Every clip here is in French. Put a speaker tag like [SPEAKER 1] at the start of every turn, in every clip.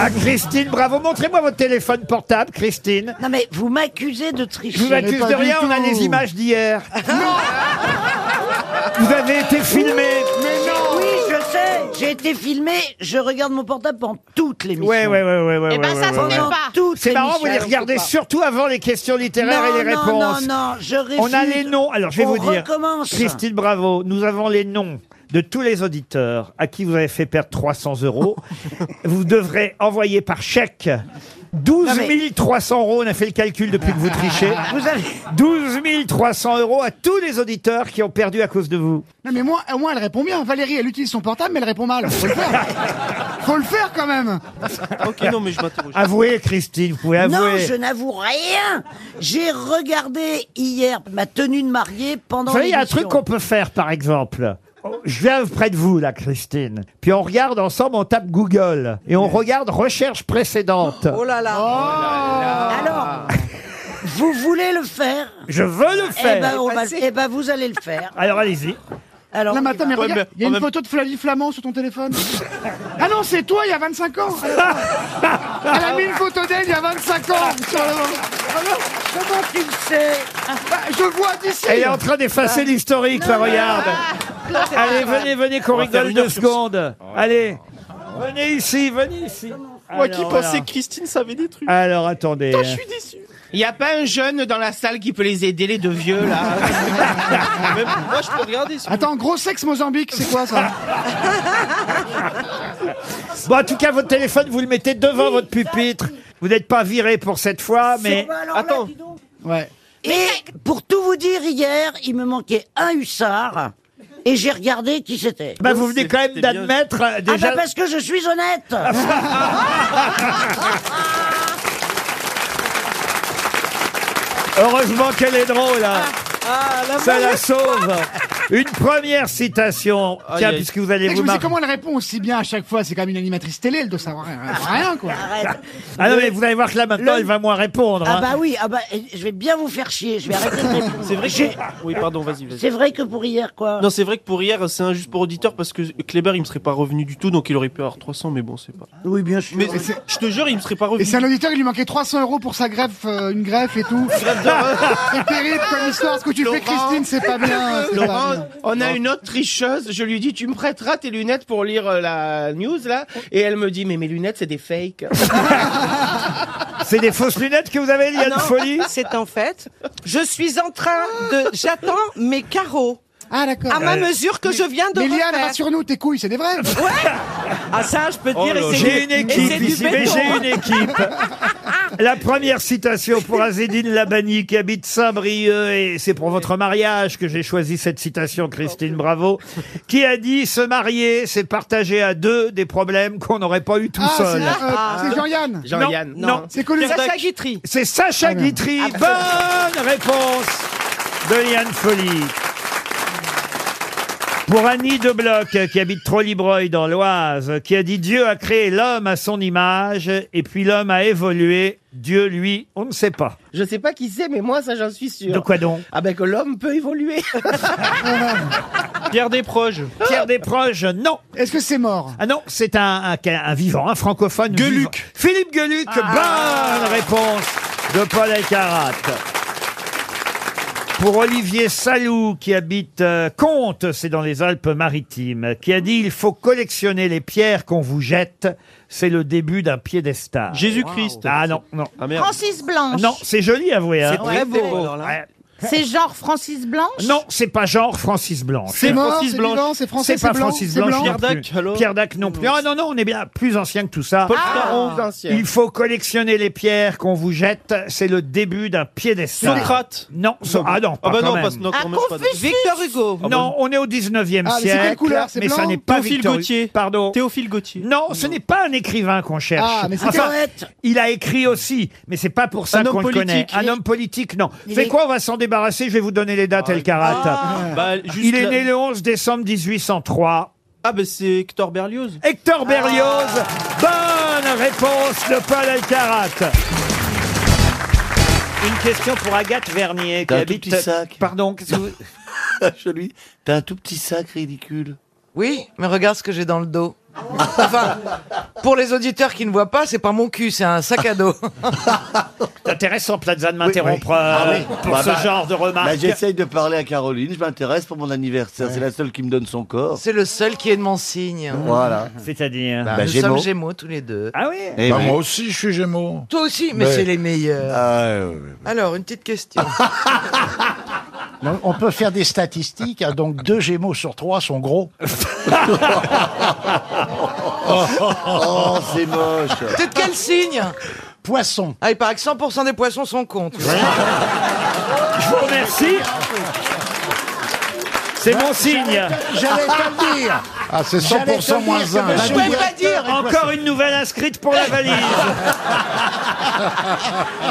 [SPEAKER 1] Ah, Christine, bravo. Montrez-moi votre téléphone portable, Christine.
[SPEAKER 2] Non mais vous m'accusez de tricher.
[SPEAKER 1] Je vous accuse
[SPEAKER 2] Pas
[SPEAKER 1] de
[SPEAKER 2] du
[SPEAKER 1] rien, on a
[SPEAKER 2] tout. Ah,
[SPEAKER 1] les images d'hier. Vous avez été filmé.
[SPEAKER 2] Oui, je sais. J'ai été filmé. Je regarde mon portable pendant toutes les missions.
[SPEAKER 1] Ouais, ouais, ouais, ouais, ouais.
[SPEAKER 3] Eh ben,
[SPEAKER 1] ouais,
[SPEAKER 3] ça
[SPEAKER 1] ouais,
[SPEAKER 3] se
[SPEAKER 1] ouais.
[SPEAKER 3] met pas.
[SPEAKER 2] Toutes
[SPEAKER 1] C'est
[SPEAKER 2] les
[SPEAKER 1] marrant, vous les
[SPEAKER 2] missions.
[SPEAKER 1] regardez surtout avant les questions littéraires
[SPEAKER 2] non,
[SPEAKER 1] et les
[SPEAKER 2] non,
[SPEAKER 1] réponses.
[SPEAKER 2] Non, non, je
[SPEAKER 1] On a
[SPEAKER 2] réfute.
[SPEAKER 1] les noms. Alors, je vais
[SPEAKER 2] On
[SPEAKER 1] vous dire.
[SPEAKER 2] recommence.
[SPEAKER 1] Christine Bravo, nous avons les noms de tous les auditeurs à qui vous avez fait perdre 300 euros. vous devrez envoyer par chèque 12
[SPEAKER 2] Non, mais-
[SPEAKER 1] 300 euros. On a fait le calcul depuis que vous trichez.
[SPEAKER 2] Vous avez...
[SPEAKER 1] 12 300 euros à tous les auditeurs qui ont perdu à cause de vous.
[SPEAKER 4] Non mais moi, au moins elle répond bien. Valérie, elle utilise son portable, mais elle répond mal. Faut le faire. Faut le faire quand même.
[SPEAKER 5] Ok, non, mais je m'interroge.
[SPEAKER 1] Avouez, Christine, vous pouvez avouer.
[SPEAKER 2] Non, je n'avoue rien. J'ai regardé hier ma tenue de mariée pendant.
[SPEAKER 1] Vous savez, il y a un truc
[SPEAKER 2] l'émission.
[SPEAKER 1] qu'on peut faire, par exemple. Oh, Je viens près de vous, là, Christine. Puis on regarde ensemble, on tape Google. Et on regarde recherche précédente.
[SPEAKER 5] Oh
[SPEAKER 2] Oh.
[SPEAKER 1] Oh
[SPEAKER 2] Alors, vous voulez le faire
[SPEAKER 1] Je veux le
[SPEAKER 2] Eh
[SPEAKER 1] faire.
[SPEAKER 2] ben, on va- eh ben, vous allez le faire.
[SPEAKER 1] Alors allez-y.
[SPEAKER 2] Alors,
[SPEAKER 4] Là maintenant, mais
[SPEAKER 5] Ouais,
[SPEAKER 1] Oh,
[SPEAKER 4] regarde,
[SPEAKER 5] mais
[SPEAKER 4] il y a
[SPEAKER 5] en
[SPEAKER 4] une
[SPEAKER 5] même-
[SPEAKER 4] photo de Flavie Flamand sur ton téléphone. ah non, c'est toi il y a 25 ans. Elle a mis une photo d'elle il y a 25 ans. sur le-
[SPEAKER 2] Ah comment tu le sais
[SPEAKER 4] Bah, je vois d'ici. Ah.
[SPEAKER 1] Elle est en train
[SPEAKER 5] Ah.
[SPEAKER 1] d'effacer l'historique, là, regarde. Allez, venez, venez, qu'on
[SPEAKER 5] va faire
[SPEAKER 1] rigole
[SPEAKER 5] une
[SPEAKER 1] deux
[SPEAKER 5] heure sur- Oh,
[SPEAKER 1] secondes. Oh, Allez, venez ici, venez ici.
[SPEAKER 5] Moi qui
[SPEAKER 1] Alors,
[SPEAKER 5] pensais
[SPEAKER 1] voilà.
[SPEAKER 5] que Christine savait des trucs.
[SPEAKER 1] Alors, attendez.
[SPEAKER 5] Je suis déçu.
[SPEAKER 6] Y a pas un jeune dans la salle qui peut les aider, les deux vieux, là
[SPEAKER 5] Même moi, je peux regarder. si-
[SPEAKER 4] Attends, gros sexe Mozambique, c'est quoi ça
[SPEAKER 1] Bon, en tout cas, votre téléphone, vous le mettez devant votre pupitre. Vous n'êtes pas viré pour cette fois, Ah, mais...
[SPEAKER 2] Bah, alors là,
[SPEAKER 5] Attends.
[SPEAKER 2] dis donc.
[SPEAKER 4] Ouais.
[SPEAKER 2] Et pour tout vous dire, hier, il me manquait un hussard et j'ai regardé qui c'était.
[SPEAKER 1] Bah, vous venez quand même
[SPEAKER 5] Oh, C'était bien.
[SPEAKER 1] d'admettre euh,
[SPEAKER 2] Ah
[SPEAKER 1] déjà... Ah,
[SPEAKER 2] bah parce que je suis honnête
[SPEAKER 5] Ah,
[SPEAKER 1] Heureusement qu'elle est drôle, là.
[SPEAKER 5] Ah.
[SPEAKER 1] Ça la sauve. Une première citation. Tiens,
[SPEAKER 5] Aïe, aïe.
[SPEAKER 1] puisque vous allez
[SPEAKER 4] Et je
[SPEAKER 1] vous
[SPEAKER 4] me dis
[SPEAKER 1] marrer.
[SPEAKER 4] comment elle répond aussi bien à chaque fois. C'est quand même une animatrice télé, elle doit savoir hein. rien, rien, quoi.
[SPEAKER 2] Arrête.
[SPEAKER 1] Ah non, mais vous allez voir que là, maintenant,
[SPEAKER 2] Le-
[SPEAKER 1] il va moins répondre.
[SPEAKER 2] Ah
[SPEAKER 1] hein.
[SPEAKER 2] bah oui, ah bah, et je vais bien vous faire chier, je vais arrêter de répondre.
[SPEAKER 5] C'est vrai
[SPEAKER 2] J'ai-
[SPEAKER 5] que. Oui, pardon, vas-y, vas-y.
[SPEAKER 2] C'est vrai que pour hier, quoi.
[SPEAKER 5] Non, c'est vrai que pour hier, c'est injuste pour auditeur parce que Kleber, il me serait pas revenu du tout, donc il aurait pu avoir 300, mais bon, c'est pas.
[SPEAKER 2] Oui, bien sûr.
[SPEAKER 5] Mais je te jure, il me serait pas
[SPEAKER 4] Et
[SPEAKER 5] revenu.
[SPEAKER 4] c'est un auditeur, il lui manquait 300 euros pour sa greffe, euh, une greffe et tout. c'est terrible comme histoire. Ce que tu fais,
[SPEAKER 6] Ah, Laurent.
[SPEAKER 4] Christine, c'est pas bien. c'est pas
[SPEAKER 6] Laurent,
[SPEAKER 4] bien.
[SPEAKER 6] on a une autre tricheuse, je lui dis tu me prêteras tes lunettes pour lire euh, la news là et elle me dit mais mes lunettes c'est des fakes.
[SPEAKER 1] C'est des fausses lunettes que vous avez, Liane
[SPEAKER 7] Ah Non,
[SPEAKER 1] Folie
[SPEAKER 7] C'est en fait, je suis en train de, j'attends mes carreaux
[SPEAKER 4] Ah, d'accord.
[SPEAKER 7] à ma
[SPEAKER 1] Euh,
[SPEAKER 7] mesure que je viens de
[SPEAKER 4] Mais Liane,
[SPEAKER 7] refaire.
[SPEAKER 4] rassure-nous, tes couilles, c'est des vrais.
[SPEAKER 7] Ah ça, je peux te dire. et c'est
[SPEAKER 1] Oh J'ai
[SPEAKER 7] du-
[SPEAKER 1] une
[SPEAKER 7] et
[SPEAKER 1] équipe
[SPEAKER 7] c'est du
[SPEAKER 1] ici, mais
[SPEAKER 7] béton.
[SPEAKER 1] j'ai une équipe. La première citation pour Azedine Labani qui habite Saint-Brieuc et c'est pour votre mariage que j'ai choisi cette citation, Christine Bravo, qui a dit se marier, c'est partager à deux des problèmes qu'on n'aurait pas eu tout
[SPEAKER 4] Ah, c'est
[SPEAKER 1] seul.
[SPEAKER 4] euh, c'est Jean-Yann.
[SPEAKER 6] Jean-Yann.
[SPEAKER 1] non, non.
[SPEAKER 4] C'est Ah, connu.
[SPEAKER 7] Sacha Guitry.
[SPEAKER 1] C'est Sacha Guitry. Bonne réponse de Yann Folly. Pour Annie de Bloch, qui habite Trollibreuil dans l'Oise, qui a dit Dieu a créé l'homme à son image, et puis l'homme a évolué. Dieu, lui, on ne sait pas.
[SPEAKER 6] Je sais pas qui c'est mais moi ça j'en suis sûr.
[SPEAKER 1] De quoi donc
[SPEAKER 6] Ah ben que l'homme peut évoluer.
[SPEAKER 5] Pierre Desproges.
[SPEAKER 1] Pierre Desproges, non.
[SPEAKER 4] Est-ce que c'est mort
[SPEAKER 1] Ah non, c'est un, un- un vivant, un francophone. vivant.
[SPEAKER 5] Gueluc.
[SPEAKER 1] Philippe Gueluc,
[SPEAKER 4] Ah.
[SPEAKER 1] bonne réponse de Paul Elkarat. Pour Olivier Salou, qui habite euh, Comte, c'est dans les Alpes-Maritimes, qui a dit « Il faut collectionner les pierres qu'on vous jette, c'est le début d'un piédestal. »
[SPEAKER 5] Jésus-Christ.
[SPEAKER 1] Ah non, non.
[SPEAKER 5] Ah merde.
[SPEAKER 3] Francis Blanche.
[SPEAKER 1] Non, c'est joli, avouez. Hein.
[SPEAKER 5] C'est très beau. alors là.
[SPEAKER 1] Ouais.
[SPEAKER 3] C'est genre Francis Blanche
[SPEAKER 1] Non, c'est pas genre Francis Blanche.
[SPEAKER 4] C'est mort,
[SPEAKER 5] Francis
[SPEAKER 4] c'est
[SPEAKER 5] Blanche.
[SPEAKER 4] vivant, c'est français,
[SPEAKER 1] C'est pas
[SPEAKER 4] blanc,
[SPEAKER 1] Francis
[SPEAKER 4] c'est
[SPEAKER 1] Blanche.
[SPEAKER 4] blanc.
[SPEAKER 5] Pierre
[SPEAKER 1] non
[SPEAKER 5] Dac,
[SPEAKER 1] plus.
[SPEAKER 5] alors
[SPEAKER 1] Pierre Dac non plus. Ah non, non, on est bien plus ancien que tout ça.
[SPEAKER 6] Ah,
[SPEAKER 1] Il faut collectionner les pierres qu'on vous jette. C'est le début d'un piédestal.
[SPEAKER 5] Socrate.
[SPEAKER 1] Non, so- ah non, pas
[SPEAKER 5] Ah bah
[SPEAKER 1] quand
[SPEAKER 5] non,
[SPEAKER 1] même.
[SPEAKER 5] parce que non,
[SPEAKER 3] Ah,
[SPEAKER 5] quand même pas.
[SPEAKER 3] Confucius.
[SPEAKER 7] Victor Hugo.
[SPEAKER 5] Ah
[SPEAKER 1] Non, on est au 19e
[SPEAKER 4] Ah, mais c'est
[SPEAKER 1] siècle.
[SPEAKER 4] quelle couleur C'est
[SPEAKER 1] mais ça
[SPEAKER 4] blanc
[SPEAKER 1] n'est pas
[SPEAKER 5] Théophile
[SPEAKER 1] Victor Hugo.
[SPEAKER 5] Gautier.
[SPEAKER 1] Pardon.
[SPEAKER 5] Théophile Gauthier.
[SPEAKER 1] non, ce n'est pas un écrivain qu'on cherche.
[SPEAKER 4] Ah, mais c'est
[SPEAKER 1] Enfin,
[SPEAKER 2] Honnête.
[SPEAKER 1] il a écrit aussi, mais c'est pas pour ça
[SPEAKER 5] Un homme
[SPEAKER 1] qu'on le connaît.
[SPEAKER 5] politique.
[SPEAKER 1] Un homme politique, non.
[SPEAKER 2] Il
[SPEAKER 1] C'est
[SPEAKER 2] est-
[SPEAKER 1] quoi On va s'en débarrasser. Je vais vous donner les dates,
[SPEAKER 5] Ah,
[SPEAKER 1] El Karat.
[SPEAKER 5] Bah, juste
[SPEAKER 1] Ah. il est
[SPEAKER 5] là-
[SPEAKER 1] né le 11 décembre 1803.
[SPEAKER 5] Ah bah c'est Hector Berlioz. Ah.
[SPEAKER 1] Hector Berlioz. Bonne réponse de Paul Alcarat. Une question pour Agathe Vernier qui
[SPEAKER 8] T'as un
[SPEAKER 1] habite.
[SPEAKER 8] tout petit sac.
[SPEAKER 1] Pardon. qu'est-ce que vous-
[SPEAKER 8] Je lui, t'as un tout petit sac ridicule.
[SPEAKER 7] Oui, mais regarde ce que j'ai dans le dos. Enfin, Pour les auditeurs qui ne voient pas, c'est pas mon cul, c'est un sac à dos.
[SPEAKER 1] C'est intéressant, Plaza, de m'interrompre euh, pour
[SPEAKER 6] Bah,
[SPEAKER 1] ce
[SPEAKER 6] bah,
[SPEAKER 1] genre de
[SPEAKER 6] bah,
[SPEAKER 1] remarques.
[SPEAKER 6] J'essaye de parler à Caroline, je m'intéresse pour mon anniversaire. C'est la seule qui me donne son corps.
[SPEAKER 7] C'est le seul qui est de mon signe.
[SPEAKER 6] Voilà.
[SPEAKER 1] C'est-à-dire.
[SPEAKER 6] Bah,
[SPEAKER 7] Nous
[SPEAKER 6] Gémeaux.
[SPEAKER 7] sommes Gémeaux tous les deux.
[SPEAKER 1] Ah oui
[SPEAKER 6] Eh
[SPEAKER 4] Bah,
[SPEAKER 6] oui.
[SPEAKER 4] moi aussi, je suis Gémeaux.
[SPEAKER 7] Toi aussi, mais
[SPEAKER 4] Ouais.
[SPEAKER 7] c'est les meilleurs.
[SPEAKER 6] Ah, ouais, ouais, ouais.
[SPEAKER 7] Alors, une petite question.
[SPEAKER 4] Non, On peut faire des statistiques. hein, donc, deux Gémeaux sur trois sont gros.
[SPEAKER 6] Oh, c'est moche.
[SPEAKER 7] T'es de quel signe
[SPEAKER 4] Poissons.
[SPEAKER 7] Ah, il paraît que 100% des poissons sont cons. tu vois.
[SPEAKER 1] Je vous remercie. C'est mon signe.
[SPEAKER 4] J'allais te le dire.
[SPEAKER 6] Ah, c'est
[SPEAKER 4] J'allais te le dire
[SPEAKER 6] moins
[SPEAKER 4] que
[SPEAKER 6] un.
[SPEAKER 4] monsieur
[SPEAKER 7] Je peux
[SPEAKER 4] Guérin-
[SPEAKER 7] pas dire.
[SPEAKER 1] Encore une nouvelle inscrite pour la valise.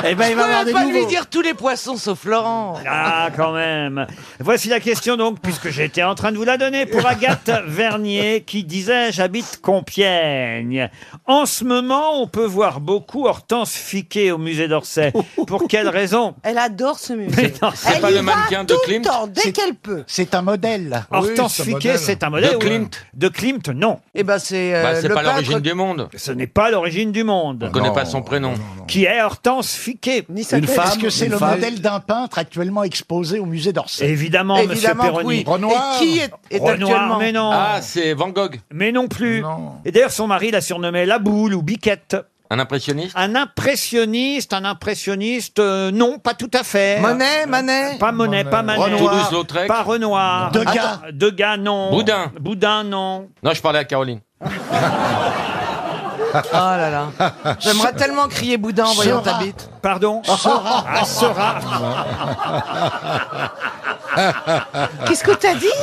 [SPEAKER 6] Eh ben, il
[SPEAKER 7] Je
[SPEAKER 6] va y avoir
[SPEAKER 7] peux
[SPEAKER 6] des
[SPEAKER 7] même pas lui
[SPEAKER 6] nouveaux.
[SPEAKER 7] dire tous les poissons sauf Laurent.
[SPEAKER 1] Ah, quand même. Voici la question donc, puisque j'étais en train de vous la donner pour Agathe Vernier qui disait J'habite Compiègne. En ce moment, on peut voir beaucoup Hortense Fiquet au musée d'Orsay. Pour quelle raison
[SPEAKER 2] Elle adore ce musée.
[SPEAKER 1] Mais non, c'est
[SPEAKER 2] Elle
[SPEAKER 1] pas
[SPEAKER 2] y
[SPEAKER 1] le-
[SPEAKER 9] le
[SPEAKER 2] va
[SPEAKER 9] mannequin de
[SPEAKER 2] tout
[SPEAKER 9] Klimt
[SPEAKER 2] le temps, dès
[SPEAKER 4] C'est-
[SPEAKER 2] qu'elle peut.
[SPEAKER 4] C'est un modèle.
[SPEAKER 1] Hortense
[SPEAKER 4] Oui, c'est un
[SPEAKER 1] Fiquet,
[SPEAKER 4] modèle.
[SPEAKER 1] c'est un modèle.
[SPEAKER 9] De
[SPEAKER 1] oui.
[SPEAKER 9] Klimt.
[SPEAKER 1] De Klimt, non.
[SPEAKER 7] Eh ben, c'est euh,
[SPEAKER 9] Bah, c'est
[SPEAKER 7] le
[SPEAKER 9] pas
[SPEAKER 7] peintre
[SPEAKER 9] l'origine du monde.
[SPEAKER 1] Ce n'est pas l'origine du monde.
[SPEAKER 9] On connaît
[SPEAKER 4] Non,
[SPEAKER 9] pas son prénom.
[SPEAKER 1] Qui est Hortense Fiquet
[SPEAKER 4] Une femme. Est-ce que c'est
[SPEAKER 6] une
[SPEAKER 4] le
[SPEAKER 6] femme.
[SPEAKER 4] modèle d'un peintre actuellement exposé au musée d'Orsay
[SPEAKER 1] Évidemment, Monsieur
[SPEAKER 7] Évidemment que
[SPEAKER 1] Perroni.
[SPEAKER 7] oui.
[SPEAKER 4] Renoir.
[SPEAKER 7] Et qui est, est
[SPEAKER 1] Renoir,
[SPEAKER 7] actuellement
[SPEAKER 1] mais non.
[SPEAKER 9] Ah, c'est Van Gogh,
[SPEAKER 1] Mais non plus.
[SPEAKER 4] Non.
[SPEAKER 1] Et d'ailleurs, son mari la surnommait la boule ou biquette.
[SPEAKER 9] un impressionniste.
[SPEAKER 1] Un impressionniste, un impressionniste, euh, non, pas tout à fait. Euh,
[SPEAKER 7] Monet, Manet.
[SPEAKER 1] Pas Monet, pas Manet.
[SPEAKER 9] Toulouse-Lautrec.
[SPEAKER 1] Pas Renoir.
[SPEAKER 4] Degas.
[SPEAKER 1] Attends, Degas, non.
[SPEAKER 9] Boudin.
[SPEAKER 1] Boudin, non.
[SPEAKER 9] Non, je parlais à Caroline.
[SPEAKER 7] Oh là là. J'aimerais tellement crier boudin en voyant
[SPEAKER 4] Seurat.
[SPEAKER 7] ta bite.
[SPEAKER 1] Pardon Sera. Ah, Sera.
[SPEAKER 2] Qu'est-ce que t'as dit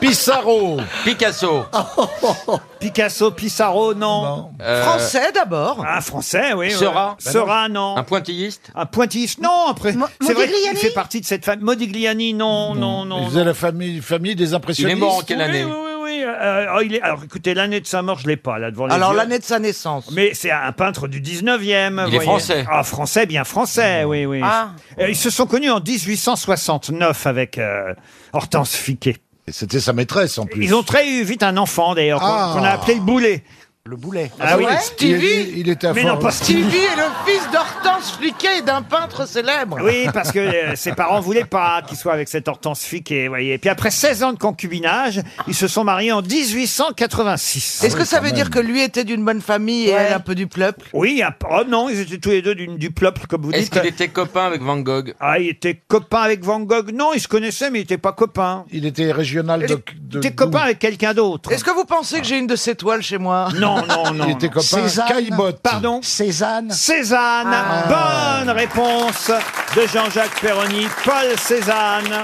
[SPEAKER 4] Pissarro.
[SPEAKER 9] Picasso.
[SPEAKER 1] Picasso, Pissarro, non.
[SPEAKER 9] Euh,
[SPEAKER 7] Français d'abord.
[SPEAKER 1] Un français, oui. ouais.
[SPEAKER 9] Sera.
[SPEAKER 1] Sera, non.
[SPEAKER 9] Un pointilliste.
[SPEAKER 1] Un pointilliste, non. Après,
[SPEAKER 2] Mo-
[SPEAKER 1] c'est vrai qu'il
[SPEAKER 2] Modigliani
[SPEAKER 1] fait partie de cette famille. Modigliani, non, non, non.
[SPEAKER 4] Il
[SPEAKER 1] non.
[SPEAKER 4] faisait la famille, famille des
[SPEAKER 9] Il est
[SPEAKER 4] impressionnistes.
[SPEAKER 9] mort en quelle
[SPEAKER 1] Oui,
[SPEAKER 9] année
[SPEAKER 1] Oui, oui, oui. Euh, oh, il est... Alors écoutez, l'année de sa mort, je l'ai pas là devant les
[SPEAKER 7] Alors
[SPEAKER 1] yeux.
[SPEAKER 7] l'année de sa naissance.
[SPEAKER 1] Mais c'est un peintre du 19e.
[SPEAKER 9] Il est
[SPEAKER 1] voyez.
[SPEAKER 9] français. Mmh.
[SPEAKER 1] Ah, français, bien français, oui, oui.
[SPEAKER 7] Ah.
[SPEAKER 1] Euh, Ils se sont connus en 1869 avec euh, Hortense Fiquet.
[SPEAKER 4] Et C'était sa maîtresse en plus.
[SPEAKER 1] Ils ont très vite un enfant, d'ailleurs, qu'on-
[SPEAKER 4] Ah.
[SPEAKER 1] qu'on a appelé le boulet.
[SPEAKER 4] le boulet.
[SPEAKER 1] Ah oui.
[SPEAKER 4] Il,
[SPEAKER 7] Stevie
[SPEAKER 4] il était à
[SPEAKER 1] Mais non,
[SPEAKER 4] fort.
[SPEAKER 1] pas Stevie.
[SPEAKER 7] Stevie est le fils d'Hortense Fliquet et d'un peintre célèbre.
[SPEAKER 1] Oui, parce que euh, ses parents voulaient pas qu'il soit avec cette Hortense Fiquet, vous voyez. Et puis après 16 ans de concubinage, ils se sont mariés en 1886.
[SPEAKER 7] Est-ce que ça veut dire que lui était d'une bonne famille et elle un peu du peuple
[SPEAKER 1] Oui, un- oh non, ils étaient tous les deux du, du peuple, comme vous
[SPEAKER 9] Est-ce
[SPEAKER 1] dites.
[SPEAKER 9] qu'il était copain avec Van Gogh
[SPEAKER 1] Ah, il était copain avec Van Gogh Non, ils se connaissaient, mais ils n'étaient pas copains.
[SPEAKER 4] Il était régional de.
[SPEAKER 1] Il
[SPEAKER 4] de
[SPEAKER 1] était copain avec quelqu'un d'autre.
[SPEAKER 7] Est-ce que vous pensez que j'ai une de ces toiles chez moi
[SPEAKER 1] Non, non, non.
[SPEAKER 4] Il était
[SPEAKER 1] non.
[SPEAKER 4] copain
[SPEAKER 1] Cézanne.
[SPEAKER 4] Caillebotte. Ah.
[SPEAKER 1] Pardon
[SPEAKER 4] Cézanne.
[SPEAKER 1] Cézanne. Bonne réponse de Jean-Jacques Perroni. Paul Cézanne.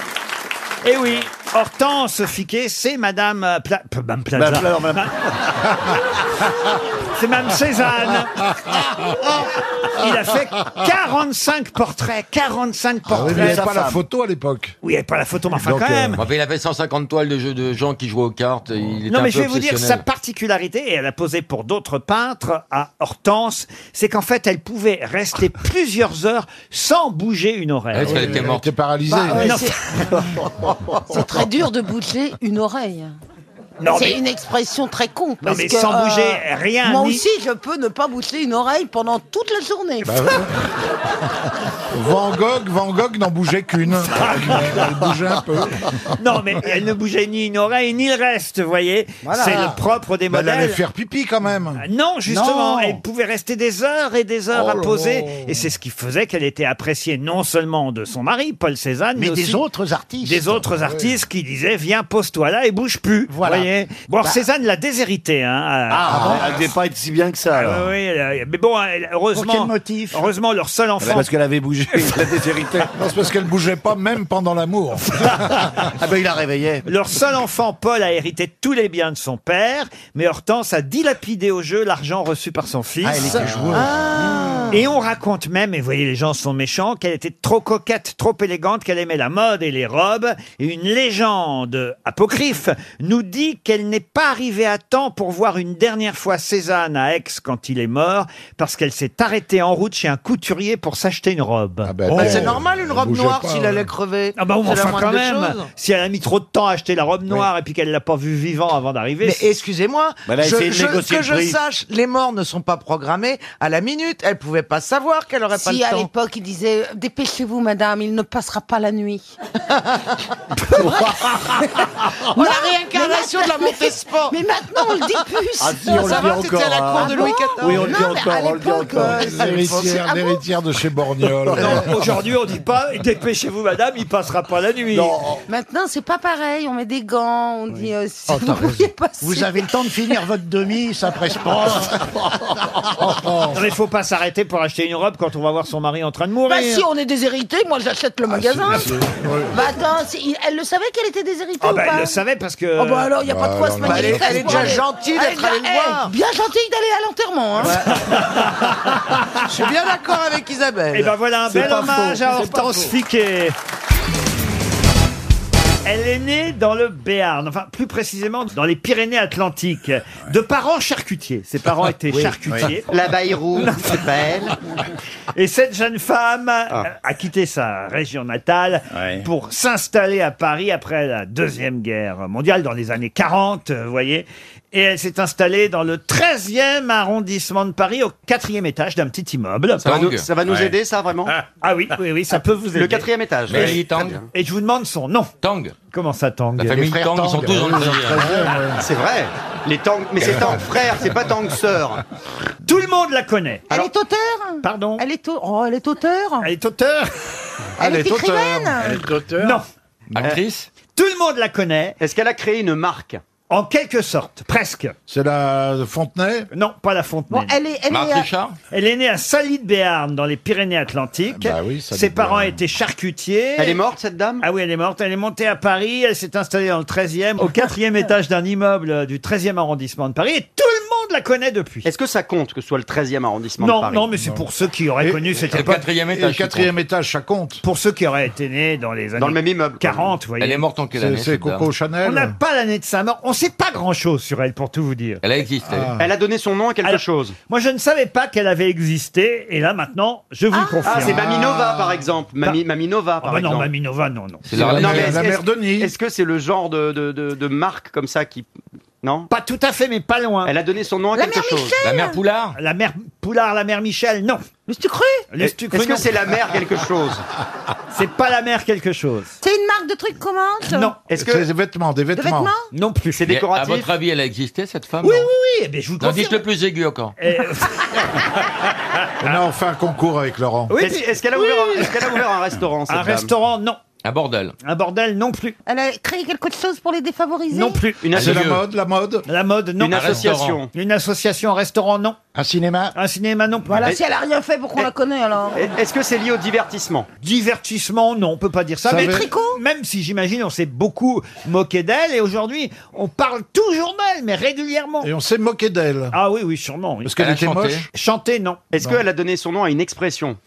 [SPEAKER 1] Eh oui, Hortense Fiquet, c'est Madame euh, Pla- P- Madame Plaza.
[SPEAKER 6] Bah, alors, madame-
[SPEAKER 1] C'est Madame Cézanne. Il a fait 45 portraits. 45
[SPEAKER 4] Ah oui, mais
[SPEAKER 1] portraits.
[SPEAKER 4] il n'y avait
[SPEAKER 6] sa
[SPEAKER 4] pas la
[SPEAKER 6] femme.
[SPEAKER 4] photo à l'époque.
[SPEAKER 1] Oui, il n'y avait pas la photo, mais enfin
[SPEAKER 4] Donc,
[SPEAKER 1] quand
[SPEAKER 4] euh,
[SPEAKER 1] même.
[SPEAKER 9] Bon, ben, Il avait 150 toiles de, jeux de gens qui jouaient aux cartes. Il était
[SPEAKER 1] Non,
[SPEAKER 9] un
[SPEAKER 1] mais
[SPEAKER 9] peu
[SPEAKER 1] je vais vous dire sa
[SPEAKER 9] obsessionnel.
[SPEAKER 1] particularité, et elle a posé pour d'autres peintres à Hortense, c'est qu'en fait, elle pouvait rester plusieurs heures sans bouger une oreille. Bah,
[SPEAKER 9] Est-ce qu'elle était morte
[SPEAKER 4] Il était paralysé.
[SPEAKER 1] Non,
[SPEAKER 2] C'est très dur de bouger une oreille.
[SPEAKER 1] non,
[SPEAKER 2] c'est
[SPEAKER 1] mais,
[SPEAKER 2] une expression très con.
[SPEAKER 1] non,
[SPEAKER 2] parce
[SPEAKER 1] mais
[SPEAKER 2] que,
[SPEAKER 1] sans
[SPEAKER 2] euh,
[SPEAKER 1] bouger rien.
[SPEAKER 2] Moi
[SPEAKER 1] ni-
[SPEAKER 2] aussi, je peux ne pas bouger une oreille pendant toute la journée.
[SPEAKER 5] Bah
[SPEAKER 4] Van Gogh, Van Gogh n'en bougeait qu'une.
[SPEAKER 1] Ah,
[SPEAKER 4] Elle elle bougeait un peu.
[SPEAKER 1] Non, mais elle ne bougeait ni une oreille ni le reste, vous voyez. C'est le propre des
[SPEAKER 4] Mais Bah, elle allait
[SPEAKER 1] modèles. Euh,
[SPEAKER 4] faire pipi quand même.
[SPEAKER 1] Non, justement,
[SPEAKER 4] Non.
[SPEAKER 1] elle pouvait rester des heures et des heures
[SPEAKER 4] Oh
[SPEAKER 1] à
[SPEAKER 4] là
[SPEAKER 1] poser.
[SPEAKER 4] là.
[SPEAKER 1] Et c'est ce qui faisait qu'elle était appréciée non seulement de son mari, Paul Cézanne, mais, aussi
[SPEAKER 4] autres artistes.
[SPEAKER 1] des autres artistes qui disaient viens pose-toi là et bouge plus.
[SPEAKER 4] Voilà.
[SPEAKER 1] Voyez bon, alors, Cézanne l'a déshérité. Hein, à-
[SPEAKER 6] Bah. Ah, elle devait pas être si bien que ça.
[SPEAKER 1] Ah,
[SPEAKER 6] alors.
[SPEAKER 1] oui, elle- mais bon, elle- heureusement,
[SPEAKER 4] Pour quel motif
[SPEAKER 1] heureusement, leur seul
[SPEAKER 6] Ah, bah,
[SPEAKER 1] enfant.
[SPEAKER 6] Parce qu'elle avait bougé, il la déshéritait.
[SPEAKER 4] Non, c'est parce qu'elle bougeait pas même pendant l'amour.
[SPEAKER 6] Ah ben il la réveillait.
[SPEAKER 1] Leur seul enfant, Paul, a hérité tous les biens de son père, mais Hortense a dilapidé au jeu l'argent reçu par son fils.
[SPEAKER 4] Ah, elle était joueuse.
[SPEAKER 1] et Et on raconte même, et vous voyez, les gens sont méchants, qu'elle était trop coquette, trop élégante, qu'elle aimait la mode et les robes. Et une légende apocryphe nous dit qu'elle n'est pas arrivée à temps pour voir une dernière fois Cézanne à Aix quand il est mort, parce qu'elle s'est arrêtée en route chez un couturier pour s'acheter une robe.
[SPEAKER 7] Bah, c'est normal une robe noire s'il allait crever.
[SPEAKER 1] Ah bah,
[SPEAKER 7] C'est la
[SPEAKER 1] enfin,
[SPEAKER 7] moindre
[SPEAKER 1] quand
[SPEAKER 7] des
[SPEAKER 1] même,
[SPEAKER 7] choses.
[SPEAKER 1] si elle a mis trop de temps à acheter la robe noire et puis qu'elle l'a pas vu vivant avant d'arriver.
[SPEAKER 7] Mais
[SPEAKER 1] c'est-
[SPEAKER 7] excusez-moi,
[SPEAKER 1] Bah, elle a
[SPEAKER 7] je-
[SPEAKER 1] essayé de
[SPEAKER 7] je-
[SPEAKER 1] négocier
[SPEAKER 7] que
[SPEAKER 1] le
[SPEAKER 7] je
[SPEAKER 1] prix.
[SPEAKER 7] sache, les morts ne sont pas programmés à la minute. Elle pouvait pas savoir qu'elle aurait pas
[SPEAKER 2] Si
[SPEAKER 7] le
[SPEAKER 2] à
[SPEAKER 7] temps.
[SPEAKER 2] l'époque il disait dépêchez-vous madame, il ne passera pas la nuit.
[SPEAKER 7] Oh, la réincarnation de la Montespan.
[SPEAKER 2] Mais maintenant on le dit plus.
[SPEAKER 5] Ah si, on le
[SPEAKER 7] Ça
[SPEAKER 5] dit
[SPEAKER 7] va, t'étais
[SPEAKER 5] encore.
[SPEAKER 7] à la cour
[SPEAKER 5] hein.
[SPEAKER 7] de Louis XIV.
[SPEAKER 5] Oui, on le dit
[SPEAKER 2] Non, mais
[SPEAKER 5] encore,
[SPEAKER 2] à
[SPEAKER 5] on le dit
[SPEAKER 2] l'époque,
[SPEAKER 5] encore.
[SPEAKER 2] euh,
[SPEAKER 7] à l'époque,
[SPEAKER 5] L'héritière,
[SPEAKER 7] ah bon
[SPEAKER 5] l'héritière de chez Borgnol.
[SPEAKER 1] Non, aujourd'hui, on dit pas, dépêchez-vous, madame, il passera pas la nuit.
[SPEAKER 5] Non,
[SPEAKER 2] Maintenant c'est pas pareil, on met des gants, on dit euh, si
[SPEAKER 5] Oh,
[SPEAKER 2] vous
[SPEAKER 5] t'as
[SPEAKER 2] pouviez
[SPEAKER 5] raison.
[SPEAKER 2] passer.
[SPEAKER 5] Vous avez le temps de finir votre demi, ça presse pas.
[SPEAKER 1] Oh. Non, mais faut pas s'arrêter pour acheter une robe quand on va voir son mari en train de mourir.
[SPEAKER 2] Bah si on est déshérité, moi j'achète
[SPEAKER 1] Ah,
[SPEAKER 2] le magasin. Bah attends, c'est- il- elle le savait qu'elle était déshéritée
[SPEAKER 1] Ah
[SPEAKER 2] ou
[SPEAKER 1] bah,
[SPEAKER 2] pas
[SPEAKER 1] elle le savait parce que.
[SPEAKER 2] Oh bah alors, il n'y a pas de quoi
[SPEAKER 5] Bah
[SPEAKER 2] se
[SPEAKER 5] alors,
[SPEAKER 2] manifester.
[SPEAKER 7] elle est- elle est
[SPEAKER 2] pour
[SPEAKER 7] déjà
[SPEAKER 2] aller-
[SPEAKER 7] gentille
[SPEAKER 2] Elle est
[SPEAKER 7] d'être allée
[SPEAKER 2] bien-
[SPEAKER 7] le voir.
[SPEAKER 2] eh, Bien gentille d'aller à l'enterrement. Hein.
[SPEAKER 7] Je suis bien Ah, d'accord avec Isabelle.
[SPEAKER 1] Et ben voilà un bel hommage à Hortense Fiquet. Elle est née dans le Béarn, enfin plus précisément dans les Pyrénées-Atlantiques, de parents charcutiers. Ses parents étaient charcutiers.
[SPEAKER 6] La Bayrou, c'est Ah. belle.
[SPEAKER 1] Et cette jeune femme euh, a quitté sa région natale
[SPEAKER 9] Ouais.
[SPEAKER 1] pour s'installer à Paris après la Deuxième Guerre mondiale dans les années 40, euh, vous voyez. Et elle s'est installée dans le 13e arrondissement de Paris, au quatrième étage d'un petit immeuble.
[SPEAKER 4] Ça va nous, ça va nous aider, ça, vraiment
[SPEAKER 1] Ah oui, oui, oui, ça peut vous aider.
[SPEAKER 4] Le quatrième étage. Très
[SPEAKER 9] Mais-
[SPEAKER 4] bien.
[SPEAKER 1] Et je vous demande son nom.
[SPEAKER 4] Tang.
[SPEAKER 1] Comment ça, Tang
[SPEAKER 4] La famille Tang, ils sont tous dans le
[SPEAKER 5] deuxième.
[SPEAKER 4] C'est vrai. Les Tang, mais c'est Tang frère, c'est pas Tang sœur.
[SPEAKER 1] Tout le monde la connaît.
[SPEAKER 2] Elle est auteure
[SPEAKER 1] Pardon
[SPEAKER 2] Elle est, au- oh, elle est auteure
[SPEAKER 1] Elle est auteur
[SPEAKER 2] Elle est écrivaine
[SPEAKER 1] Non. Euh,
[SPEAKER 4] Actrice
[SPEAKER 1] Tout le monde la connaît,
[SPEAKER 4] Est-ce qu'elle a créé une marque
[SPEAKER 1] en quelque sorte, presque.
[SPEAKER 5] C'est la Fontenay
[SPEAKER 1] Non, pas la Fontenay.
[SPEAKER 2] Bon, elle est, elle est,
[SPEAKER 1] Elle est née à Saly de Béarn, dans les Pyrénées-Atlantiques.
[SPEAKER 5] Ah bah oui, Saly
[SPEAKER 1] Ses
[SPEAKER 5] de
[SPEAKER 1] parents
[SPEAKER 5] Béarn.
[SPEAKER 1] étaient charcutiers.
[SPEAKER 4] Elle est morte, cette dame
[SPEAKER 1] Ah oui, elle est morte. Elle est montée à Paris. Elle s'est installée dans le 13e, au 4e étage d'un immeuble euh, du 13e arrondissement de Paris. Et tout le monde la connaît depuis.
[SPEAKER 4] Est-ce que ça compte que ce soit le 13e arrondissement de
[SPEAKER 1] Non,
[SPEAKER 4] Paris
[SPEAKER 1] non, mais c'est pour ceux qui auraient connu cette époque.
[SPEAKER 9] quatrième
[SPEAKER 5] Et le quatrième étage, ça compte.
[SPEAKER 1] Pour ceux qui auraient été nés dans les années
[SPEAKER 4] Dans le même immeuble.
[SPEAKER 1] 40, vous voyez.
[SPEAKER 9] morte en quelle
[SPEAKER 5] C'est- C'est Coco Chanel.
[SPEAKER 1] On n'a pas l'année de sa mort. On sait pas grand-chose sur elle, pour tout vous dire.
[SPEAKER 9] Elle a existé.
[SPEAKER 1] Ah.
[SPEAKER 4] Elle a donné son nom à quelque
[SPEAKER 1] Alors-
[SPEAKER 4] chose.
[SPEAKER 1] Moi, je ne savais pas qu'elle avait existé. Et là, maintenant, je vous le confirme.
[SPEAKER 4] Ah, c'est Maminova, par exemple. Mami, Maminova,
[SPEAKER 1] Ah
[SPEAKER 4] par
[SPEAKER 1] bah non,
[SPEAKER 4] exemple.
[SPEAKER 1] Maminova, non, non.
[SPEAKER 9] C'est la-
[SPEAKER 4] Non, mais
[SPEAKER 5] la,
[SPEAKER 4] est-ce-
[SPEAKER 5] la mère
[SPEAKER 4] est-ce-
[SPEAKER 5] Denis.
[SPEAKER 4] Est-ce que c'est le genre de, de, de, de marque comme ça qui... Non
[SPEAKER 1] Pas tout à fait, mais pas loin.
[SPEAKER 4] Elle a donné son nom à
[SPEAKER 2] La
[SPEAKER 4] quelque
[SPEAKER 2] mère
[SPEAKER 4] chose.
[SPEAKER 2] Michel
[SPEAKER 9] La mère Poulard
[SPEAKER 1] La mère Poulard, la mère Michel, non.
[SPEAKER 2] Mais tu cru
[SPEAKER 1] Les
[SPEAKER 4] Est-ce
[SPEAKER 1] Stucreux,
[SPEAKER 4] que
[SPEAKER 1] non.
[SPEAKER 4] c'est la mère quelque chose
[SPEAKER 1] C'est pas la mère quelque chose.
[SPEAKER 2] C'est une marque de trucs comment ça
[SPEAKER 1] Non,
[SPEAKER 4] Est-ce
[SPEAKER 5] C'est
[SPEAKER 4] que
[SPEAKER 5] des vêtements, des
[SPEAKER 2] De
[SPEAKER 5] vêtements.
[SPEAKER 2] vêtements
[SPEAKER 1] non plus.
[SPEAKER 4] c'est décoratif
[SPEAKER 9] avis, elle a existé, cette femme
[SPEAKER 1] Oui, oui, oui, mais je vous le confirme.
[SPEAKER 9] plus aigu encore.
[SPEAKER 1] Eh,
[SPEAKER 5] On a enfin un concours avec Laurent.
[SPEAKER 1] oui,
[SPEAKER 4] Est-ce
[SPEAKER 1] puis-
[SPEAKER 4] est-ce qu'elle a, ouvert un- est-ce qu'elle a ouvert un restaurant cette
[SPEAKER 1] un
[SPEAKER 4] dame
[SPEAKER 1] restaurant, non.
[SPEAKER 9] Un bordel.
[SPEAKER 1] Un bordel, non plus.
[SPEAKER 2] Elle a créé quelque chose pour les défavorisés
[SPEAKER 1] Non plus.
[SPEAKER 4] Une,
[SPEAKER 5] C'est
[SPEAKER 4] asso-
[SPEAKER 5] la
[SPEAKER 9] Dieu.
[SPEAKER 5] mode, la mode.
[SPEAKER 1] La mode, non.
[SPEAKER 4] une association.
[SPEAKER 1] Une association, un restaurant, non.
[SPEAKER 5] Un cinéma.
[SPEAKER 1] Un cinéma, non.
[SPEAKER 2] Voilà,
[SPEAKER 1] Voilà.
[SPEAKER 2] si elle a rien fait, pourquoi on la connaît alors
[SPEAKER 4] Eh, Est-ce que c'est lié au divertissement
[SPEAKER 1] Divertissement, non, on peut pas dire ça.
[SPEAKER 5] Ça
[SPEAKER 1] mais
[SPEAKER 5] veut-
[SPEAKER 1] tricot Même si j'imagine, on s'est beaucoup moqué d'elle et aujourd'hui, on parle toujours d'elle, mais régulièrement.
[SPEAKER 5] Et on s'est moqué d'elle.
[SPEAKER 1] Ah oui, oui, sûrement. oui.
[SPEAKER 5] Parce qu'elle
[SPEAKER 9] Elle a
[SPEAKER 5] était
[SPEAKER 9] chanté.
[SPEAKER 5] moche.
[SPEAKER 1] Chanter, non.
[SPEAKER 4] Est-ce qu'elle a donné son nom à une expression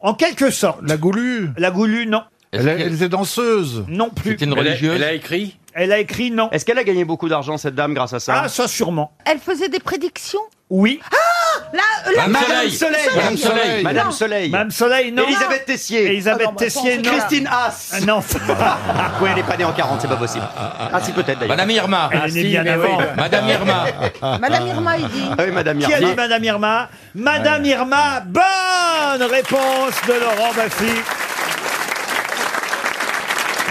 [SPEAKER 1] En quelque sorte.
[SPEAKER 5] La goulue.
[SPEAKER 1] La goulue, non.
[SPEAKER 5] Elle, a- elle était danseuse.
[SPEAKER 1] Non plus.
[SPEAKER 9] une religieuse
[SPEAKER 10] écrit
[SPEAKER 1] Elle a écrit non.
[SPEAKER 4] Est-ce qu'elle a gagné beaucoup d'argent cette dame grâce à ça
[SPEAKER 1] Ah, ça sûrement.
[SPEAKER 2] Elle faisait des prédictions
[SPEAKER 1] Oui.
[SPEAKER 2] Là, euh, là,
[SPEAKER 9] Madame
[SPEAKER 4] Madame
[SPEAKER 9] Soleil.
[SPEAKER 4] Soleil
[SPEAKER 9] Madame Soleil.
[SPEAKER 4] Madame
[SPEAKER 2] Non.
[SPEAKER 4] Soleil
[SPEAKER 1] Madame Soleil, non.
[SPEAKER 4] Elisabeth Tessier
[SPEAKER 1] Elisabeth
[SPEAKER 2] Ah non, bah,
[SPEAKER 1] Tessier, non.
[SPEAKER 2] sans-
[SPEAKER 4] Christine Haas
[SPEAKER 1] Ah, Non.
[SPEAKER 5] Bah,
[SPEAKER 4] Ah, Oui, elle est pas née en 40, c'est pas possible. Ah, si, peut-être d'ailleurs. Ah,
[SPEAKER 9] Madame Irma.
[SPEAKER 1] Elle est née bien
[SPEAKER 9] mais
[SPEAKER 1] avant.
[SPEAKER 9] oui. Madame Irma.
[SPEAKER 2] Madame Irma, il dit.
[SPEAKER 4] Ah oui, Madame
[SPEAKER 1] Qui a dit
[SPEAKER 4] Irma.
[SPEAKER 1] Madame Irma Madame Irma, bonne réponse de Laurent Baffy.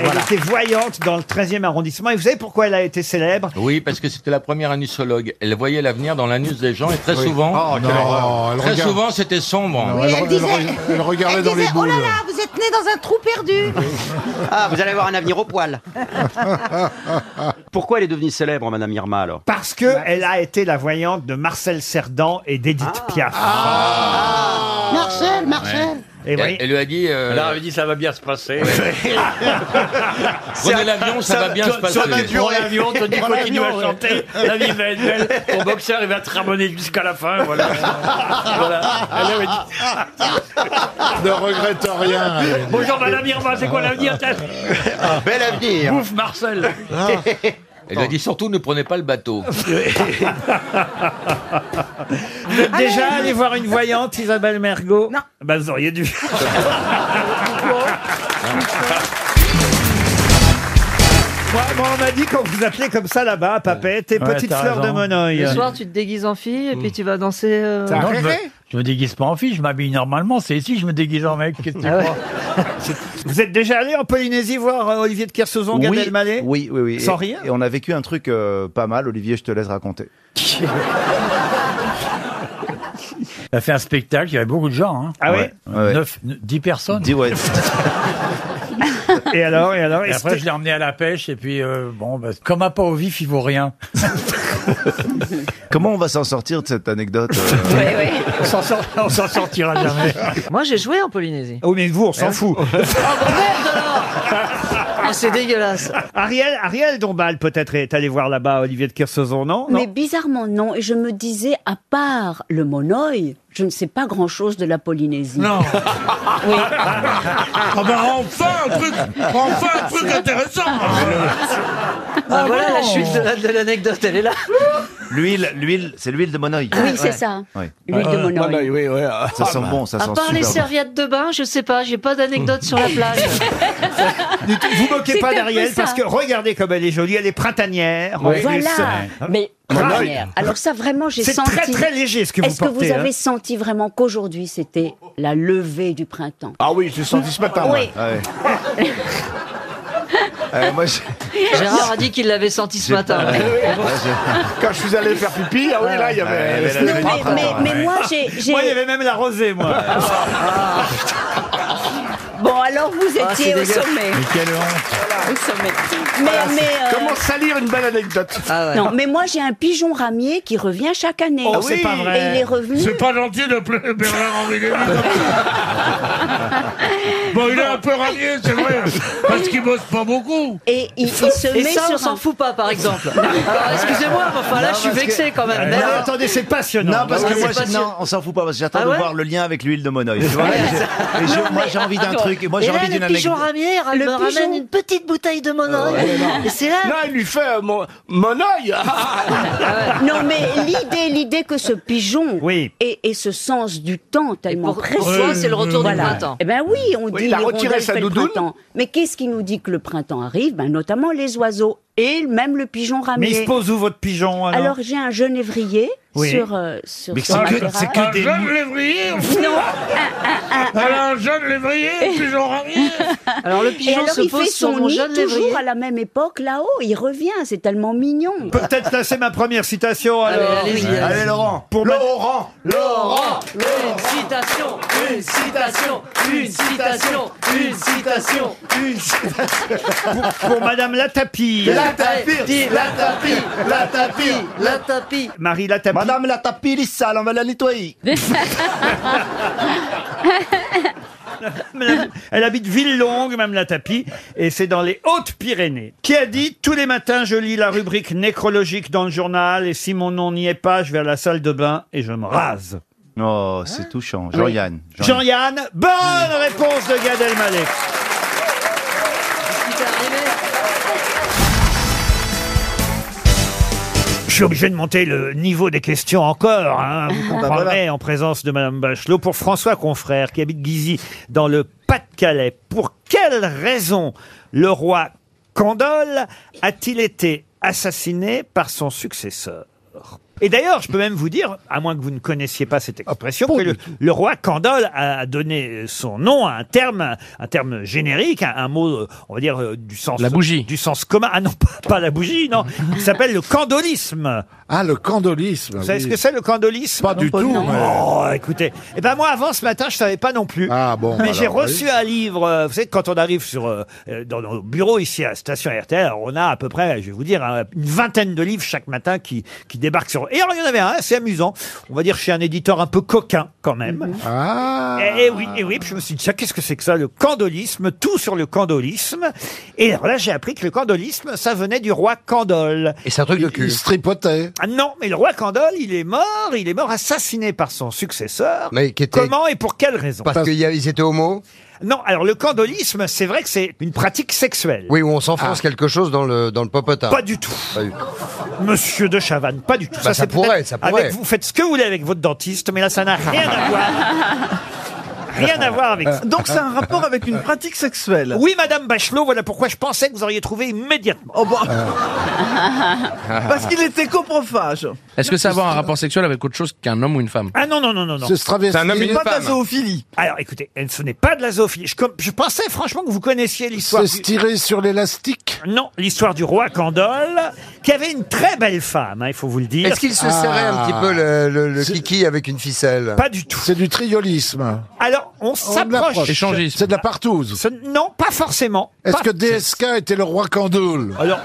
[SPEAKER 1] Elle était voyante dans le 13e arrondissement. Et vous savez pourquoi elle a été célèbre
[SPEAKER 9] Oui, parce que c'était la première anusologue. Elle voyait l'avenir dans l'anus des Bah, gens et très souvent,
[SPEAKER 4] Oh,
[SPEAKER 5] non, Oh, elle
[SPEAKER 9] très
[SPEAKER 5] regarde-
[SPEAKER 9] souvent, c'était sombre.
[SPEAKER 5] non,
[SPEAKER 2] Oui,
[SPEAKER 5] elle,
[SPEAKER 2] elle
[SPEAKER 5] re-
[SPEAKER 2] disait-
[SPEAKER 5] elle re- elle regardait
[SPEAKER 2] Elle
[SPEAKER 5] dans
[SPEAKER 2] disait,
[SPEAKER 5] les
[SPEAKER 2] oh
[SPEAKER 5] boules.
[SPEAKER 2] là là, vous êtes né dans un trou perdu
[SPEAKER 4] Ah, vous allez avoir un avenir au poil. Pourquoi elle est devenue célèbre, Madame Irma, alors
[SPEAKER 1] parce que elle a été la
[SPEAKER 4] Ah.
[SPEAKER 1] voyante de Marcel Cerdan et d'Edith Piaf.
[SPEAKER 11] Marcel, Marcel,
[SPEAKER 1] Et
[SPEAKER 9] elle,
[SPEAKER 1] oui.
[SPEAKER 9] elle lui a dit. euh,
[SPEAKER 5] Elle avait dit ça va bien se passer.
[SPEAKER 9] Prenez l'avion, ça, va bien
[SPEAKER 5] ça-
[SPEAKER 9] se passer.
[SPEAKER 5] ça va durer. Prends l'avion, Tony,
[SPEAKER 9] Prends
[SPEAKER 5] continue
[SPEAKER 9] l'avion,
[SPEAKER 5] à chanter, la vie va être belle. Ton boxeur, il va te ramener jusqu'à la fin, voilà. Voilà. Elle avait dit-
[SPEAKER 2] Ne regrette rien. Ah. elle.
[SPEAKER 5] Bonjour Madame Irma, c'est quoi l'avenir t'as-
[SPEAKER 10] Ah.
[SPEAKER 9] Bel avenir.
[SPEAKER 5] Bouffe Marcel.
[SPEAKER 2] Ah.
[SPEAKER 9] Elle lui a dit surtout ne prenez pas le bateau.
[SPEAKER 1] Vous
[SPEAKER 4] Ah
[SPEAKER 1] êtes déjà allé voir une voyante, Isabelle Mergot Non. Bah, vous auriez dû. Moi, moi, on m'a dit qu'on vous appelait comme ça là-bas, Papette et
[SPEAKER 10] Ouais,
[SPEAKER 1] Petite
[SPEAKER 10] t'as
[SPEAKER 1] Fleur de
[SPEAKER 10] raison.
[SPEAKER 1] Monoï.
[SPEAKER 10] Le soir,
[SPEAKER 12] tu te déguises en fille et
[SPEAKER 4] Mm.
[SPEAKER 12] puis tu vas danser. euh,
[SPEAKER 10] Non, je, me, je me déguise pas en fille, je m'habille normalement. C'est ici, je me déguise en mec. Qu'est-ce que tu
[SPEAKER 12] Ah
[SPEAKER 10] crois
[SPEAKER 1] Vous êtes déjà allé en Polynésie voir euh, Olivier de Kersauzon, Gad
[SPEAKER 4] oui,
[SPEAKER 1] Elmaleh
[SPEAKER 4] oui, oui, oui.
[SPEAKER 1] Sans
[SPEAKER 4] Et-
[SPEAKER 1] rien
[SPEAKER 4] Et on a vécu un truc euh, pas mal, Olivier, je te laisse raconter.
[SPEAKER 10] On a fait un spectacle, il y avait beaucoup de gens. Hein.
[SPEAKER 1] Ah oui
[SPEAKER 10] 9, 10 personnes. 10,
[SPEAKER 4] ouais.
[SPEAKER 1] Et alors, et alors, et
[SPEAKER 10] après,
[SPEAKER 1] c'était-
[SPEAKER 10] je l'ai emmené à la pêche, et puis, euh, bon, bah, comme un pas au vif, il vaut rien.
[SPEAKER 4] Comment on va s'en sortir de cette anecdote euh
[SPEAKER 10] On s'en sort- on s'en sortira jamais. Hein bah
[SPEAKER 12] Moi, j'ai joué en Polynésie.
[SPEAKER 1] Oh, mais vous, on s'en fout.
[SPEAKER 12] Oh, c'est dégueulasse.
[SPEAKER 1] Ariel, Ariel Dombal, peut-être, est allé voir là-bas Olivier de Kersauzon, non,
[SPEAKER 13] Oh,
[SPEAKER 1] non
[SPEAKER 14] Mais bizarrement, non. Et je me disais, à part le monoï, je ne sais pas grand-chose de la Polynésie. Non Oui.
[SPEAKER 13] Ah bah enfin un truc,
[SPEAKER 9] Oh,
[SPEAKER 13] enfin un truc intéressant.
[SPEAKER 12] Ah, voilà la chute de la- de l'anecdote, elle est là.
[SPEAKER 4] L'huile, l'huile, c'est l'huile de monoï.
[SPEAKER 12] Ah
[SPEAKER 14] Oui, c'est ça.
[SPEAKER 4] Ouais.
[SPEAKER 14] L'huile de monoï. Monoï,
[SPEAKER 4] oui, oui. Ça sent bon, ça
[SPEAKER 12] À
[SPEAKER 4] sent
[SPEAKER 12] part
[SPEAKER 4] super
[SPEAKER 12] les
[SPEAKER 4] bon. Mm.
[SPEAKER 12] serviettes de bain, je sais pas, j'ai pas d'anecdote sur la plage.
[SPEAKER 1] Ne t- Vous moquez
[SPEAKER 12] C'était un
[SPEAKER 1] pas
[SPEAKER 12] peu
[SPEAKER 1] d'Ariel,
[SPEAKER 12] ça.
[SPEAKER 1] parce que regardez comme elle est jolie, elle est printanière. en plus. Ah, bah,
[SPEAKER 14] Voilà. Mais première. Alors ça vraiment j'ai
[SPEAKER 1] C'est
[SPEAKER 14] senti.
[SPEAKER 1] très, très léger, ce que vous
[SPEAKER 14] Est-ce que
[SPEAKER 1] portez,
[SPEAKER 14] vous avez
[SPEAKER 1] hein.
[SPEAKER 14] senti vraiment qu'aujourd'hui c'était la levée du printemps
[SPEAKER 2] Ah oui, j'ai senti ce matin.
[SPEAKER 14] Oui.
[SPEAKER 4] Ah ouais. Euh, moi, je-
[SPEAKER 12] Gérard a dit qu'il l'avait senti ce
[SPEAKER 4] J'ai
[SPEAKER 12] matin.
[SPEAKER 4] pas- Ouais,
[SPEAKER 2] Quand Ah, je suis allé faire pipi, ah oui, là, il y avait.
[SPEAKER 4] Ouais,
[SPEAKER 2] c'était
[SPEAKER 4] mais-
[SPEAKER 2] pas
[SPEAKER 14] mais-
[SPEAKER 2] printemps,
[SPEAKER 14] mais
[SPEAKER 2] ouais.
[SPEAKER 14] moi, j'ai- j'ai- Ah, Moi, il y avait
[SPEAKER 1] même la rosée, moi.
[SPEAKER 14] Bon alors vous
[SPEAKER 2] Ah,
[SPEAKER 14] étiez
[SPEAKER 2] c'est
[SPEAKER 14] au
[SPEAKER 2] dégueulasse.
[SPEAKER 14] sommet.
[SPEAKER 2] Mais quelle
[SPEAKER 14] Au sommet. Mais,
[SPEAKER 13] Ah,
[SPEAKER 2] Voilà,
[SPEAKER 14] mais,
[SPEAKER 2] c'est-
[SPEAKER 14] euh,
[SPEAKER 2] Comment salir une belle anecdote
[SPEAKER 12] Ah
[SPEAKER 14] Non, mais moi j'ai un pigeon ramier qui revient chaque année.
[SPEAKER 2] Oh, c'est
[SPEAKER 13] Ah
[SPEAKER 2] pas vrai.
[SPEAKER 14] Et il est revenu.
[SPEAKER 13] C'est pas gentil de pleurer Bernard-Henri Lévy comme ça. Bon, il est un peu ramié, c'est vrai, parce qu'il bosse pas beaucoup.
[SPEAKER 14] Et il, il se
[SPEAKER 12] Et
[SPEAKER 14] met
[SPEAKER 12] ça, on
[SPEAKER 14] sur
[SPEAKER 12] s'en
[SPEAKER 14] un-
[SPEAKER 12] fout pas, par exemple. Alors, excusez-moi, mais enfin, là,
[SPEAKER 4] Non,
[SPEAKER 12] je suis
[SPEAKER 4] parce
[SPEAKER 12] vexé
[SPEAKER 4] que-
[SPEAKER 12] quand même.
[SPEAKER 4] Ouais.
[SPEAKER 12] Merde.
[SPEAKER 4] Non,
[SPEAKER 1] attendez, c'est passionnant.
[SPEAKER 4] Non, parce
[SPEAKER 12] Ouais,
[SPEAKER 4] que moi,
[SPEAKER 12] c'est
[SPEAKER 4] je-
[SPEAKER 12] passion-
[SPEAKER 4] non, on s'en fout pas, parce que j'attends
[SPEAKER 12] Ah
[SPEAKER 4] de
[SPEAKER 12] ouais Ah
[SPEAKER 4] voir le lien avec l'huile de monoï. tu vois.
[SPEAKER 12] Ouais,
[SPEAKER 4] Et je- et je-
[SPEAKER 12] Non,
[SPEAKER 4] moi,
[SPEAKER 12] mais
[SPEAKER 4] j'ai envie d'un
[SPEAKER 12] attends.
[SPEAKER 4] truc, moi,
[SPEAKER 12] Et
[SPEAKER 4] j'ai
[SPEAKER 12] là,
[SPEAKER 4] envie d'une
[SPEAKER 12] Le pigeon
[SPEAKER 4] anecdote.
[SPEAKER 12] ramier
[SPEAKER 14] Le
[SPEAKER 12] me ramène
[SPEAKER 14] pigeon.
[SPEAKER 12] une petite bouteille de monoï. Et c'est là.
[SPEAKER 2] Non, il lui fait euh, mon, mon œil.
[SPEAKER 14] Ah Non, mais l'idée, l'idée que ce pigeon et, et ce sens du temps tellement
[SPEAKER 12] pour-
[SPEAKER 14] précis.
[SPEAKER 12] pour toi, c'est le retour du printemps.
[SPEAKER 14] Eh ben oui, on dit
[SPEAKER 2] il a
[SPEAKER 14] l'hirondelle
[SPEAKER 2] retiré sa
[SPEAKER 14] fait le
[SPEAKER 2] doudoune.
[SPEAKER 14] printemps. Mais qu'est-ce qui nous dit que le printemps arrive Ben notamment les oiseaux et même le pigeon ramier.
[SPEAKER 1] Mais il se pose où votre pigeon alors,
[SPEAKER 14] Alors j'ai un genévrier
[SPEAKER 1] Oui.
[SPEAKER 14] sur euh, sur.
[SPEAKER 1] Mais
[SPEAKER 14] sur
[SPEAKER 1] c'est
[SPEAKER 14] ma
[SPEAKER 1] que-
[SPEAKER 14] terrasse.
[SPEAKER 1] c'est que Un des jeune mou-
[SPEAKER 13] lévrier
[SPEAKER 14] Non.
[SPEAKER 12] Ah,
[SPEAKER 13] Elle a un jeune lévrier, un pigeon ramier.
[SPEAKER 12] Alors, le
[SPEAKER 14] Et
[SPEAKER 12] pigeon
[SPEAKER 14] alors
[SPEAKER 12] se
[SPEAKER 14] il
[SPEAKER 12] pose
[SPEAKER 14] fait
[SPEAKER 12] sur
[SPEAKER 14] son
[SPEAKER 12] mon
[SPEAKER 14] nid
[SPEAKER 12] jeune lévrier.
[SPEAKER 14] toujours à la même époque là-haut. Il revient, c'est tellement mignon.
[SPEAKER 1] Peut-être là, c'est ma première citation.
[SPEAKER 14] Allez,
[SPEAKER 1] Alors.
[SPEAKER 14] allez-y, allez-y. Allez,
[SPEAKER 1] Laurent. Pour Laurent.
[SPEAKER 14] Laurent,
[SPEAKER 12] Une citation, une citation, une citation, une citation.
[SPEAKER 1] Pour, pour Madame Latapie.
[SPEAKER 12] tapis, la tapis, la tapis.
[SPEAKER 1] Marie Latapie.
[SPEAKER 2] Madame la tapis, elle est sale, on va la nettoyer.
[SPEAKER 1] Madame- Elle habite Ville-Longue, Madame Latapie, et c'est dans les Hautes-Pyrénées. Qui a dit Tous les matins, je lis la rubrique nécrologique dans le journal, et si mon nom n'y est pas, je vais à la salle de bain et je me rase.
[SPEAKER 4] Oh, c'est touchant. Jean-Yann.
[SPEAKER 1] Jean-Yann, bonne réponse de Gad Elmaleh. Je suis obligé de monter le niveau des questions encore, hein, vous
[SPEAKER 4] Ah bah
[SPEAKER 1] comprendrez, en présence de Madame Bachelot. Pour François Confrère, qui habite Guizy, dans le Pas-de-Calais, pour quelle raison le roi Condol a-t-il été assassiné par son successeur et d'ailleurs, je peux même vous dire, à moins que vous ne connaissiez pas cette
[SPEAKER 15] Ah,
[SPEAKER 1] expression, que le, le roi Candole a donné son nom à un terme, un terme générique, un, un mot, euh, on va dire, euh, du sens... La bougie. Du sens commun. Ah non, pas, pas la bougie, non. Il s'appelle le candolisme.
[SPEAKER 15] Ah, le candolisme.
[SPEAKER 1] Vous savez ce que c'est le candolisme Pas
[SPEAKER 15] du tout, mais-
[SPEAKER 1] Oh, écoutez. Eh ben moi, avant ce matin, je savais pas non plus. Ah bon. Mais
[SPEAKER 15] bah alors,
[SPEAKER 1] j'ai reçu
[SPEAKER 15] oui.
[SPEAKER 1] un livre. euh, Vous savez, quand on arrive sur euh, euh, dans nos bureaux ici à Station RTL, alors on a à peu près, je vais vous dire, hein, une vingtaine de livres chaque matin qui qui débarquent sur. Et alors il y en avait un, hein, c'est amusant. On va dire chez un éditeur un peu coquin quand même. Ah. Et, et oui, et oui. Puis je me suis dit, tiens, qu'est-ce que c'est que ça, le candolisme Tout sur le candolisme. Et alors là, j'ai appris que le candolisme, ça venait du roi Candole.
[SPEAKER 15] Et c'est un truc de cul. Il se tripotait.
[SPEAKER 1] Ah non, mais le roi Candole, il est mort, il est mort assassiné par son successeur.
[SPEAKER 16] Mais qui était-
[SPEAKER 1] Comment et pour quelle raison
[SPEAKER 16] Parce qu'ils étaient homo
[SPEAKER 1] Non, alors le candolisme, c'est vrai que c'est une pratique sexuelle. Ah.
[SPEAKER 16] Oui, où on s'enfonce quelque chose dans le, dans le popotin.
[SPEAKER 1] Pas du tout.
[SPEAKER 16] Pas du tout.
[SPEAKER 1] Monsieur de Chavannes, pas du tout.
[SPEAKER 16] Bah, ça
[SPEAKER 1] c'est peut-être
[SPEAKER 16] pourrait, ça pourrait.
[SPEAKER 1] Avec, vous faites ce que vous voulez avec votre dentiste, mais là, ça n'a rien à voir. Rien à voir avec ça.
[SPEAKER 17] Donc, c'est un rapport
[SPEAKER 1] avec une pratique sexuelle. Oui, Madame Bachelot, voilà pourquoi je pensais que vous auriez trouvé immédiatement.
[SPEAKER 17] Oh, bah. Parce qu'il était coprophage.
[SPEAKER 9] Est-ce que ça a à voir un rapport sexuel avec autre chose qu'un homme ou une femme
[SPEAKER 1] Ah non, non, non, non, non.
[SPEAKER 9] C'est se travestir. C'est un homme et une C'est pas de la femme.
[SPEAKER 1] zoophilie. Alors écoutez, ce n'est pas de la zoophilie. Je, com- je pensais franchement que vous connaissiez l'histoire.
[SPEAKER 15] C'est se tirer
[SPEAKER 1] sur l'élastique Non, l'histoire du roi Candole, qui avait une très belle femme, hein, il faut vous le dire.
[SPEAKER 16] Est-ce qu'il se serrait un
[SPEAKER 1] Ah.
[SPEAKER 16] petit peu le, le- le kiki avec une ficelle
[SPEAKER 1] Pas du tout.
[SPEAKER 15] C'est du triolisme.
[SPEAKER 1] Alors, on s'approche.
[SPEAKER 15] C'est de la partouze.
[SPEAKER 1] Non, pas forcément.
[SPEAKER 15] Est-ce
[SPEAKER 1] Pas-
[SPEAKER 15] que DSK était le roi Candoule
[SPEAKER 1] Alors.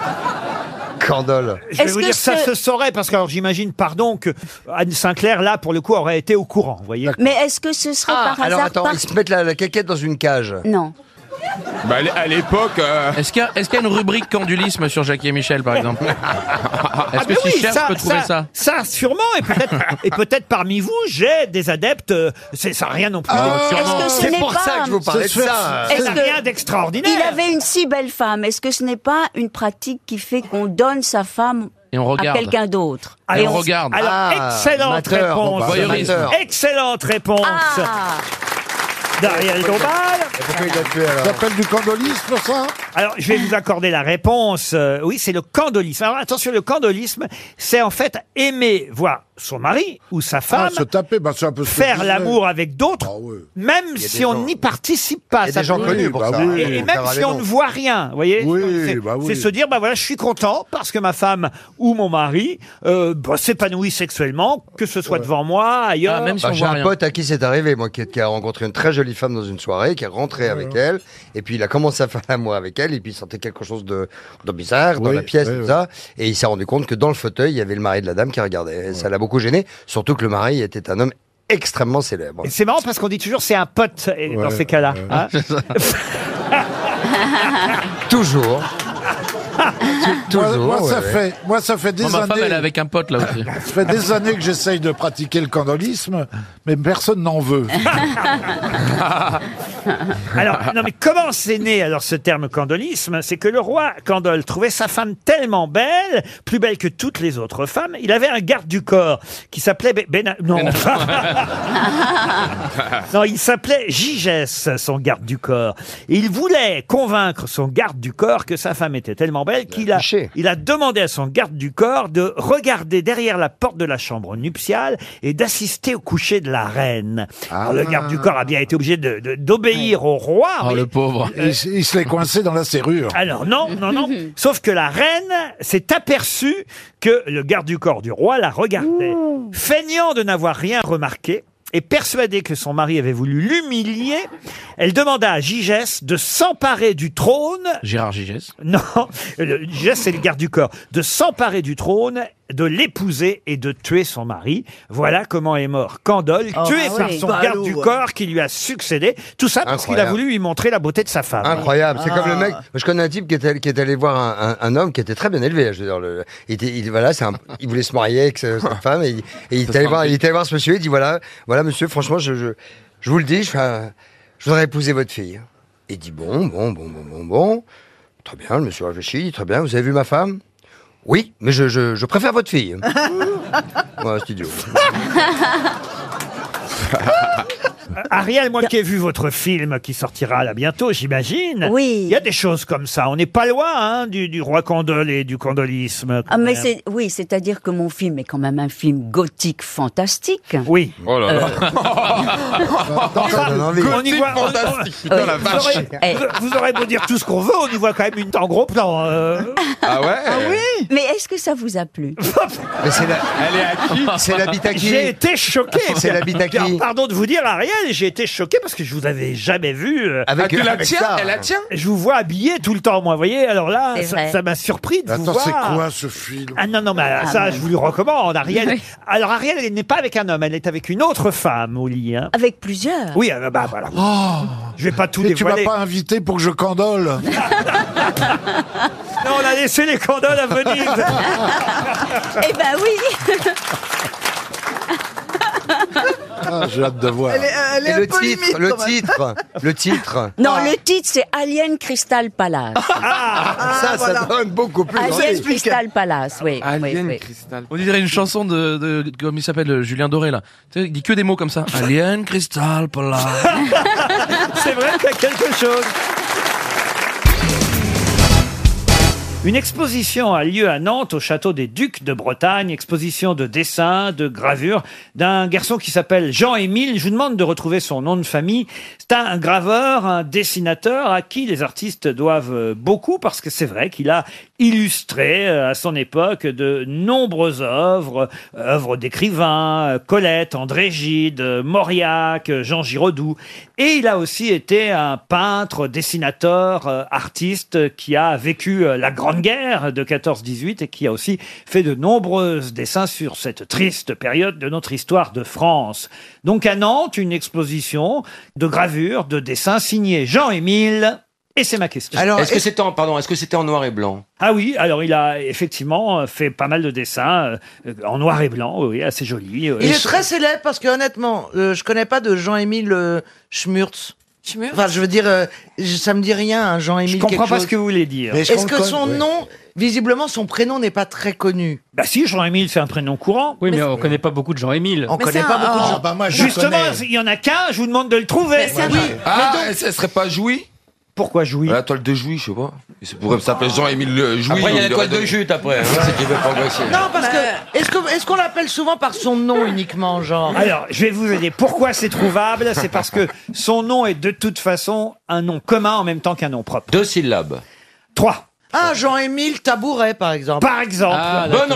[SPEAKER 16] Candole.
[SPEAKER 1] Je vais vous dire, ça se saurait, parce que alors, j'imagine, pardon, que Anne Sinclair, là, pour le coup, aurait été au courant, vous voyez.
[SPEAKER 14] Mais est-ce que ce serait
[SPEAKER 9] Ah,
[SPEAKER 14] par hasard
[SPEAKER 16] Ah, Alors attends,
[SPEAKER 14] par-
[SPEAKER 16] ils se mettent la, la caquette dans une cage.
[SPEAKER 14] Non.
[SPEAKER 18] Bah, à l'époque.
[SPEAKER 9] Est-ce qu'il y, a- est-ce qu'il y a une rubrique candulisme sur Jackie et Michel, par exemple Est-ce
[SPEAKER 1] Ah,
[SPEAKER 9] que
[SPEAKER 1] mais
[SPEAKER 9] si je
[SPEAKER 1] oui,
[SPEAKER 9] cherche, je peux trouver ça,
[SPEAKER 1] Ça, sûrement, et peut-être et peut-être parmi vous, j'ai des adeptes, euh, c'est ça rien non plus.
[SPEAKER 14] Ah, Est-ce que ce n'est pas un- Est-ce
[SPEAKER 1] Ça n'a
[SPEAKER 14] que-
[SPEAKER 1] rien d'extraordinaire.
[SPEAKER 14] Il avait une si belle femme. Est-ce que ce n'est pas une pratique qui fait qu'on donne sa femme
[SPEAKER 9] Et on
[SPEAKER 14] à
[SPEAKER 9] regarde.
[SPEAKER 14] quelqu'un d'autre
[SPEAKER 9] Et
[SPEAKER 14] Et
[SPEAKER 9] on
[SPEAKER 14] s-
[SPEAKER 9] regarde.
[SPEAKER 1] Alors,
[SPEAKER 14] Ah,
[SPEAKER 1] excellente
[SPEAKER 9] amateur, bon,
[SPEAKER 1] réponse.
[SPEAKER 9] bah, Voyeurisme. amateur.
[SPEAKER 1] Excellente réponse.
[SPEAKER 14] Ah.
[SPEAKER 1] D'Ariel Dombal.
[SPEAKER 16] Pourquoi il a tué alors
[SPEAKER 15] Ça s'appelle du candolisme, ça
[SPEAKER 1] Alors, je vais vous accorder la réponse. Euh, oui, c'est le candolisme. Alors, attention, le candolisme, c'est en fait aimer voir son mari ou sa femme
[SPEAKER 15] se taper, bah, c'est un peu ce que je
[SPEAKER 1] faire
[SPEAKER 15] disais. Ah
[SPEAKER 1] l'amour avec d'autres, même
[SPEAKER 15] Il y a des
[SPEAKER 1] si on
[SPEAKER 15] gens-
[SPEAKER 1] n'y participe pas.
[SPEAKER 15] Il y a
[SPEAKER 1] Ça
[SPEAKER 15] des gens
[SPEAKER 1] peut-
[SPEAKER 15] connus pour
[SPEAKER 1] bah
[SPEAKER 15] ça.
[SPEAKER 1] oui. Et, et
[SPEAKER 15] Faut
[SPEAKER 1] même
[SPEAKER 15] faire
[SPEAKER 1] si
[SPEAKER 15] les
[SPEAKER 1] on
[SPEAKER 15] noms.
[SPEAKER 1] ne voit rien, vous voyez C'est
[SPEAKER 15] bah oui.
[SPEAKER 1] c'est se dire, bah voilà, je suis content parce que ma femme ou mon mari euh, bah, s'épanouit sexuellement, que ce soit devant moi, ailleurs.
[SPEAKER 16] Bah, J'ai un pote à qui c'est arrivé, moi, qui, est- qui a rencontré une très jolie femme dans une soirée, qui est rentré avec elle, et puis il a commencé à faire l'amour avec elle, et puis il sentait quelque chose de, de bizarre dans
[SPEAKER 15] Oui,
[SPEAKER 16] la pièce,
[SPEAKER 15] oui,
[SPEAKER 16] tout
[SPEAKER 15] oui.
[SPEAKER 16] ça, et il s'est rendu compte que dans le fauteuil, il y avait le mari de la dame qui regardait. Et Ça l'a beaucoup gêné, surtout que le mari était un homme extrêmement célèbre.
[SPEAKER 1] Et C'est marrant parce qu'on dit toujours c'est un pote et- dans
[SPEAKER 16] Ouais,
[SPEAKER 1] ces cas-là. hein.
[SPEAKER 16] Toujours.
[SPEAKER 15] Moi,
[SPEAKER 9] Toujours,
[SPEAKER 15] moi, ça
[SPEAKER 9] ouais, ouais.
[SPEAKER 15] fait, moi, ça fait des
[SPEAKER 9] Moi, Ma femme,
[SPEAKER 15] années.
[SPEAKER 9] elle est avec un pote, là aussi.
[SPEAKER 15] Ça fait des années que j'essaye de pratiquer le candolisme, mais personne n'en veut.
[SPEAKER 1] Alors, non, mais comment c'est né alors ce terme candolisme C'est que le roi Candole trouvait sa femme tellement belle, plus belle que toutes les autres femmes. Il avait un garde du corps qui s'appelait Bé- Béna- Non. non, il s'appelait Gigès, son garde du corps. Et il voulait convaincre son garde du corps que sa femme était tellement belle qu'il a, il a demandé à son garde du corps de regarder derrière la porte de la chambre nuptiale et d'assister au coucher de la reine. Alors, le garde du corps a bien été obligé de- de- d'obéir au roi. mais-
[SPEAKER 15] Il, s- il se l'est coincé dans la serrure.
[SPEAKER 1] alors non, non, non. Sauf que la reine s'est aperçue que le garde du corps du roi la regardait, feignant de n'avoir rien remarqué. Et persuadée que son mari avait voulu l'humilier, elle demanda à Gigès de s'emparer du trône.
[SPEAKER 9] Gérard Gigès.
[SPEAKER 1] Non, le- Gigès c'est le garde du corps. De s'emparer du trône, de l'épouser et de tuer son mari. Voilà comment est mort Candole,
[SPEAKER 16] Oh,
[SPEAKER 1] tué
[SPEAKER 16] bah
[SPEAKER 1] par
[SPEAKER 16] oui.
[SPEAKER 1] son
[SPEAKER 16] Ballot,
[SPEAKER 1] garde du
[SPEAKER 16] ouais.
[SPEAKER 1] corps qui lui a succédé. Tout ça parce qu'il a
[SPEAKER 16] Incroyable.
[SPEAKER 1] voulu lui montrer la beauté de sa femme.
[SPEAKER 16] Incroyable, c'est
[SPEAKER 1] Ah.
[SPEAKER 16] comme le mec. Je connais un type qui est allé, qui est allé voir un, un- un homme qui était très bien élevé. Je veux dire, le- il, était- il- voilà, c'est un- il voulait se marier avec ce- cette femme et, il- et il, est allé voir, il est allé voir ce monsieur. Il dit voilà, voilà monsieur, franchement, je, je, je vous le dis, je, fais un- je voudrais épouser votre fille. Et il dit bon, bon, bon, bon, bon, bon. Très bien, le monsieur réfléchit. Il dit, très bien, vous avez vu ma femme Oui, mais je, je- je préfère votre fille. ouais, c'est idiot.
[SPEAKER 1] Euh, Ariel, moi qui ai vu votre film qui sortira là bientôt, j'imagine.
[SPEAKER 14] Oui.
[SPEAKER 1] Il y a des choses comme ça. On n'est pas loin hein, du, du roi Condol et du condolisme. quand
[SPEAKER 14] Ah mais
[SPEAKER 1] même.
[SPEAKER 14] c'est oui, c'est-à-dire que mon film est quand même un film gothique fantastique.
[SPEAKER 1] Oui.
[SPEAKER 14] Oh
[SPEAKER 1] là là.
[SPEAKER 14] Euh.
[SPEAKER 1] on y voit, on- on-
[SPEAKER 14] Putain, la
[SPEAKER 1] vous,
[SPEAKER 14] vache. Eh.
[SPEAKER 1] aurez, eh. vous- vous aurez beau dire tout ce qu'on veut, on y voit quand même une en gros plan. euh.
[SPEAKER 14] Ah
[SPEAKER 1] ouais
[SPEAKER 14] oui. Mais est-ce que ça vous a plu
[SPEAKER 1] Mais
[SPEAKER 18] c'est la- Elle est à qui C'est l'habitat qui
[SPEAKER 1] J'ai été choqué.
[SPEAKER 18] C'est l'habitat qui
[SPEAKER 1] Alors, Pardon de vous dire, Ariel, j'ai été choqué parce que je vous avais jamais vu. euh,
[SPEAKER 18] Avec- Ah, tu la avec tiens ça. Elle la tient
[SPEAKER 1] Je vous vois habillé tout le temps, moi, vous voyez. Alors là,
[SPEAKER 4] C'est
[SPEAKER 1] ça
[SPEAKER 4] vrai.
[SPEAKER 1] ça m'a surpris de vous
[SPEAKER 4] Attends,
[SPEAKER 1] voir.
[SPEAKER 4] c'est quoi ce film
[SPEAKER 1] Ah non, non, mais
[SPEAKER 4] Ah,
[SPEAKER 1] ça,
[SPEAKER 4] ouais.
[SPEAKER 1] je vous le recommande, Ariel.
[SPEAKER 4] Oui.
[SPEAKER 1] Alors, Ariel, elle n'est pas avec un homme, elle est avec une autre femme au lit. hein.
[SPEAKER 14] Avec plusieurs.
[SPEAKER 1] Oui, euh, bah voilà.
[SPEAKER 14] Oh.
[SPEAKER 1] Je vais pas tout
[SPEAKER 4] Et Oh. tu m'as
[SPEAKER 1] dévoiler.
[SPEAKER 4] pas invité pour que je candole
[SPEAKER 1] Non, on a laissé les candoles à Venise.
[SPEAKER 14] Eh ben oui.
[SPEAKER 4] Ah, J'ai hâte de voir.
[SPEAKER 14] Elle est- elle est
[SPEAKER 18] Et
[SPEAKER 14] un
[SPEAKER 18] le
[SPEAKER 14] peu
[SPEAKER 18] titre,
[SPEAKER 14] limite,
[SPEAKER 18] le
[SPEAKER 14] quand même.
[SPEAKER 18] titre, le titre.
[SPEAKER 14] Non, le titre Ah, c'est Alien Crystal Palace.
[SPEAKER 1] Ah,
[SPEAKER 18] ça, ça donne beaucoup plus.
[SPEAKER 14] Alien
[SPEAKER 18] envie.
[SPEAKER 14] Crystal Palace, oui. oui, oui.
[SPEAKER 19] On dirait une chanson de, de- de- comment il s'appelle, euh, Julien Doré, là. Tu sais, il dit que des mots comme ça. Alien, Crystal, Palace.
[SPEAKER 1] C'est vrai qu'il y a quelque chose. Une exposition a lieu à Nantes au château des Ducs de Bretagne, exposition de dessins, de gravures d'un garçon qui s'appelle Jean-Émile. Je vous demande de retrouver son nom de famille. C'est un graveur, un dessinateur à qui les artistes doivent euh, beaucoup parce que c'est vrai qu'il a illustré euh, à son époque de nombreuses œuvres, euh, œuvres d'écrivains, euh, Colette, André Gide, euh, Mauriac, euh, Jean Giraudoux. Et il a aussi été un peintre, dessinateur, euh, artiste euh, qui a vécu euh, la Grande Guerre de 14-18 et qui a aussi fait de nombreux dessins sur cette triste période de notre histoire de France. Donc à Nantes, une exposition de gravures, de dessins signés Jean-Émile. Et c'est ma question.
[SPEAKER 9] est-ce que c'était en, pardon, est-ce que c'était en noir et blanc
[SPEAKER 1] Ah oui, alors il a effectivement euh, fait pas mal de dessins euh, en noir et blanc, oui, assez joli. oui.
[SPEAKER 7] Il est très célèbre parce que honnêtement, euh, je connais pas de Jean-Émile euh, Schmurtz. Enfin, je veux dire, euh, je- ça me dit rien, hein, Jean-Émile.
[SPEAKER 1] Je comprends
[SPEAKER 7] quelque
[SPEAKER 1] pas
[SPEAKER 7] chose.
[SPEAKER 1] ce que vous voulez dire.
[SPEAKER 7] Est-ce que son nom, visiblement, son prénom n'est pas très connu
[SPEAKER 1] Bah si, Jean-Émile, c'est un prénom courant.
[SPEAKER 5] Oui, mais, on connaît pas beaucoup de Jean-Émile.
[SPEAKER 7] On Mais connaît c'est pas un- beaucoup de gens.
[SPEAKER 5] Bah, moi, je
[SPEAKER 1] Justement,
[SPEAKER 5] connais.
[SPEAKER 1] il y en a qu'un, je vous demande de le trouver.
[SPEAKER 9] Ah, ça serait pas Jouy
[SPEAKER 1] Pourquoi Jouy
[SPEAKER 9] La toile de Jouy, je sais pas. Il pourrait s'appeler Jean-Émile euh, Jouy.
[SPEAKER 5] Après, il y a la toile de
[SPEAKER 9] Jute après, hein. c'est qu'il veut progresser.
[SPEAKER 7] Non, parce
[SPEAKER 2] Bah.
[SPEAKER 7] que est-ce qu'on est qu'on l'appelle souvent par son nom uniquement, genre
[SPEAKER 1] Ah. Alors, je vais vous aider. Pourquoi c'est trouvable C'est parce que son nom est de toute façon un nom commun en même temps qu'un nom propre.
[SPEAKER 9] Deux syllabes.
[SPEAKER 1] Trois.
[SPEAKER 7] Ah, Jean-Émile Tabouret, par exemple.
[SPEAKER 1] Par exemple.
[SPEAKER 9] Bonne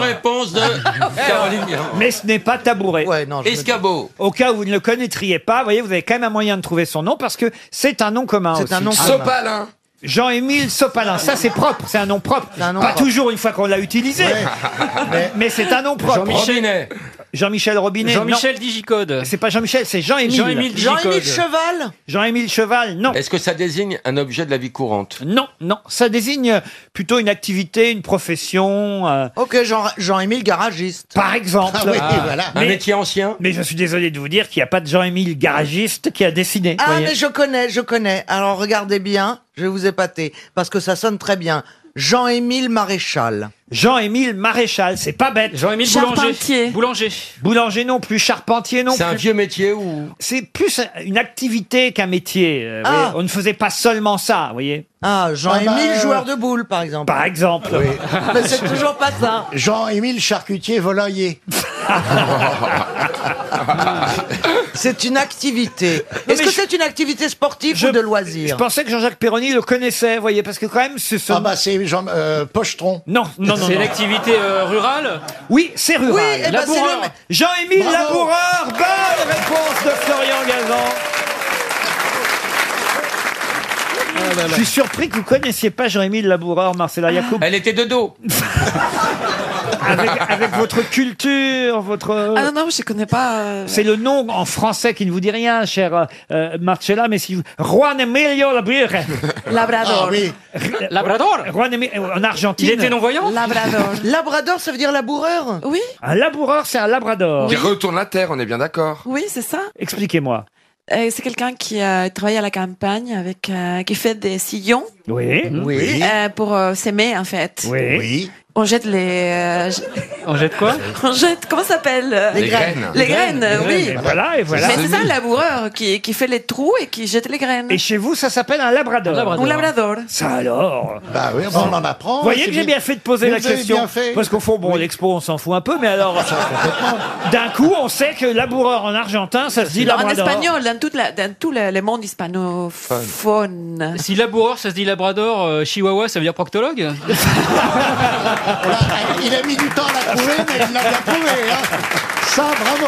[SPEAKER 9] réponse de
[SPEAKER 1] Eh,
[SPEAKER 9] Caroline Diamant.
[SPEAKER 1] Mais ce n'est pas tabouret.
[SPEAKER 9] Escabeau.
[SPEAKER 1] Au cas où vous ne le connaîtriez pas, vous voyez, vous avez quand même un moyen de trouver son nom parce que c'est un nom commun.
[SPEAKER 7] C'est
[SPEAKER 1] aussi.
[SPEAKER 7] un nom
[SPEAKER 9] Ah,
[SPEAKER 7] commun. Sopalin.
[SPEAKER 1] Jean-Émile Sopalin. Ça, c'est propre. C'est un nom propre.
[SPEAKER 7] un nom
[SPEAKER 1] pas
[SPEAKER 7] propre.
[SPEAKER 1] toujours une fois qu'on l'a utilisé. Mais, c'est un nom propre.
[SPEAKER 5] Jean-Michel- Robinet.
[SPEAKER 1] Jean-Michel Robinet.
[SPEAKER 5] Jean-Michel
[SPEAKER 1] non.
[SPEAKER 5] Digicode.
[SPEAKER 1] C'est pas Jean-Michel, c'est Jean-Émile.
[SPEAKER 5] Jean-Émile
[SPEAKER 7] Jean-Émile Cheval
[SPEAKER 1] Jean-Émile Cheval, non.
[SPEAKER 9] Est-ce que ça désigne un objet de la vie courante
[SPEAKER 1] Non, non. Ça désigne plutôt une activité, une profession. euh,
[SPEAKER 7] Ok, Jean- Jean-Émile Garagiste.
[SPEAKER 1] Par exemple.
[SPEAKER 7] Ah oui, voilà.
[SPEAKER 9] Un métier ancien
[SPEAKER 1] Mais je suis désolé de vous dire qu'il n'y a pas de Jean-Émile Garagiste qui a dessiné.
[SPEAKER 7] Ah,
[SPEAKER 1] voyez.
[SPEAKER 7] mais je connais, je connais. Alors regardez bien, je vais vous épater, parce que ça sonne très bien. Jean-Émile Maréchal.
[SPEAKER 1] Jean-Émile Maréchal, c'est pas bête.
[SPEAKER 5] Jean-Émile Boulanger. Boulanger.
[SPEAKER 1] Boulanger non plus, charpentier non plus.
[SPEAKER 9] C'est un vieux métier ou
[SPEAKER 1] C'est plus une activité qu'un métier. euh, vous
[SPEAKER 7] Ah.
[SPEAKER 1] voyez. On ne faisait pas seulement ça, vous voyez.
[SPEAKER 7] Ah, Jean-Émile
[SPEAKER 1] Ah bah, euh,
[SPEAKER 7] joueur de boules, par exemple.
[SPEAKER 1] Par exemple.
[SPEAKER 7] Mais c'est toujours pas ça.
[SPEAKER 20] Jean-Émile Charcutier Volailler.
[SPEAKER 7] C'est une activité. Est-ce que c'est une activité sportive ou de
[SPEAKER 1] Je
[SPEAKER 7] loisir
[SPEAKER 1] pensais que Jean-Jacques Perroni le connaissait, vous voyez, parce que quand même, c'est ce.
[SPEAKER 20] Ah bah c'est Jean euh, Pochetron.
[SPEAKER 1] Non, non, non.
[SPEAKER 5] C'est
[SPEAKER 1] non.
[SPEAKER 5] l'activité euh, rurale
[SPEAKER 1] Oui, c'est rural.
[SPEAKER 5] Oui, eh ben, Laboureur. c'est le même-
[SPEAKER 1] Jean-Émile
[SPEAKER 5] Bravo.
[SPEAKER 1] Laboureur, bonne réponse de Florian Gazan. oh Je suis surpris que vous connaissiez pas Jean-Émile Laboureur,
[SPEAKER 7] Ah.
[SPEAKER 1] Marcela Yacoub.
[SPEAKER 9] Elle était de dos.
[SPEAKER 1] avec, avec votre culture, votre.
[SPEAKER 21] Ah non, non, je connais pas. euh,
[SPEAKER 1] C'est le nom en français qui ne vous dit rien, cher euh, euh, Marcella, mais si vous... Juan Emilio Laboureur.
[SPEAKER 21] Labrador.
[SPEAKER 1] Ah oui.
[SPEAKER 5] Labrador
[SPEAKER 1] Juan Emi- euh, En Argentine.
[SPEAKER 5] Il était non-voyant
[SPEAKER 21] Labrador.
[SPEAKER 7] Labrador, ça veut dire laboureur
[SPEAKER 21] Oui,
[SPEAKER 1] Un laboureur, c'est un labrador.
[SPEAKER 9] Qui retourne la terre, on est bien d'accord.
[SPEAKER 21] oui, c'est ça.
[SPEAKER 1] Expliquez-moi.
[SPEAKER 21] Euh, c'est quelqu'un qui euh, travaille à la campagne avec euh, qui fait des sillons
[SPEAKER 1] Oui.
[SPEAKER 21] euh, pour euh, s'aimer en fait.
[SPEAKER 1] Oui.
[SPEAKER 21] On jette les. euh, j-
[SPEAKER 22] On jette quoi
[SPEAKER 21] on jette. Comment ça s'appelle euh,
[SPEAKER 22] Les graines.
[SPEAKER 21] Les
[SPEAKER 22] Les graines,
[SPEAKER 21] graines, euh,
[SPEAKER 22] les
[SPEAKER 21] oui.
[SPEAKER 22] graines, et voilà, et voilà.
[SPEAKER 21] Mais c'est ça
[SPEAKER 22] Semis.
[SPEAKER 21] le laboureur qui, qui fait les trous et qui jette les graines.
[SPEAKER 1] Et chez vous, ça s'appelle un labrador.
[SPEAKER 21] Un labrador.
[SPEAKER 1] Ça alors
[SPEAKER 15] Bah oui, on en apprend.
[SPEAKER 1] Vous voyez
[SPEAKER 15] c'est
[SPEAKER 1] que j'ai bien fait de poser
[SPEAKER 15] Mais
[SPEAKER 1] la
[SPEAKER 15] vous avez
[SPEAKER 1] question.
[SPEAKER 15] bien fait.
[SPEAKER 1] Parce qu'au fond, bon, l'expo, on s'en fout un peu, mais alors. D'un coup, on sait que laboureur en argentin, ça se dit
[SPEAKER 21] Alors, en
[SPEAKER 1] labrador.
[SPEAKER 21] espagnol, dans, toute la- dans tout le, le monde hispanophone.
[SPEAKER 5] Si laboureur, ça se dit labrador, euh, chihuahua, ça veut dire proctologue
[SPEAKER 15] Il a mis du temps à la trouver, mais il l'a bien trouvé. hein. Ça, bravo.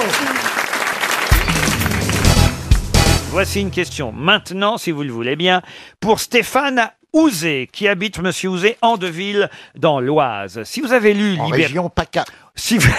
[SPEAKER 1] Voici une question maintenant, si vous le voulez bien, pour Stéphane Ouzé, qui habite, monsieur Ouzé, Andeville, dans l'Oise. Si vous avez lu... En
[SPEAKER 4] région
[SPEAKER 1] PACA. Si vous,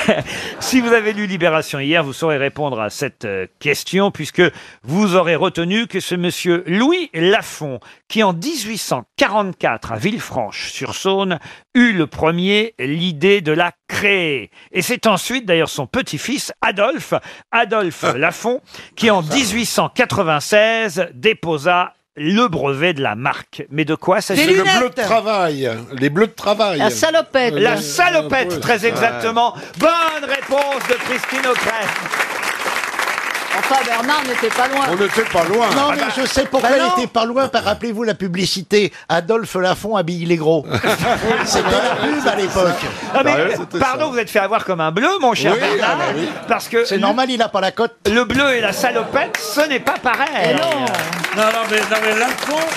[SPEAKER 1] si vous avez lu Libération hier, vous saurez répondre à cette euh, question, puisque vous aurez retenu que ce monsieur Louis Lafont, qui en 1844, à Villefranche-sur-Saône, eut le premier l'idée de la créer. Et c'est ensuite, d'ailleurs, son petit-fils, Adolphe, Adolphe Lafont, qui en 1896 déposa le brevet de la marque. Mais de quoi
[SPEAKER 15] C'est
[SPEAKER 1] s'agit-il
[SPEAKER 15] le bleu de travail. Les bleus de travail. Euh,
[SPEAKER 1] La
[SPEAKER 15] le-
[SPEAKER 1] salopette,
[SPEAKER 15] Ouais.
[SPEAKER 1] très exactement. Bonne réponse de Christine O'Krent.
[SPEAKER 23] Enfin, Bernard n'était pas loin.
[SPEAKER 15] On n'était pas loin.
[SPEAKER 23] Ah
[SPEAKER 4] Non, mais
[SPEAKER 23] bah-
[SPEAKER 4] je sais pourquoi
[SPEAKER 23] Bah
[SPEAKER 4] il
[SPEAKER 23] non.
[SPEAKER 4] était pas loin. par- Rappelez-vous la publicité Adolphe Lafont habille les gros. C'était la pub à l'époque.
[SPEAKER 1] Ah, mais, pardon, vous êtes fait avoir comme un bleu, mon cher
[SPEAKER 4] Oui,
[SPEAKER 1] Bernard,
[SPEAKER 4] ah bah oui.
[SPEAKER 1] parce que
[SPEAKER 4] C'est normal, il n'a pas la cote.
[SPEAKER 1] Le bleu et la salopette, ce n'est pas pareil.
[SPEAKER 13] Non, non, mais, non, mais Lafont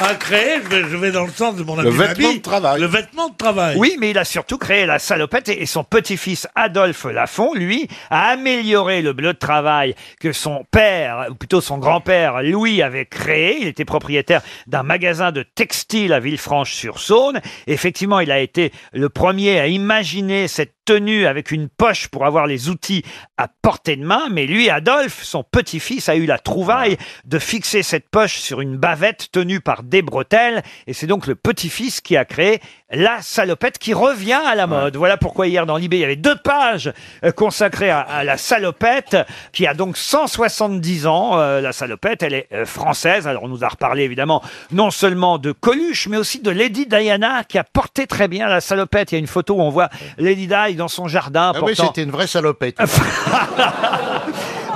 [SPEAKER 13] a créé, je vais, je vais dans le sens de mon ami
[SPEAKER 1] Le vêtement
[SPEAKER 13] Babi,
[SPEAKER 1] de travail.
[SPEAKER 13] Le vêtement de travail.
[SPEAKER 1] Oui, mais il a surtout créé la salopette et et son petit-fils Adolphe Lafont, lui, a amélioré le bleu de travail que son père, ou plutôt son grand-père Louis avait créé. Il était propriétaire d'un magasin de textile à Villefranche-sur-Saône. Effectivement, il a été le premier à imaginer cette tenue avec une poche pour avoir les outils à portée de main, mais lui, Adolphe, son petit-fils, a eu la trouvaille de fixer cette poche sur une bavette tenue par des bretelles, et c'est donc le petit-fils qui a créé la salopette qui revient à la mode. Voilà pourquoi hier dans Libé, il y avait deux pages euh, consacrées à, à la salopette, qui a donc 170 ans. Euh, la salopette, elle est euh, française, alors on nous a reparlé évidemment non seulement de Coluche, mais aussi de Lady Diana, qui a porté très bien la salopette. Il y a une photo où on voit Lady Di dans son jardin.
[SPEAKER 4] Ah oui,
[SPEAKER 1] portant-
[SPEAKER 4] c'était une vraie salopette.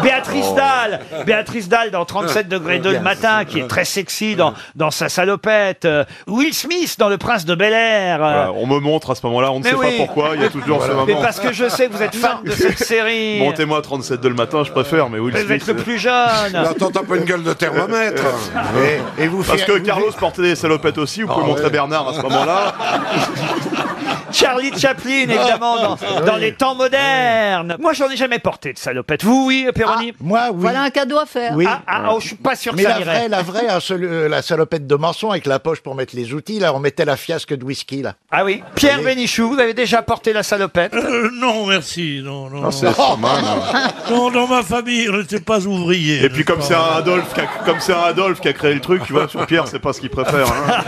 [SPEAKER 1] Béatrice
[SPEAKER 4] Oh.
[SPEAKER 1] Dalle, Béatrice Dalle dans 37 degrés 2 le matin, qui est très sexy dans, dans sa salopette. Euh, Will Smith dans Le Prince de Bel Air. Euh,
[SPEAKER 24] on me montre à ce moment-là, Ah, on ne
[SPEAKER 1] mais
[SPEAKER 24] sait
[SPEAKER 1] oui.
[SPEAKER 24] pas pourquoi, il y a toujours ce moment.
[SPEAKER 1] Mais parce que je sais que vous êtes fan de cette série.
[SPEAKER 24] Montez-moi à 37 de le matin, je préfère, mais Will
[SPEAKER 1] Vous
[SPEAKER 24] Smith,
[SPEAKER 1] êtes le
[SPEAKER 24] euh,
[SPEAKER 1] plus jeune.
[SPEAKER 24] Attends,
[SPEAKER 15] t'as pas une gueule de thermomètre. Et- et vous
[SPEAKER 24] Parce
[SPEAKER 15] faites-
[SPEAKER 24] que
[SPEAKER 15] vous
[SPEAKER 24] Carlos portait des salopettes aussi, vous pouvez montrer Bernard à ce moment-là.
[SPEAKER 1] Charlie Chaplin,
[SPEAKER 24] Ah.
[SPEAKER 1] évidemment, dans, dans les temps modernes. Moi, j'en ai jamais porté de salopette. Vous, oui, Péroni
[SPEAKER 4] Ah, Moi, oui.
[SPEAKER 23] Voilà un cadeau à faire.
[SPEAKER 4] Oui.
[SPEAKER 1] Ah, ah, oh, je suis pas sûr que
[SPEAKER 4] Mais
[SPEAKER 1] ça
[SPEAKER 4] la
[SPEAKER 1] irait.
[SPEAKER 4] vraie, la vraie, hein, celui- euh, la salopette de Manson avec la poche pour mettre les outils, là, on mettait la fiasque de whisky, là.
[SPEAKER 1] Ah oui. Pierre Bénichou, vous avez déjà porté la salopette
[SPEAKER 13] Euh, non, merci. Non, non, non.
[SPEAKER 24] Ah, c'est pas mal, hein.
[SPEAKER 13] Non, dans ma famille, on n'était pas ouvrier.
[SPEAKER 24] Et puis comme c'est un Adolphe qui a, comme c'est un Adolphe qui a créé le truc, tu vois, sur Pierre, c'est pas ce qu'il préfère. hein.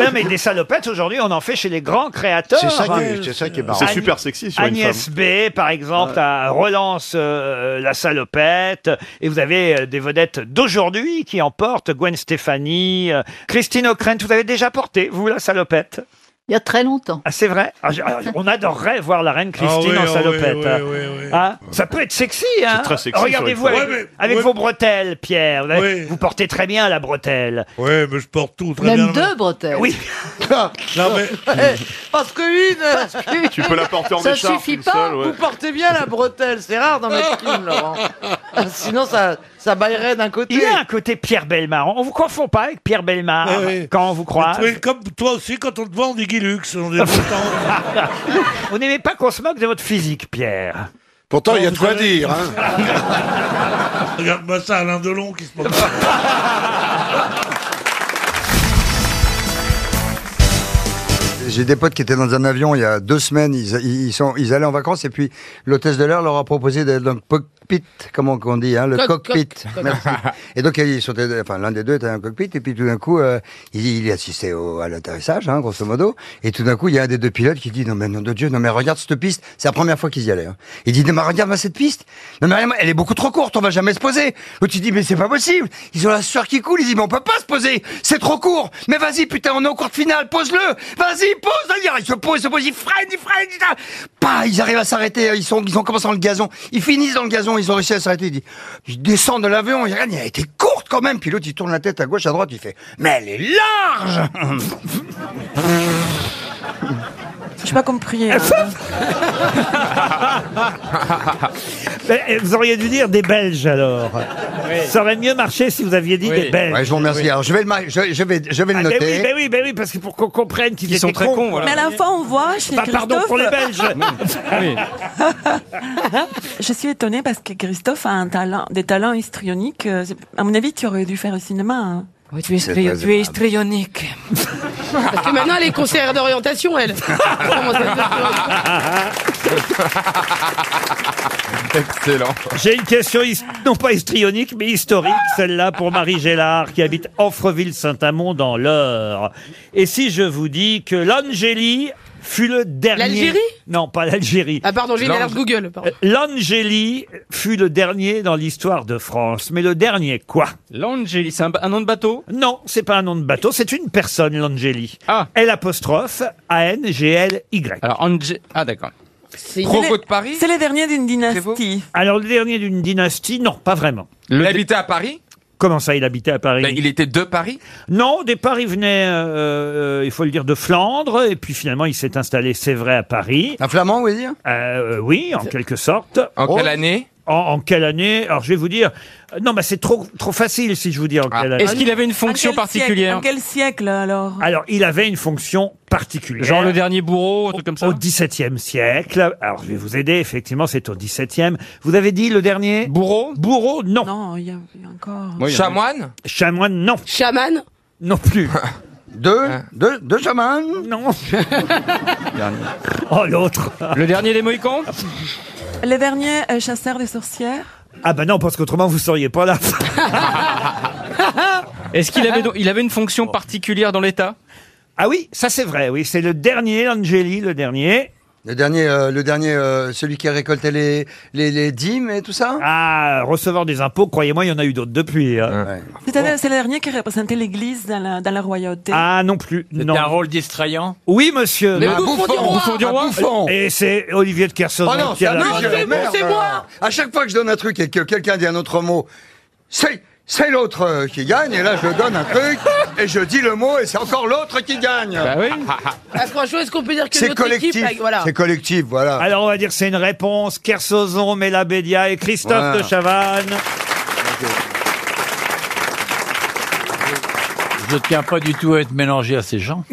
[SPEAKER 1] Non, mais des salopettes, aujourd'hui, on en fait chez les grands créateurs.
[SPEAKER 24] C'est ça qui est- c'est ça qui est marrant. C'est
[SPEAKER 1] Agn-
[SPEAKER 24] super sexy sur une
[SPEAKER 1] Agnès B, par exemple,
[SPEAKER 24] Ouais.
[SPEAKER 1] à relance euh, la salopette. Et vous avez euh, des vedettes d'aujourd'hui qui en portent. Gwen Stefani, euh, Christine O'Krent. Vous avez déjà porté, vous, la salopette
[SPEAKER 23] Il y a très longtemps.
[SPEAKER 1] Ah, c'est vrai Ah, j- ah, On adorerait voir la reine Christine
[SPEAKER 13] Ah oui,
[SPEAKER 1] en
[SPEAKER 13] ah oui,
[SPEAKER 1] salopette.
[SPEAKER 13] oui, oui, oui.
[SPEAKER 1] Ah, ça peut être sexy, hein
[SPEAKER 13] très sexy sur
[SPEAKER 1] Regardez-vous
[SPEAKER 13] une
[SPEAKER 1] avec,
[SPEAKER 13] femme. Ouais, mais-
[SPEAKER 1] avec
[SPEAKER 13] ouais.
[SPEAKER 1] vos bretelles, Pierre. Vous, avez- vous portez très bien la bretelle.
[SPEAKER 13] Oui, mais je porte tout très
[SPEAKER 23] Même
[SPEAKER 13] bien.
[SPEAKER 23] deux bretelles.
[SPEAKER 1] Oui.
[SPEAKER 13] Non, mais...
[SPEAKER 17] Parce que une.
[SPEAKER 7] euh,
[SPEAKER 24] Tu peux la porter en
[SPEAKER 17] Ça
[SPEAKER 24] écharpe,
[SPEAKER 17] suffit
[SPEAKER 24] une
[SPEAKER 17] pas.
[SPEAKER 24] seule, ouais.
[SPEAKER 17] Vous portez bien la bretelle. C'est rare dans mes films, Laurent. Sinon, ça, ça baillerait d'un côté.
[SPEAKER 1] Il y a un côté Pierre Belmar. On vous confond pas avec Pierre Belmar
[SPEAKER 13] Oui, oui.
[SPEAKER 1] quand on vous croise.
[SPEAKER 13] Oui, comme toi aussi, quand on te voit, on dit Guilux. On est content.
[SPEAKER 1] Ah, Vous n'aimez pas qu'on se moque de votre physique, Pierre.
[SPEAKER 15] Pourtant, il y a de
[SPEAKER 13] Vous
[SPEAKER 15] quoi
[SPEAKER 13] savez-
[SPEAKER 15] dire. hein.
[SPEAKER 13] Regarde-moi ça, Alain Delon qui se moque.
[SPEAKER 16] J'ai des potes qui étaient dans un avion il y a deux semaines, ils, ils, sont, ils allaient en vacances et puis l'hôtesse de l'air leur a proposé d'être dans le po- cockpit, comment on dit, hein, le
[SPEAKER 23] Coq-
[SPEAKER 16] cockpit.
[SPEAKER 23] coq- coq.
[SPEAKER 16] Merci. Et donc ils sont, enfin l'un des deux était dans un cockpit et puis tout d'un coup euh, il, il assistait au, à l'atterrissage, hein, grosso modo. Et tout d'un coup il y a un des deux pilotes qui dit non mais non de Dieu non mais regarde cette piste, c'est la première fois qu'ils y allaient. hein. Il dit non mais regarde moi, cette piste, non mais elle est beaucoup trop courte, on va jamais se poser. L'autre il dit mais c'est pas possible, ils ont la sueur qui coule, il dit mais on peut pas se poser, c'est trop court. Mais vas-y putain on est au cours de finale, pose-le, vas-y pose. Vas-y, Il se pose, il se pose, il freine, il freine. il freine. Pas, ils arrivent à s'arrêter, ils sont ils ont commencé dans le gazon, ils finissent dans le gazon, ils ont réussi à s'arrêter. Il dit je descends de l'avion, il regarde, elle a été courte quand même. Puis l'autre il tourne la tête à gauche à droite, il fait mais elle est large.
[SPEAKER 21] Je n'ai pas compris. hein.
[SPEAKER 1] Mais, eh, vous auriez dû dire des Belges alors. Ça aurait mieux marché si vous aviez dit des Belges.
[SPEAKER 16] Ouais, je vous remercie. Alors, je vais le, mar- je, je vais, je vais le
[SPEAKER 1] Ah, ben
[SPEAKER 16] noter.
[SPEAKER 1] oui, ben oui, ben oui, parce que pour qu'on comprenne qu'ils
[SPEAKER 16] Ils sont
[SPEAKER 1] étaient
[SPEAKER 16] très cons, voilà.
[SPEAKER 21] Mais à la fois, on voit chez
[SPEAKER 1] Bah, pardon pour les Belges.
[SPEAKER 21] Christophe- Je suis étonnée parce que Christophe a un talent, des talents histrioniques. Euh, c'est- À mon avis, tu aurais dû faire au cinéma. hein.
[SPEAKER 25] tu es, histri-
[SPEAKER 21] C'est
[SPEAKER 25] tu
[SPEAKER 21] très
[SPEAKER 25] es
[SPEAKER 21] aimable.
[SPEAKER 25] histrionique. Parce que maintenant, elle est conseillère d'orientation, elle. Comment ça se fait
[SPEAKER 1] Excellent. J'ai une question, his- non pas histrionique, mais historique, celle-là pour Marie Gélard, qui habite Offreville-Saint-Amand dans l'Eure. Et si je vous dis que l'Angélie fut le dernier...
[SPEAKER 25] L'Algérie
[SPEAKER 1] Non, pas l'Algérie.
[SPEAKER 25] Ah, pardon, j'ai une alerte Google. pardon.
[SPEAKER 1] Euh, L'Angélie fut le dernier dans l'histoire de France. Mais le dernier quoi L'Angélie, c'est un, nom de bateau Non, c'est pas un nom de bateau, c'est une personne, l'Angélie. Ah. L apostrophe A-N-G-L-Y. Alors, Ah, d'accord.
[SPEAKER 21] C'est les- C'est les derniers d'une dynastie.
[SPEAKER 1] Alors, le dernier d'une dynastie, non, pas vraiment. Il habitait à Paris Comment ça, il habitait à Paris Il était de Paris Non, au départ, il venait, euh, euh, il faut le dire, de Flandre, et puis finalement, il s'est installé, c'est vrai, à Paris. Euh,
[SPEAKER 16] Un flamand, vous voulez dire
[SPEAKER 1] Oui, en quelque sorte.
[SPEAKER 18] En
[SPEAKER 1] Oh.
[SPEAKER 18] quelle année
[SPEAKER 1] en, en quelle année Alors, je vais vous dire... euh, Non, bah, c'est trop, trop facile si je vous dis en quelle année.
[SPEAKER 21] En- en quel siècle- En quel siècle alors
[SPEAKER 1] Alors, il avait une fonction particulière.
[SPEAKER 5] Genre le
[SPEAKER 1] dernier bourreau, un truc comme ça Au XVIIe siècle. Alors, je vais vous aider, effectivement, c'est au XVIIe. Vous avez dit le dernier Bourreau Bourreau, non.
[SPEAKER 21] Non, il y a il y a encore.
[SPEAKER 1] Chamoine, non.
[SPEAKER 25] Chaman
[SPEAKER 1] Non plus.
[SPEAKER 16] Deux
[SPEAKER 21] Hein.
[SPEAKER 16] Deux, deux chamans
[SPEAKER 1] Non. oh, l'autre.
[SPEAKER 5] Le dernier des Mohicans
[SPEAKER 21] Les derniers euh, chasseurs des sorcières
[SPEAKER 1] Ah bah non, parce qu'autrement, vous seriez pas là.
[SPEAKER 5] Est-ce qu'il avait, donc- il avait une fonction particulière dans l'État
[SPEAKER 1] Ah oui, ça c'est vrai, oui. C'est le dernier, Angeli, le dernier.
[SPEAKER 16] Le dernier, euh, le dernier, euh, celui qui récoltait les, les, les dîmes et tout ça
[SPEAKER 1] Ah, recevoir des impôts, croyez-moi, il y en a eu d'autres depuis. hein.
[SPEAKER 21] C'est-à-dire, c'est les derniers qui représentaient l'Église dans la, dans la royauté.
[SPEAKER 1] Ah non plus, non.
[SPEAKER 26] un rôle distrayant
[SPEAKER 1] Oui, monsieur.
[SPEAKER 21] Le Un bouffon bouffon. du roi. Bouffon du roi. Un bouffon.
[SPEAKER 1] Et c'est Olivier de Kersauzon
[SPEAKER 16] Oh non,
[SPEAKER 1] qui
[SPEAKER 16] c'est
[SPEAKER 1] a
[SPEAKER 16] un
[SPEAKER 1] la
[SPEAKER 16] autre,
[SPEAKER 1] parole.
[SPEAKER 16] merde, alors. À chaque fois que je donne un truc et que quelqu'un dit un autre mot, c'est c'est l'autre euh, qui gagne, et là je donne un truc, et je dis le mot, et c'est encore l'autre qui gagne.
[SPEAKER 25] Ah, franchement, est-ce qu'on peut dire que
[SPEAKER 16] C'est
[SPEAKER 25] notre
[SPEAKER 16] collectif,
[SPEAKER 25] équipe, voilà.
[SPEAKER 16] c'est collectif, voilà.
[SPEAKER 1] Alors on va dire que c'est une réponse. Kersauzon, Mélabédia et Christophe
[SPEAKER 16] Voilà.
[SPEAKER 1] de Chavannes.
[SPEAKER 26] Je tiens pas du tout à être mélangé à ces gens.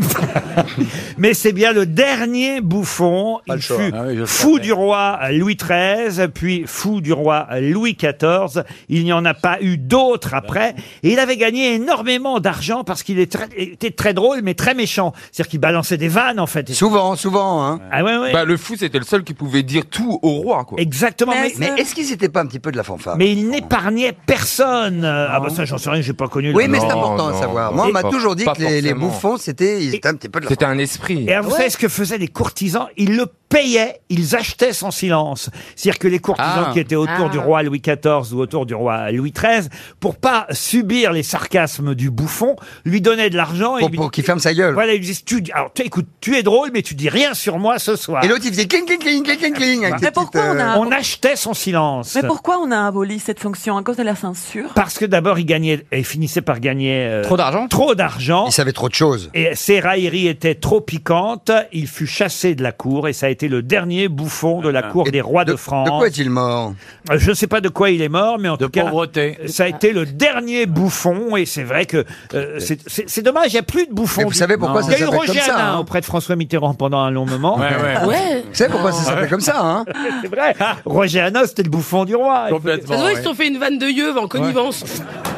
[SPEAKER 1] Mais c'est bien le dernier bouffon. Il
[SPEAKER 26] le choix.
[SPEAKER 1] fut
[SPEAKER 26] Ah oui, je
[SPEAKER 1] fou du roi Louis XIII, puis fou du roi Louis XIV. Il n'y en a pas eu d'autres après. Et il avait gagné énormément d'argent parce qu'il est très- était très drôle, mais très méchant. C'est-à-dire qu'il balançait des vannes, en fait.
[SPEAKER 16] Souvent, souvent. Hein.
[SPEAKER 1] Ah ouais, ouais.
[SPEAKER 3] Bah, le fou, c'était le seul qui pouvait dire tout au roi, quoi.
[SPEAKER 1] Exactement. Mais,
[SPEAKER 16] Mais est-ce qu'ils n'étaient pas un petit peu de la fanfare
[SPEAKER 1] mais il n'épargnait personne. Euh, Ah bah ça, j'en sais rien, j'ai pas connu.
[SPEAKER 16] Oui,
[SPEAKER 1] le-
[SPEAKER 16] mais c'est important à savoir. Moi, on m'a toujours dit que les, les bouffons, c'était, ils étaient un petit peu de la
[SPEAKER 3] C'était un
[SPEAKER 16] fanfare.
[SPEAKER 3] esprit.
[SPEAKER 1] Et alors, vous savez ce que faisaient les courtisans Ils le payaient, ils achetaient son silence. C'est-à-dire que les courtisans
[SPEAKER 3] Ah.
[SPEAKER 1] qui étaient autour
[SPEAKER 3] Ah.
[SPEAKER 1] du roi Louis XIV ou autour du roi Louis XIII, pour pas subir les sarcasmes du bouffon, lui donnaient de l'argent. et
[SPEAKER 16] Pour-
[SPEAKER 1] lui-
[SPEAKER 16] pour qu'il ferme sa gueule.
[SPEAKER 1] Voilà, ils disent, tu, alors, tu- écoute, tu es drôle, mais tu dis rien sur moi ce soir.
[SPEAKER 16] Et l'autre, il faisait cling, cling, cling, cling, cling, cling. avec
[SPEAKER 1] Mais
[SPEAKER 16] ses
[SPEAKER 1] pourquoi
[SPEAKER 16] petites,
[SPEAKER 1] on,
[SPEAKER 16] euh,
[SPEAKER 1] achetait son silence
[SPEAKER 21] Mais pourquoi on a aboli cette fonction À cause de la censure
[SPEAKER 1] Parce que d'abord, il gagnait, il finissait par gagner euh,
[SPEAKER 16] Trop d'argent
[SPEAKER 1] Trop d'argent.
[SPEAKER 16] Il savait trop de choses.
[SPEAKER 1] Et ses railleries étaient trop piquantes. Il fut chassé de la cour et ça a été le dernier bouffon de la
[SPEAKER 16] Ah.
[SPEAKER 1] cour des rois de, France.
[SPEAKER 16] De quoi est-il mort
[SPEAKER 1] Euh, Je ne sais pas de quoi il est mort, mais en tout cas,
[SPEAKER 26] pauvreté.
[SPEAKER 1] ça a été le dernier bouffon. Et c'est vrai que euh, c'est- c'est c'est dommage, il n'y a plus de bouffons.
[SPEAKER 16] Mais vous savez pourquoi
[SPEAKER 1] Non. Il
[SPEAKER 16] ça
[SPEAKER 1] y a eu
[SPEAKER 16] s'appelle
[SPEAKER 1] Roger
[SPEAKER 16] comme ça,
[SPEAKER 1] Hanin
[SPEAKER 16] hein
[SPEAKER 1] auprès de François Mitterrand pendant un long moment. Ah.
[SPEAKER 16] Ouais, ouais. Ouais. Vous savez pourquoi ça s'appelle comme ça hein
[SPEAKER 1] C'est vrai. Roger Hanin, c'était le bouffon du roi.
[SPEAKER 25] Ça se voit, ils se sont fait une vanne de yeux en connivence.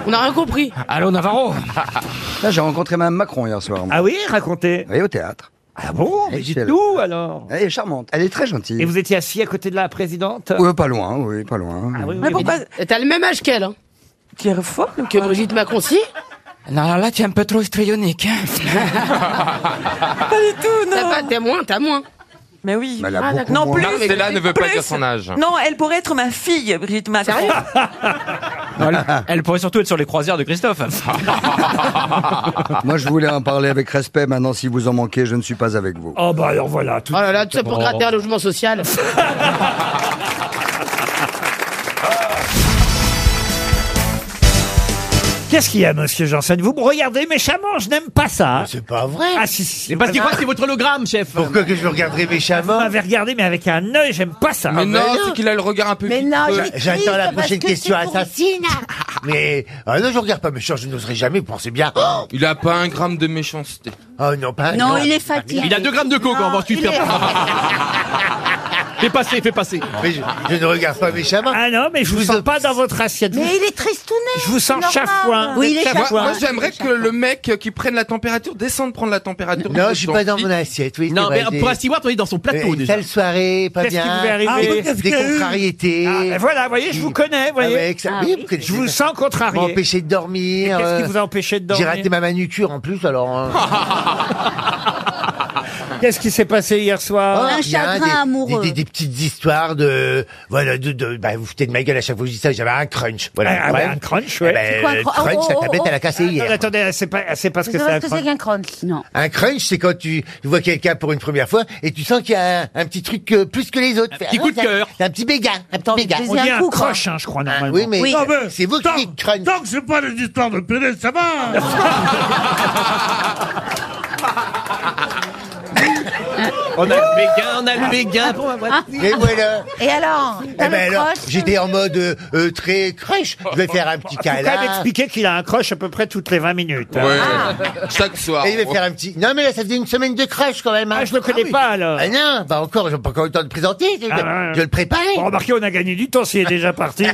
[SPEAKER 25] On n'a rien compris.
[SPEAKER 1] Allô, Navarro
[SPEAKER 16] Là, j'ai rencontré Mme Macron hier soir.
[SPEAKER 1] Ah oui, racontez.
[SPEAKER 16] Oui, au théâtre.
[SPEAKER 1] Ah bon Mais euh. dites-nous alors
[SPEAKER 16] Elle est charmante, elle est très gentille. Et
[SPEAKER 1] vous étiez assis à côté de la présidente
[SPEAKER 16] Oui, pas loin, oui, pas loin.
[SPEAKER 1] Ah
[SPEAKER 25] Mais pourquoi T'as le même âge qu'elle, hein
[SPEAKER 21] Tu es folle
[SPEAKER 25] Que Brigitte Macron, si
[SPEAKER 27] Non, alors là, tu es un peu trop histrionique.
[SPEAKER 25] Pas du tout, non T'as moins, t'as moins.
[SPEAKER 21] Mais oui.
[SPEAKER 3] Mais elle a Ah, beaucoup d'accord.
[SPEAKER 21] non,
[SPEAKER 3] moins.
[SPEAKER 21] plus.
[SPEAKER 3] Marcella ne veut pas
[SPEAKER 21] plus.
[SPEAKER 3] dire son âge.
[SPEAKER 21] Non, elle pourrait être ma fille, Brigitte Macron.
[SPEAKER 5] Elle, elle pourrait surtout être sur les croisières de Christophe.
[SPEAKER 16] Moi, je voulais en parler avec respect. Maintenant, si vous en manquez, je ne suis pas avec vous.
[SPEAKER 1] Oh bah alors voilà.
[SPEAKER 25] Oh là là, tout ça pour
[SPEAKER 16] Oh.
[SPEAKER 25] gratter un logement social.
[SPEAKER 1] Qu'est-ce qu'il y a, monsieur Janssen Vous me regardez méchamment, je n'aime pas ça. C'est pas vrai. Ah si, si.
[SPEAKER 6] Mais parce qu'il croit que c'est votre hologramme, chef. Pourquoi que je regarderais méchamment
[SPEAKER 1] Vous m'avez regardé, mais avec un œil, j'aime pas ça.
[SPEAKER 6] Mais non, Mais non. c'est
[SPEAKER 3] qu'il a le regard un peu
[SPEAKER 6] Mais
[SPEAKER 1] non,
[SPEAKER 6] J'a- J'attends la prochaine question assassine. Mais ah non, je regarde pas méchant, je n'oserais jamais, vous pensez bien. Oh,
[SPEAKER 3] Il a pas un gramme de méchanceté.
[SPEAKER 6] oh non, pas.
[SPEAKER 23] Non, il est fatigué.
[SPEAKER 6] Il a deux grammes de coke en
[SPEAKER 23] il
[SPEAKER 6] Twitter.
[SPEAKER 23] est-
[SPEAKER 6] Fais passer, fais passer. Mais je, je ne regarde pas méchamment.
[SPEAKER 1] Ah non, mais je vous sens pas dans votre assiette.
[SPEAKER 6] Mais
[SPEAKER 1] il est tristouné. Je vous sens chafouin. Vous êtes
[SPEAKER 3] Moi, moi, j'aimerais que le mec qui prenne la température descende prendre la température.
[SPEAKER 6] Non,
[SPEAKER 3] du
[SPEAKER 6] je suis
[SPEAKER 3] temps.
[SPEAKER 6] pas dans mon assiette. Oui,
[SPEAKER 3] Non,
[SPEAKER 6] c'est vrai,
[SPEAKER 3] mais
[SPEAKER 6] j'ai-
[SPEAKER 3] pour un Steward, on est dans son plateau,
[SPEAKER 6] Euh,
[SPEAKER 3] déjà.
[SPEAKER 6] Telle soirée, pas
[SPEAKER 1] Qu'est-ce
[SPEAKER 6] bien.
[SPEAKER 1] qui vous est arrivé
[SPEAKER 6] Ah, Des contrariétés.
[SPEAKER 1] Ah, ben voilà, vous voyez, je vous connais, vous voyez. Ah,
[SPEAKER 6] Avec ça- Ah oui, vous connaissez
[SPEAKER 1] Je vous
[SPEAKER 6] ça.
[SPEAKER 1] sens contrarié.
[SPEAKER 6] M'empêcher de
[SPEAKER 1] Et
[SPEAKER 6] dormir.
[SPEAKER 1] qu'est-ce qui
[SPEAKER 6] euh,
[SPEAKER 1] vous a empêché de dormir
[SPEAKER 6] J'ai raté ma manucure en plus, alors. hein.
[SPEAKER 1] Qu'est-ce qui s'est passé hier soir
[SPEAKER 6] Oh, Il y a des- Des, des- des petites histoires de. Voilà, de, de- bah, vous foutez de ma gueule à chaque fois que je dis ça, j'avais un crunch. Voilà,
[SPEAKER 1] Ah, ah,
[SPEAKER 6] Ouais.
[SPEAKER 1] bah, un crunch, Oh, ouais. Ah,
[SPEAKER 6] Eh ben, le crunch, la tablette, elle a cassé hier.
[SPEAKER 1] Attendez, attendez, c'est pas, c'est pas ce que c'est un crunch.
[SPEAKER 6] qu'un crunch Non. Un crunch, c'est quand tu vois quelqu'un pour une première fois et tu sens qu'il y a un, un petit truc euh, plus que les autres. Un
[SPEAKER 1] petit coup de cœur.
[SPEAKER 6] Un petit béga. Un petit béga.
[SPEAKER 1] On dit un croche, hein, je crois, normalement.
[SPEAKER 6] oui, mais c'est vous qui dites crunch.
[SPEAKER 13] Ah, Tant que c'est pas des histoires de pédé, ça va
[SPEAKER 1] hein.
[SPEAKER 6] On a le béguin, on a
[SPEAKER 1] Ah.
[SPEAKER 6] le béguin. Et voilà.
[SPEAKER 2] Ah. Et alors
[SPEAKER 6] Eh ben alors, j'étais en mode euh, euh, très crunch. Je vais faire un petit
[SPEAKER 1] Faut quand même
[SPEAKER 6] câlin.
[SPEAKER 1] expliquer qu'il a un croche à peu près toutes les 20 minutes. hein.
[SPEAKER 6] Ouais.
[SPEAKER 3] Chaque soir.
[SPEAKER 6] Et il va faire un petit. Non, mais là, ça faisait une semaine de crush quand même. Ah, je le connais pas alors. Ah non, bah encore, j'ai pas encore eu le temps de présenter. Je,
[SPEAKER 1] Ah, ouais.
[SPEAKER 6] je le préparais.
[SPEAKER 1] Bon, remarquez, on a gagné du temps s'il est déjà parti.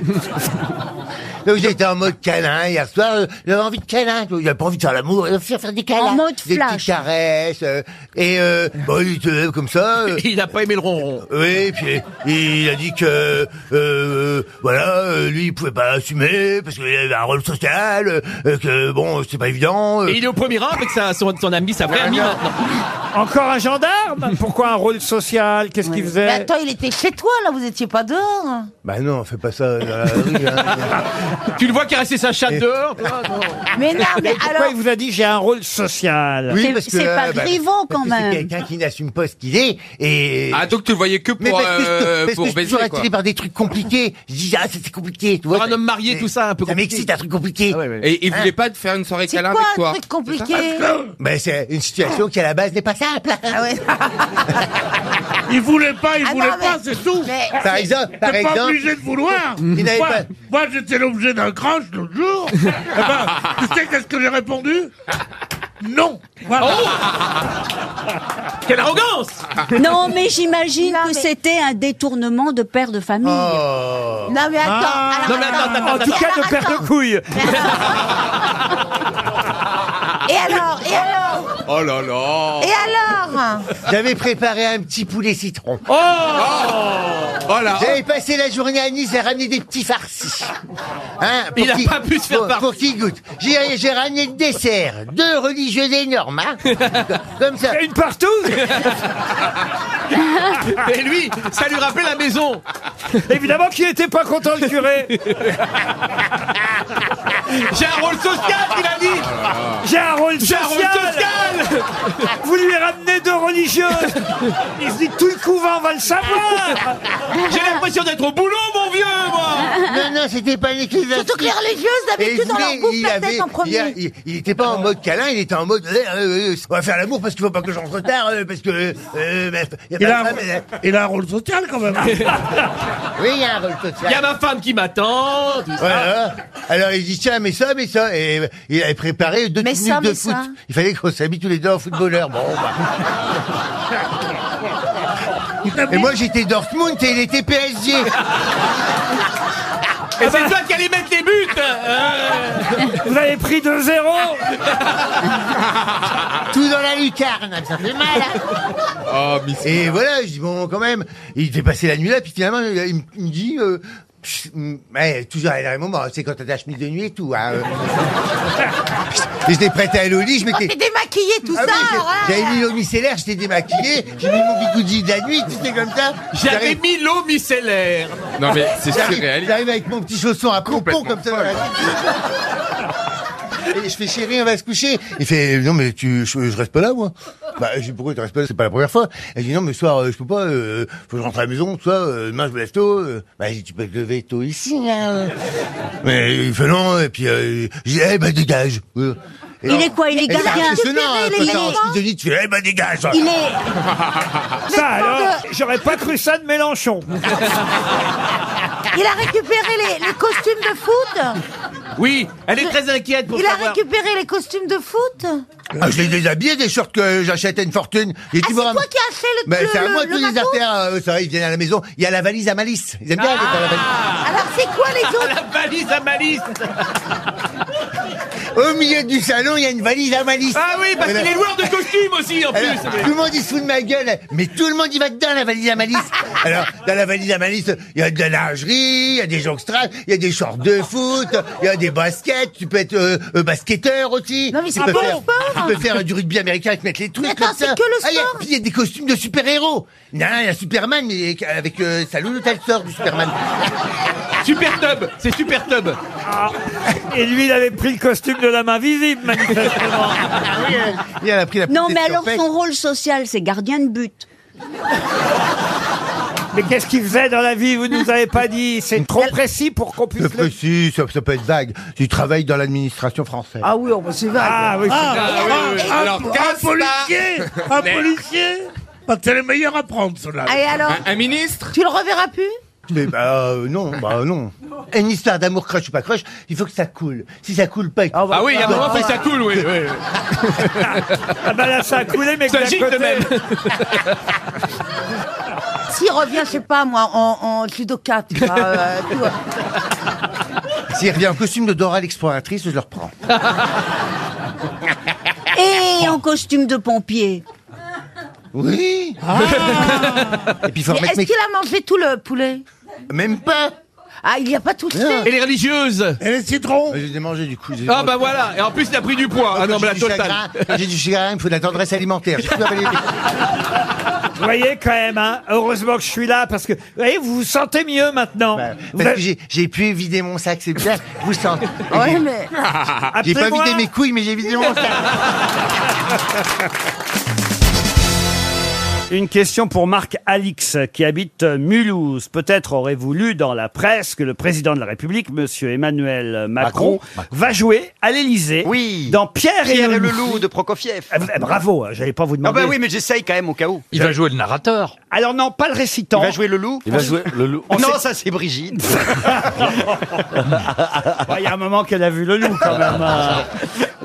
[SPEAKER 6] Donc j'étais en mode câlin hier soir. euh, J'avais envie de câlin. J'avais pas envie de faire l'amour. J'avais envie de faire des câlins. En mode des petites caresses. euh, et euh, bon, il était comme ça. il n'a pas aimé le ronron. Oui, puis il a dit que euh, voilà, euh, lui il pouvait pas assumer parce qu'il avait un rôle social, euh, que bon, c'est pas évident. euh.
[SPEAKER 1] il est au premier rang avec son, ami, sa vraie
[SPEAKER 6] amie, maintenant.
[SPEAKER 1] Encore un gendarme Pourquoi un rôle social Qu'est-ce qu'il
[SPEAKER 2] Mais
[SPEAKER 1] faisait
[SPEAKER 2] Bah, attends, il était chez toi, là, vous étiez pas dehors.
[SPEAKER 6] Bah non, fais pas ça dans la rue. hein. tu le vois caresser sa chatte dehors
[SPEAKER 2] Mais non, mais
[SPEAKER 1] pourquoi
[SPEAKER 2] alors.
[SPEAKER 1] il vous a dit j'ai un rôle social
[SPEAKER 6] Oui, parce que
[SPEAKER 2] c'est pas
[SPEAKER 6] euh, bah,
[SPEAKER 2] Griveaux,
[SPEAKER 6] parce que
[SPEAKER 2] quand même.
[SPEAKER 6] C'est quelqu'un qui n'assume pas ce qu'il est et.
[SPEAKER 3] Ah, donc tu le voyais que
[SPEAKER 6] mais
[SPEAKER 3] pour,
[SPEAKER 6] parce que, je-
[SPEAKER 3] euh,
[SPEAKER 6] parce que
[SPEAKER 3] pour
[SPEAKER 6] je suis
[SPEAKER 3] baiser,
[SPEAKER 6] toujours
[SPEAKER 3] quoi.
[SPEAKER 6] attiré par des trucs compliqués. Je dis ah ça, c'est compliqué. Tu vois, un homme marié tout ça un peu. Ça m'excite un truc
[SPEAKER 3] Ah
[SPEAKER 6] compliqué.
[SPEAKER 3] Et il
[SPEAKER 6] Hein
[SPEAKER 3] voulait pas te faire une soirée câlin avec toi.
[SPEAKER 6] Ah, Mais Ben, c'est une situation qui à la base n'est pas simple.
[SPEAKER 2] Ah
[SPEAKER 13] Il voulait pas, il
[SPEAKER 6] Ah
[SPEAKER 13] voulait
[SPEAKER 6] non, mais-
[SPEAKER 13] pas, c'est tout.
[SPEAKER 6] Mais- Par exemple, par
[SPEAKER 13] T'es pas
[SPEAKER 6] exemple-
[SPEAKER 13] obligé de vouloir.
[SPEAKER 6] Il n'avait
[SPEAKER 13] moi,
[SPEAKER 6] pas-
[SPEAKER 13] moi, j'étais l'objet d'un crunch l'autre jour. Eh ben, tu sais qu'est-ce que j'ai répondu Non. Voilà. Oh
[SPEAKER 6] Quelle arrogance
[SPEAKER 14] Non, mais j'imagine
[SPEAKER 2] Non,
[SPEAKER 14] que
[SPEAKER 2] mais-
[SPEAKER 14] c'était un détournement de père de famille.
[SPEAKER 2] Non, mais attends.
[SPEAKER 14] Ah.
[SPEAKER 2] alors,
[SPEAKER 14] Non, mais attends, attends,
[SPEAKER 2] attends.
[SPEAKER 14] En tout cas,
[SPEAKER 2] Alors,
[SPEAKER 14] ne perds de
[SPEAKER 2] attends.
[SPEAKER 1] couilles.
[SPEAKER 2] Et alors Et alors
[SPEAKER 3] Oh là là
[SPEAKER 2] Et alors
[SPEAKER 6] J'avais préparé un petit poulet citron.
[SPEAKER 1] Oh,
[SPEAKER 6] Oh
[SPEAKER 3] Voilà.
[SPEAKER 6] J'avais passé la journée à Nice à ramener des petits farcis. Hein, pour
[SPEAKER 13] Il a
[SPEAKER 6] qu'il-
[SPEAKER 13] pas pu se faire
[SPEAKER 6] pour- Pour qu'ils goûtent. J'ai j'ai ramené le dessert. Deux religieux énormes. Hein. Comme ça.
[SPEAKER 1] Une partout
[SPEAKER 6] Et lui, ça lui rappelait la maison.
[SPEAKER 1] Évidemment qu'il n'était pas Ah, content le curé
[SPEAKER 6] J'ai un rôle social, il a
[SPEAKER 1] Ah,
[SPEAKER 6] dit
[SPEAKER 1] J'ai un rôle
[SPEAKER 13] J'ai un rôle
[SPEAKER 1] social Vous lui ramenez deux religieuses Il se dit tout le couvent va le savoir
[SPEAKER 6] J'ai l'impression d'être au boulot, mon vieux, moi Non, non, c'était pas une équipe
[SPEAKER 2] Surtout que les religieuses, d'habitude, on leur bouffe la tête en premier.
[SPEAKER 6] Il, il était pas en mode câlin, il était en mode... euh, euh, euh, on va faire l'amour parce qu'il faut pas que je rentre tard, euh, parce que... euh, euh, ma- y
[SPEAKER 13] Il
[SPEAKER 6] ma
[SPEAKER 13] a, un,
[SPEAKER 6] femme, elle-
[SPEAKER 13] il a un rôle social quand même.
[SPEAKER 6] Oui, il y a un rôle social.
[SPEAKER 13] Il y a ma femme qui m'attend.
[SPEAKER 6] Voilà. Alors il dit tiens mais ça mais ça et euh, il avait préparé deux
[SPEAKER 2] Mais
[SPEAKER 6] minutes
[SPEAKER 2] ça,
[SPEAKER 6] de
[SPEAKER 2] mais
[SPEAKER 6] foot.
[SPEAKER 2] ça.
[SPEAKER 6] Il fallait qu'on s'habille tous les deux en footballeur. Bon. bah. et moi j'étais Dortmund et il était PSG.
[SPEAKER 1] Ah bah,
[SPEAKER 13] qui allais mettre les hein. buts
[SPEAKER 1] Vous avez pris 2-0
[SPEAKER 6] Tout dans la lucarne, Ah, ça fait mal.
[SPEAKER 13] Oh,
[SPEAKER 6] Et voilà, je dis bon, quand même, il devait passer la nuit là, puis finalement, il il me il me dit. euh, Pff, mm, ouais, toujours à dernier moment, c'est quand t'as ta chemise de nuit et tout. Hein, euh. Et je l'ai prêté à Elodie, je
[SPEAKER 2] On
[SPEAKER 6] m'étais.
[SPEAKER 2] t'est démaquillé tout
[SPEAKER 6] Ah
[SPEAKER 2] ça.
[SPEAKER 6] oui, j'ai-
[SPEAKER 2] ouais.
[SPEAKER 6] J'avais mis l'eau micellaire, j'étais démaquillé, j'ai mis mon bigoudi de la nuit, tout était comme ça.
[SPEAKER 13] J'avais mis l'eau micellaire.
[SPEAKER 6] Non mais c'est
[SPEAKER 13] surréaliste.
[SPEAKER 6] J'arrive avec mon petit chausson à pompon comme ça. dans la nuit. Et je fais chérie, on va se coucher. Il fait non mais tu je, je reste pas là moi. Bah je dis pourquoi tu restes pas là, c'est pas la première fois. Elle dit non mais ce soir euh, je peux pas, euh, faut que je rentre à la maison, tout ça, euh, demain je me lève tôt. euh. Bah je dis tu peux te lever tôt ici. hein, euh. Mais il fait non et puis euh, je dis eh ben dégage. Euh. Et
[SPEAKER 2] Il
[SPEAKER 6] alors-
[SPEAKER 2] est quoi, il est
[SPEAKER 6] Et c'est
[SPEAKER 2] gardien
[SPEAKER 6] impressionnant, hein,
[SPEAKER 2] récupéré,
[SPEAKER 6] quand
[SPEAKER 2] les
[SPEAKER 6] t'es en
[SPEAKER 2] éléments
[SPEAKER 6] Schizophrénie, tu fais eh ben dégage.
[SPEAKER 2] Il
[SPEAKER 1] Ça alors, j'aurais pas cru ça de Mélenchon.
[SPEAKER 6] Ah,
[SPEAKER 2] Il a récupéré les, les costumes de foot.
[SPEAKER 13] Oui, elle est très inquiète pour
[SPEAKER 2] Il a
[SPEAKER 13] savoir.
[SPEAKER 2] récupéré les costumes de foot.
[SPEAKER 6] Ah, je les déshabillais des shorts que j'achetais à une fortune. J'ai dit,
[SPEAKER 2] Ah, C'est toi qui as fait le,
[SPEAKER 6] Mais
[SPEAKER 2] le-
[SPEAKER 6] c'est à moi
[SPEAKER 2] le-
[SPEAKER 6] tous
[SPEAKER 2] le
[SPEAKER 6] les
[SPEAKER 2] matos
[SPEAKER 6] affaires. euh, ça, ils viennent à la maison. Il y a la valise à malice. Ils aiment bien aller dans la valise.
[SPEAKER 2] Alors c'est quoi les autres
[SPEAKER 13] La valise à malice.
[SPEAKER 2] Ah
[SPEAKER 6] Au milieu du salon, il y a une valise à malice.
[SPEAKER 13] Ah oui, parce
[SPEAKER 6] Et là-
[SPEAKER 13] qu'il est loueur de costume aussi en
[SPEAKER 6] Alors,
[SPEAKER 13] plus.
[SPEAKER 6] tout le monde il se fout de ma gueule, mais tout le monde y va dedans la valise à malice. Alors dans la valise à malice, il y a de la lingerie, il y a des jockstraps, il y a des shorts de foot, il y a des baskets. Tu peux être euh, euh, basketteur aussi.
[SPEAKER 2] Non, mais
[SPEAKER 6] tu
[SPEAKER 2] c'est
[SPEAKER 6] peux
[SPEAKER 2] pas le
[SPEAKER 6] faire,
[SPEAKER 2] sport.
[SPEAKER 6] Tu peux faire euh, du rugby américain avec mettre les trucs
[SPEAKER 2] Mais attends,
[SPEAKER 6] comme ça.
[SPEAKER 2] c'est que le
[SPEAKER 6] Ah, il y a-
[SPEAKER 2] sport.
[SPEAKER 6] puis il y a des costumes de super héros. Il y a- il y a Superman, mais avec euh, sa louloute elle sort du Superman.
[SPEAKER 13] Super tub, c'est super tub.
[SPEAKER 1] Ah, Et lui, il avait pris le costume de la main visible, manifestement. euh.
[SPEAKER 6] Il a pris la
[SPEAKER 14] Non, mais alors son rôle social, c'est gardien de but.
[SPEAKER 1] Mais qu'est-ce qu'il faisait dans la vie Vous nous avez pas dit. C'est trop précis pour qu'on puisse.
[SPEAKER 6] C'est précis, ça, ça peut être vague. Tu travailles dans l'administration française.
[SPEAKER 1] Ah oui, on c'est vague. Ah oui,
[SPEAKER 13] Ah,
[SPEAKER 1] c'est
[SPEAKER 13] oui, oui, oui. un- Alors, un Costa. policier, un Mais- policier. Bah, C'est le meilleur à prendre, cela.
[SPEAKER 2] Ah, et alors
[SPEAKER 13] ministre
[SPEAKER 2] Tu le reverras plus
[SPEAKER 6] Mais bah euh, non, bah non. Une histoire d'amour crush ou pas crush, il faut que ça coule. Si ça coule pas,
[SPEAKER 13] Ah oui, il y a un moment où ça coule, oui. oui.
[SPEAKER 1] Ah bah là, ça a coulé, mais que
[SPEAKER 13] Ça
[SPEAKER 1] d'un
[SPEAKER 13] gicle
[SPEAKER 1] côté-
[SPEAKER 13] même.
[SPEAKER 2] S'il revient, je sais pas moi, en, en judoka, tu vois. euh, tu vois.
[SPEAKER 6] S'il revient en costume de Dora l'exploratrice, je le reprends.
[SPEAKER 14] Et en costume de pompier.
[SPEAKER 6] Oui.
[SPEAKER 1] Ah,
[SPEAKER 6] Et puis il faut
[SPEAKER 2] Mais
[SPEAKER 6] remettre
[SPEAKER 2] Est-ce
[SPEAKER 6] mes...
[SPEAKER 2] qu'il a mangé tout le poulet
[SPEAKER 6] Même pas.
[SPEAKER 2] Ah, il n'y a pas tout fait.
[SPEAKER 13] Et les religieuses Et les citrons
[SPEAKER 6] Je les ai mangés du coup. je les ai
[SPEAKER 13] Ah
[SPEAKER 6] mangés.
[SPEAKER 13] bah voilà, et en plus il a pris du poids. Ah non, mais la
[SPEAKER 6] J'ai du
[SPEAKER 13] totale.
[SPEAKER 6] chagrin, J'ai du chagrin, il me faut de la tendresse alimentaire. J'ai tout avalé.
[SPEAKER 1] Vous voyez quand même, hein, heureusement que je suis là parce que vous voyez, vous vous sentez mieux maintenant. Vous
[SPEAKER 6] Bah, Parce que
[SPEAKER 1] avez-
[SPEAKER 6] j'ai- j'ai pu vider mon sac, c'est bien. Vous sentez.
[SPEAKER 1] Ah,
[SPEAKER 2] Ouais, mais.
[SPEAKER 6] J'ai pas
[SPEAKER 1] Appelez-moi.
[SPEAKER 6] vidé mes couilles, mais j'ai vidé mon sac.
[SPEAKER 1] Une question pour Marc Alix qui habite euh, Mulhouse. Peut-être aurez-vous lu dans la presse que le président de la République, Monsieur Emmanuel Macron,
[SPEAKER 10] Macron.
[SPEAKER 1] va jouer à l'Élysée. Oui. Dans Pierre,
[SPEAKER 10] Pierre
[SPEAKER 1] et le,
[SPEAKER 10] loup de Prokofiev.
[SPEAKER 1] Ah, vous- ah, Bravo, hein, j'allais pas vous
[SPEAKER 10] Ah
[SPEAKER 1] demander.
[SPEAKER 10] bah oui, mais j'essaye quand même au cas où.
[SPEAKER 1] Il va
[SPEAKER 10] jouer le narrateur.
[SPEAKER 1] Alors non, pas le récitant.
[SPEAKER 10] Il va jouer le loup.
[SPEAKER 1] Il va jouer
[SPEAKER 10] le loup.
[SPEAKER 1] On
[SPEAKER 10] non,
[SPEAKER 1] sait-
[SPEAKER 10] ça c'est Brigitte.
[SPEAKER 1] Bon, Il y a un moment qu'elle a vu le loup quand même. hein.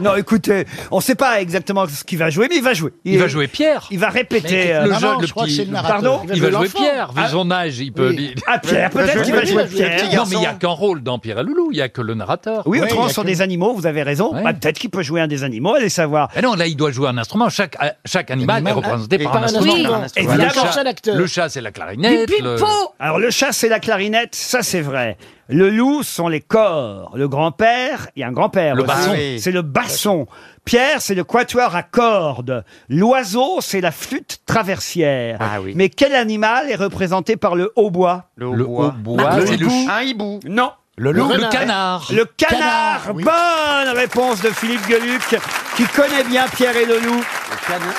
[SPEAKER 1] Non, écoutez, on ne sait pas exactement ce qu'il va jouer, mais il va jouer.
[SPEAKER 10] Il va jouer
[SPEAKER 1] Pierre. Il va répéter.
[SPEAKER 10] Mais
[SPEAKER 1] euh,
[SPEAKER 10] le Non, jeu, non, le
[SPEAKER 4] je crois petit- que c'est le narrateur.
[SPEAKER 1] Pardon
[SPEAKER 4] Il va Il va jouer jouer l'enfant. Pierre,
[SPEAKER 1] Ah,
[SPEAKER 10] âge, il
[SPEAKER 1] peut- oui. Ah, Pierre, peut-être qu'il va jouer Pierre.
[SPEAKER 10] Non, mais il n'y a qu'un rôle dans Pierre et le loup, il n'y a que le narrateur.
[SPEAKER 1] Ah, Oui, autrement, ce sont des animaux, vous avez raison. Bah, Peut-être qu'il peut jouer un des animaux, allez savoir.
[SPEAKER 10] Mais non, là, il doit jouer un instrument. Chaque, chaque animal,
[SPEAKER 1] Animal. Ah,
[SPEAKER 10] est représenté
[SPEAKER 1] Et
[SPEAKER 10] par,
[SPEAKER 1] par
[SPEAKER 10] un
[SPEAKER 1] un
[SPEAKER 10] instrument.
[SPEAKER 1] instrument.
[SPEAKER 10] Un
[SPEAKER 1] Évidemment.
[SPEAKER 10] Le chat-
[SPEAKER 1] Un seul acteur.
[SPEAKER 10] Le chat, c'est la clarinette. le-
[SPEAKER 1] Alors le chat c'est la clarinette, ça c'est vrai. Le loup sont les corps. Le grand-père, il y a un grand-père.
[SPEAKER 10] Le
[SPEAKER 1] aussi.
[SPEAKER 10] basson.
[SPEAKER 1] C'est le basson. Pierre, c'est le quatuor à cordes. L'oiseau, c'est la flûte traversière.
[SPEAKER 10] Ah
[SPEAKER 1] Mais quel animal est représenté par le hautbois Bah, Le
[SPEAKER 10] hautbois. hautbois, c'est le
[SPEAKER 1] hibou.
[SPEAKER 10] ch-
[SPEAKER 1] Un hibou. Non.
[SPEAKER 10] Le loup. Le Le canard. canard.
[SPEAKER 1] Le canard.
[SPEAKER 10] Canard, oui.
[SPEAKER 1] Bonne réponse de Philippe Gueluc, qui connaît bien Pierre et le loup. Le canard.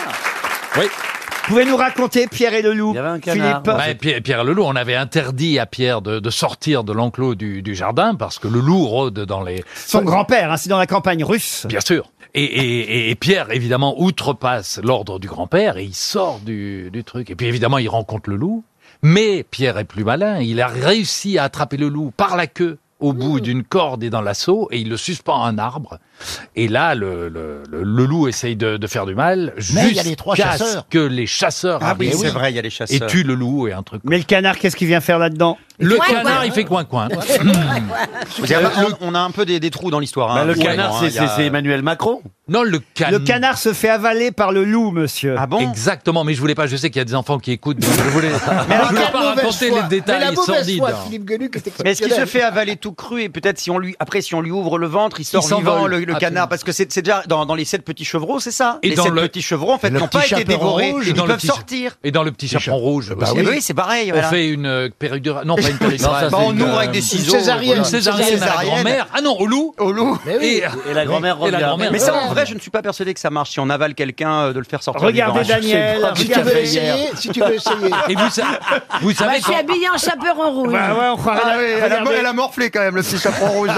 [SPEAKER 10] Oui.
[SPEAKER 1] Pouvez nous raconter Pierre et le loup Philippe.
[SPEAKER 10] Ouais, Pierre, Pierre le loup, on avait interdit à Pierre de, de sortir de l'enclos du, du jardin parce que le loup rôde dans les.
[SPEAKER 1] Son grand-père, hein, c'est dans la campagne russe.
[SPEAKER 10] Bien sûr. Et, et- et- et Pierre, évidemment, outrepasse l'ordre du grand-père et il sort du, du truc. Et puis, évidemment, il rencontre le loup. Mais Pierre est plus malin. Il a
[SPEAKER 1] Mmh.
[SPEAKER 10] réussi à attraper le loup par la queue au bout d'une corde et dans l'assaut et il le suspend à un arbre. Et là, le, le- le- le loup essaye de, de faire du mal
[SPEAKER 4] Mais il y a les trois
[SPEAKER 10] jusqu'à ce
[SPEAKER 4] chasseurs.
[SPEAKER 10] que les chasseurs
[SPEAKER 4] Ah oui,
[SPEAKER 10] arrivent
[SPEAKER 4] c'est vrai, il y a les
[SPEAKER 10] et
[SPEAKER 4] chasseurs.
[SPEAKER 10] tuent le loup et un truc.
[SPEAKER 1] Mais le canard, qu'est-ce qu'il vient faire là-dedans
[SPEAKER 10] Le
[SPEAKER 28] Coin,
[SPEAKER 10] canard,
[SPEAKER 28] coin.
[SPEAKER 10] il fait coin-coin.
[SPEAKER 28] Vous avez- on, on a un peu des, des trous dans l'histoire.
[SPEAKER 10] Bah,
[SPEAKER 28] hein. Ah, Ouais, non, hein, il y a-
[SPEAKER 10] Emmanuel Macron. Non, le
[SPEAKER 1] Le
[SPEAKER 10] canard.
[SPEAKER 1] canard se fait avaler par le loup, monsieur. Ah
[SPEAKER 10] Exactement, mais je voulais pas. Je sais qu'il y a des enfants qui écoutent. donc Je voulais, je voulais pas raconter les détails sordides.
[SPEAKER 28] Mais est-ce qu'il se fait avaler tout cru et peut-être si on lui après si on lui ouvre le ventre, il sort
[SPEAKER 10] Il s'envole.
[SPEAKER 28] vivant le, le
[SPEAKER 10] Absolument.
[SPEAKER 28] canard parce que c'est c'est déjà dans, dans les sept petits chevreaux, c'est ça
[SPEAKER 10] Et
[SPEAKER 28] Les
[SPEAKER 10] dans
[SPEAKER 28] sept
[SPEAKER 10] le-
[SPEAKER 28] petits chevreaux en fait
[SPEAKER 10] le
[SPEAKER 28] n'ont pas
[SPEAKER 10] petit
[SPEAKER 28] été
[SPEAKER 10] chaperon
[SPEAKER 28] dévorés,
[SPEAKER 10] rouge. Et
[SPEAKER 28] ils
[SPEAKER 10] dans le
[SPEAKER 28] peuvent
[SPEAKER 10] petit-
[SPEAKER 28] sortir.
[SPEAKER 10] Et dans le petit chaperon rouge.
[SPEAKER 28] Bah
[SPEAKER 10] aussi.
[SPEAKER 28] oui. Eh oui, c'est pareil,
[SPEAKER 10] On
[SPEAKER 28] voilà.
[SPEAKER 10] fait une euh, péridurale. Non, pas une
[SPEAKER 28] Non, ça,
[SPEAKER 10] péridurale.
[SPEAKER 28] c'est Bah, on une, ouvre avec euh, des ciseaux,
[SPEAKER 10] Une césarienne,
[SPEAKER 28] voilà.
[SPEAKER 10] une césarienne,
[SPEAKER 28] Une
[SPEAKER 10] à la
[SPEAKER 28] césarienne.
[SPEAKER 10] grand-mère. Ah non, au loup.
[SPEAKER 28] Au loup.
[SPEAKER 10] Et, et la grand-mère.
[SPEAKER 28] Eh Mais ça en vrai, je ne suis pas persuadé que ça marche si on avale quelqu'un euh, de le faire sortir.
[SPEAKER 10] Regardez
[SPEAKER 28] vivant.
[SPEAKER 10] Daniel,
[SPEAKER 28] Ah, je sais pas,
[SPEAKER 10] regardez.
[SPEAKER 28] j'ai fait hier.
[SPEAKER 10] Si tu veux essayer. Et vous sa- vous savez
[SPEAKER 2] Bah, je suis
[SPEAKER 10] quand-
[SPEAKER 2] habillé en chaperon rouge.
[SPEAKER 16] Bah
[SPEAKER 6] Bah
[SPEAKER 28] Ah ouais, elle a- elle a
[SPEAKER 6] morflé quand même, le petit chaperon rouge.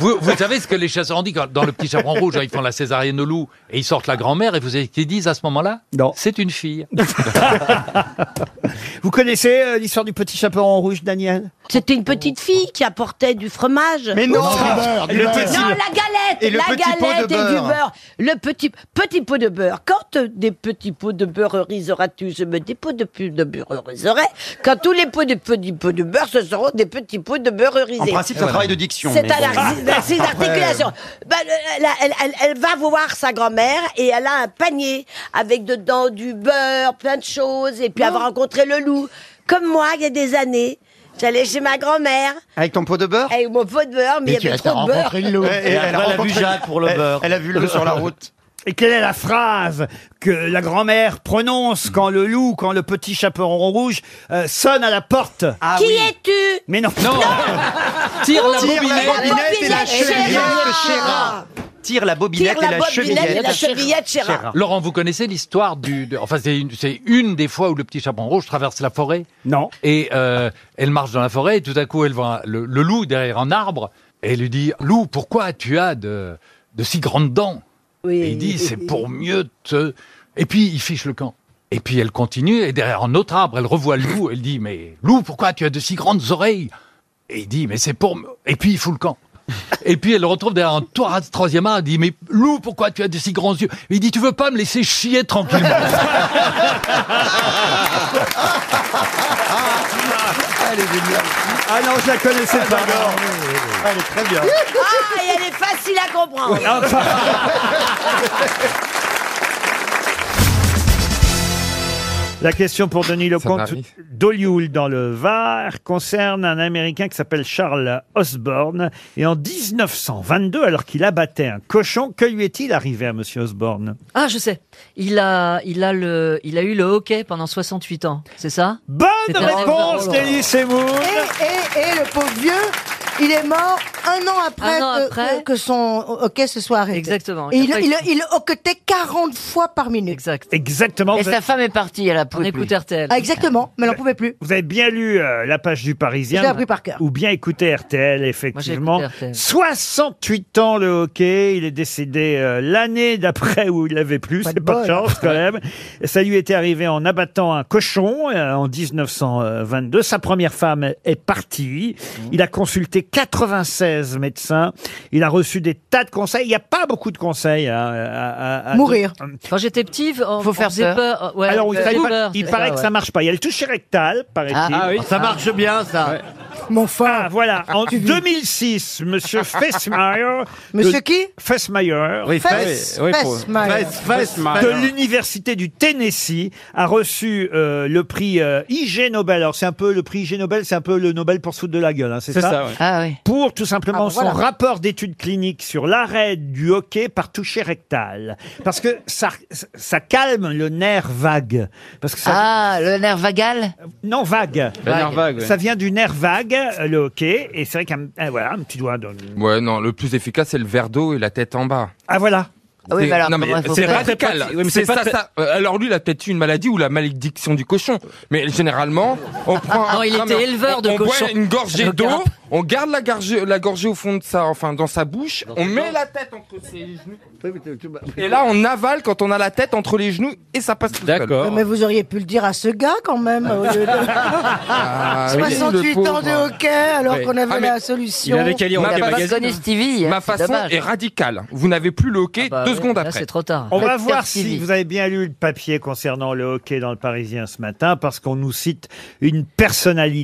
[SPEAKER 10] Vous, vous savez ce que les chasseurs ont dit quand- dans le petit chaperon rouge, hein, ils font la césarienne au loup et ils sortent la grand-mère et vous savez ce qu'ils disent à ce moment-là Non. C'est une fille.
[SPEAKER 1] Vous connaissez euh, l'histoire du petit chaperon rouge, Daniel
[SPEAKER 2] C'était une petite fille qui apportait du fromage.
[SPEAKER 1] Mais non, Oh, Du beurre, du
[SPEAKER 2] Le
[SPEAKER 1] beurre.
[SPEAKER 2] petit- Non, la galette
[SPEAKER 1] Et le
[SPEAKER 2] La
[SPEAKER 1] petit pot de
[SPEAKER 2] galette et
[SPEAKER 1] beurre.
[SPEAKER 2] du beurre Le petit, petit pot de beurre. Quand euh, des petits pots de beurre riseras-tu Je me des pots de, pu- de beurre riserai. Quand tous les pots de petits pots de beurre, ce seront des petits pots de beurre risés.
[SPEAKER 28] En principe, c'est un travail de diction,
[SPEAKER 2] C'est
[SPEAKER 28] mais
[SPEAKER 2] à
[SPEAKER 28] bon. euh,
[SPEAKER 2] la- c'est l'articulation. Bah, le- elle, a- elle- elle- elle va voir sa grand-mère et elle a un panier avec dedans du beurre, plein de choses, et puis
[SPEAKER 28] Mmh.
[SPEAKER 2] avoir rencontré le loup. Comme moi, il y a des années, j'allais chez ma grand-mère.
[SPEAKER 28] Avec ton pot de beurre
[SPEAKER 2] Avec mon pot de beurre, mais
[SPEAKER 28] Et
[SPEAKER 2] il y
[SPEAKER 28] tu
[SPEAKER 2] avait
[SPEAKER 28] as- t'as
[SPEAKER 2] trop de beurre.
[SPEAKER 28] rencontré le loup.
[SPEAKER 2] Ouais,
[SPEAKER 28] Et elle a rencontré- elle- elle a vu le loup sur la route.
[SPEAKER 1] Et quelle est la phrase que la grand-mère prononce quand le loup, quand le petit chaperon rouge euh, sonne à la porte
[SPEAKER 28] Ah
[SPEAKER 2] Qui es-tu
[SPEAKER 1] Mais non.
[SPEAKER 2] Tire la
[SPEAKER 28] Tire
[SPEAKER 2] bobinette.
[SPEAKER 28] la bobinette et la
[SPEAKER 2] La bobinette,
[SPEAKER 28] chevillette
[SPEAKER 2] Gérard.
[SPEAKER 28] Gérard. Tire la bobinette
[SPEAKER 2] Tire la
[SPEAKER 28] et la
[SPEAKER 2] bobinette et la
[SPEAKER 28] chevillette
[SPEAKER 2] chevillette, Gérard.
[SPEAKER 10] Laurent, vous connaissez l'histoire du. de- enfin, c'est une, c'est une des fois où le petit chaperon rouge traverse la forêt.
[SPEAKER 1] Non.
[SPEAKER 10] Et euh, elle marche dans la forêt et tout à coup, elle voit un- le, le loup derrière un arbre et elle lui dit Loup, pourquoi tu as de, de si grandes dents Et il dit C'est pour mieux te. Et puis, il fiche le camp. Et puis, elle continue et derrière un autre arbre, elle revoit le loup. Elle dit Mais loup, pourquoi tu as de si grandes oreilles Et il dit Mais c'est pour. me- Et puis, il fout le camp. Et puis elle le retrouve derrière un toit- troisième arbre. Elle dit Mais loup, pourquoi tu as de si grands yeux Il dit Tu veux pas me laisser chier tranquillement
[SPEAKER 1] Elle est géniale. Ah non, je la connaissais pas.
[SPEAKER 6] Elle est très bien.
[SPEAKER 2] Ah, et elle est facile à comprendre.
[SPEAKER 9] Ah, bah.
[SPEAKER 1] La question pour Denis Lecomte d'Olioul dans le Var concerne un Américain qui s'appelle Charles Osborne. Et en 1922, alors qu'il abattait un cochon, que lui est-il arrivé à Monsieur Osborne
[SPEAKER 12] Ah, je sais. Il a, il a le, il a eu le hockey pendant 68 ans, c'est ça
[SPEAKER 1] Bonne
[SPEAKER 12] C'est un
[SPEAKER 1] réponse,
[SPEAKER 12] rêveur.
[SPEAKER 1] Denis Semoun
[SPEAKER 7] Et, et, et le pauvre vieux, il est mort un an après,
[SPEAKER 12] Un an
[SPEAKER 7] que,
[SPEAKER 12] après.
[SPEAKER 7] que- que son hockey se soit arrêté.
[SPEAKER 12] Exactement.
[SPEAKER 7] Et il,
[SPEAKER 12] Après,
[SPEAKER 7] il,
[SPEAKER 12] il-
[SPEAKER 7] il hoquetait 40 fois par minute. Exact.
[SPEAKER 1] Exactement.
[SPEAKER 7] Et
[SPEAKER 1] vous
[SPEAKER 7] sa
[SPEAKER 1] êtes-
[SPEAKER 7] femme
[SPEAKER 12] est partie, elle a
[SPEAKER 7] pouvait écoute plus. RTL. Ah, exactement, mais elle en pouvait plus.
[SPEAKER 1] Vous avez bien lu euh, la page du Parisien.
[SPEAKER 7] Je l'ai appris par cœur.
[SPEAKER 1] Ou bien écouté RTL, effectivement.
[SPEAKER 12] écouté RTL.
[SPEAKER 1] 68 ans le hockey. Il est décédé euh, l'année d'après où il avait plus. C'est pas de
[SPEAKER 7] bol.
[SPEAKER 1] chance quand même. Ça lui était arrivé en abattant un cochon euh, en 1922. Sa première femme est partie. Il a consulté 96 médecins. Il a reçu des tas de conseils. Il n'y a pas beaucoup de conseils à, à- à- à-
[SPEAKER 12] Quand j'étais petit, on,
[SPEAKER 1] Faut
[SPEAKER 12] on
[SPEAKER 1] faire
[SPEAKER 12] faisait
[SPEAKER 1] peur.
[SPEAKER 12] peur.
[SPEAKER 1] Ah,
[SPEAKER 12] Ouais,
[SPEAKER 1] hum.
[SPEAKER 12] euh,
[SPEAKER 1] Alors,
[SPEAKER 12] on
[SPEAKER 1] il,
[SPEAKER 12] faisait
[SPEAKER 1] fallait pas-
[SPEAKER 12] peur,
[SPEAKER 1] il
[SPEAKER 12] c'est
[SPEAKER 1] paraît que
[SPEAKER 12] ouais.
[SPEAKER 1] ça marche pas. Il y a le toucher rectal, paraît-il.
[SPEAKER 12] Ah oui. Ça marche
[SPEAKER 1] bien, ça.
[SPEAKER 7] Mon frère.
[SPEAKER 1] Ah, voilà. En 2006, Monsieur Fessmeyer.
[SPEAKER 7] Monsieur
[SPEAKER 1] qui Fessmeyer.
[SPEAKER 7] Oui, Fess- Fess- oui, faut- Fessmeyer. Fess- Fessmeyer.
[SPEAKER 1] De l'université du Tennessee a reçu euh, le prix euh, IG Nobel. Alors c'est un peu le prix IG Nobel, c'est un peu le Nobel pour se foutre de la gueule, hein, c'est
[SPEAKER 12] C'est
[SPEAKER 1] ça,
[SPEAKER 12] ça, ouais. Ah oui.
[SPEAKER 1] Pour tout simplement
[SPEAKER 12] Ah, bah,
[SPEAKER 1] son
[SPEAKER 12] voilà.
[SPEAKER 1] rapport d'études cliniques sur l'arrêt du hockey par toucher rectal, parce que ça ça calme le nerf vague, parce que ça,
[SPEAKER 12] Ah, le nerf vagal
[SPEAKER 1] non, vague.
[SPEAKER 12] Le nerf vague, ouais.
[SPEAKER 1] Ça vient du nerf vague, euh, le hockey. Et c'est vrai qu'un euh, voilà, un petit doigt. dans-
[SPEAKER 9] Ouais, non, le plus efficace, c'est le verre d'eau et la tête en bas.
[SPEAKER 1] Ah voilà.
[SPEAKER 9] C'est- non, mais c'est radical. C'est ça,
[SPEAKER 1] très-
[SPEAKER 9] ça. Euh, Alors lui, il a peut-être eu une maladie ou la malédiction du cochon. Mais généralement, on prend.
[SPEAKER 12] Non, il était
[SPEAKER 9] mais on-
[SPEAKER 12] éleveur de
[SPEAKER 9] on boit
[SPEAKER 12] cochons.
[SPEAKER 9] une gorgée
[SPEAKER 12] Le
[SPEAKER 9] d'eau,
[SPEAKER 12] grappe.
[SPEAKER 9] On garde la gorgée, la gorgée au fond de sa, enfin dans sa bouche. on met la tête entre ses genoux. et là on avale quand on a la tête entre les genoux et ça passe. D'accord.
[SPEAKER 7] Mais vous auriez pu le dire à ce gars quand même. au lieu de-
[SPEAKER 9] Ah, oui,
[SPEAKER 7] 68
[SPEAKER 9] le
[SPEAKER 7] ans
[SPEAKER 9] pauvre.
[SPEAKER 7] de hockey alors
[SPEAKER 9] Ouais.
[SPEAKER 7] qu'on avait
[SPEAKER 9] Ah, mais
[SPEAKER 7] la solution.
[SPEAKER 9] Ma façon- Ma
[SPEAKER 7] c'est
[SPEAKER 9] façon
[SPEAKER 7] dommage.
[SPEAKER 9] est radicale. Vous n'avez plus le hockey deux
[SPEAKER 1] ouais,
[SPEAKER 9] secondes
[SPEAKER 1] bah là,
[SPEAKER 9] après.
[SPEAKER 1] c'est trop On va voir si vous avez bien lu le papier concernant le hockey dans le Parisien ce matin, parce qu'on nous cite une personnalité.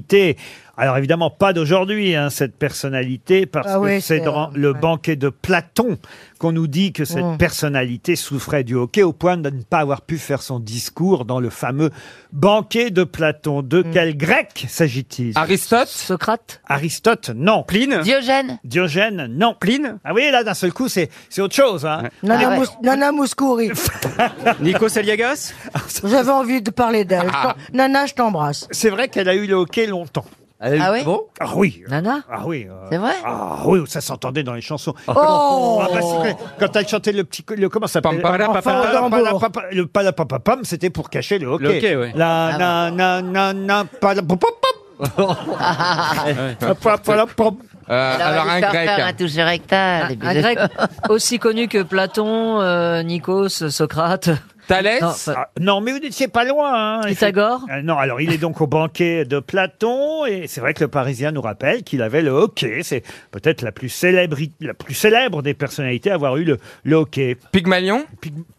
[SPEAKER 1] Alors évidemment pas d'aujourd'hui hein, cette personnalité parce
[SPEAKER 7] Ah
[SPEAKER 1] que
[SPEAKER 7] oui,
[SPEAKER 1] c'est
[SPEAKER 7] c'est,
[SPEAKER 1] dans
[SPEAKER 7] euh,
[SPEAKER 1] le banquet de Platon qu'on nous dit que cette
[SPEAKER 7] Mm.
[SPEAKER 1] personnalité souffrait du hockey au point de ne pas avoir pu faire son discours dans le fameux banquet de Platon. De quel grec s'agit-il
[SPEAKER 9] Aristote
[SPEAKER 1] Mm. Socrate Aristote non. Pline Diogène Diogène non. Pline Ah oui là d'un seul coup c'est c'est autre chose hein.
[SPEAKER 7] Nana,
[SPEAKER 1] Ah ouais.
[SPEAKER 7] Mous- Nana Mouskouri.
[SPEAKER 1] Nico Saliagas
[SPEAKER 7] J'avais envie de parler d'elle. Je t'en- Nana, je t'embrasse.
[SPEAKER 1] C'est vrai qu'elle a eu le hockey longtemps.
[SPEAKER 7] eu- Ah ouais
[SPEAKER 1] bon Ah oui.
[SPEAKER 12] Nana
[SPEAKER 1] Ah oui. euh,
[SPEAKER 12] C'est vrai
[SPEAKER 1] Ah oui, ça s'entendait dans les chansons.
[SPEAKER 12] Oh
[SPEAKER 1] Ah bah, c'est que Quand elle chantait le petit... co- Le, comment ça s'appelle
[SPEAKER 9] Pam, pam, Enfant pam, pam,
[SPEAKER 1] Pam, pam, pam, Le palapapapam, c'était pour cacher le hockey.
[SPEAKER 9] Le hockey, ouais.
[SPEAKER 1] La
[SPEAKER 12] Ah
[SPEAKER 1] na na na na palapapapam. Palapapapam.
[SPEAKER 9] Euh,
[SPEAKER 12] Alors,
[SPEAKER 9] alors un grec.
[SPEAKER 12] Ah, Un, un grec aussi connu que Platon, euh, Nikos, Socrate.
[SPEAKER 9] Thalès
[SPEAKER 12] Non,
[SPEAKER 1] Ah, non, mais vous n'étiez pas loin. hein.
[SPEAKER 12] Pythagore
[SPEAKER 1] Euh, Non, alors il est donc au banquet de Platon, et c'est vrai que le Parisien nous rappelle qu'il avait le hockey. C'est peut-être la, plus célèbre, la plus célèbre des personnalités à avoir eu le, le hockey.
[SPEAKER 9] Pygmalion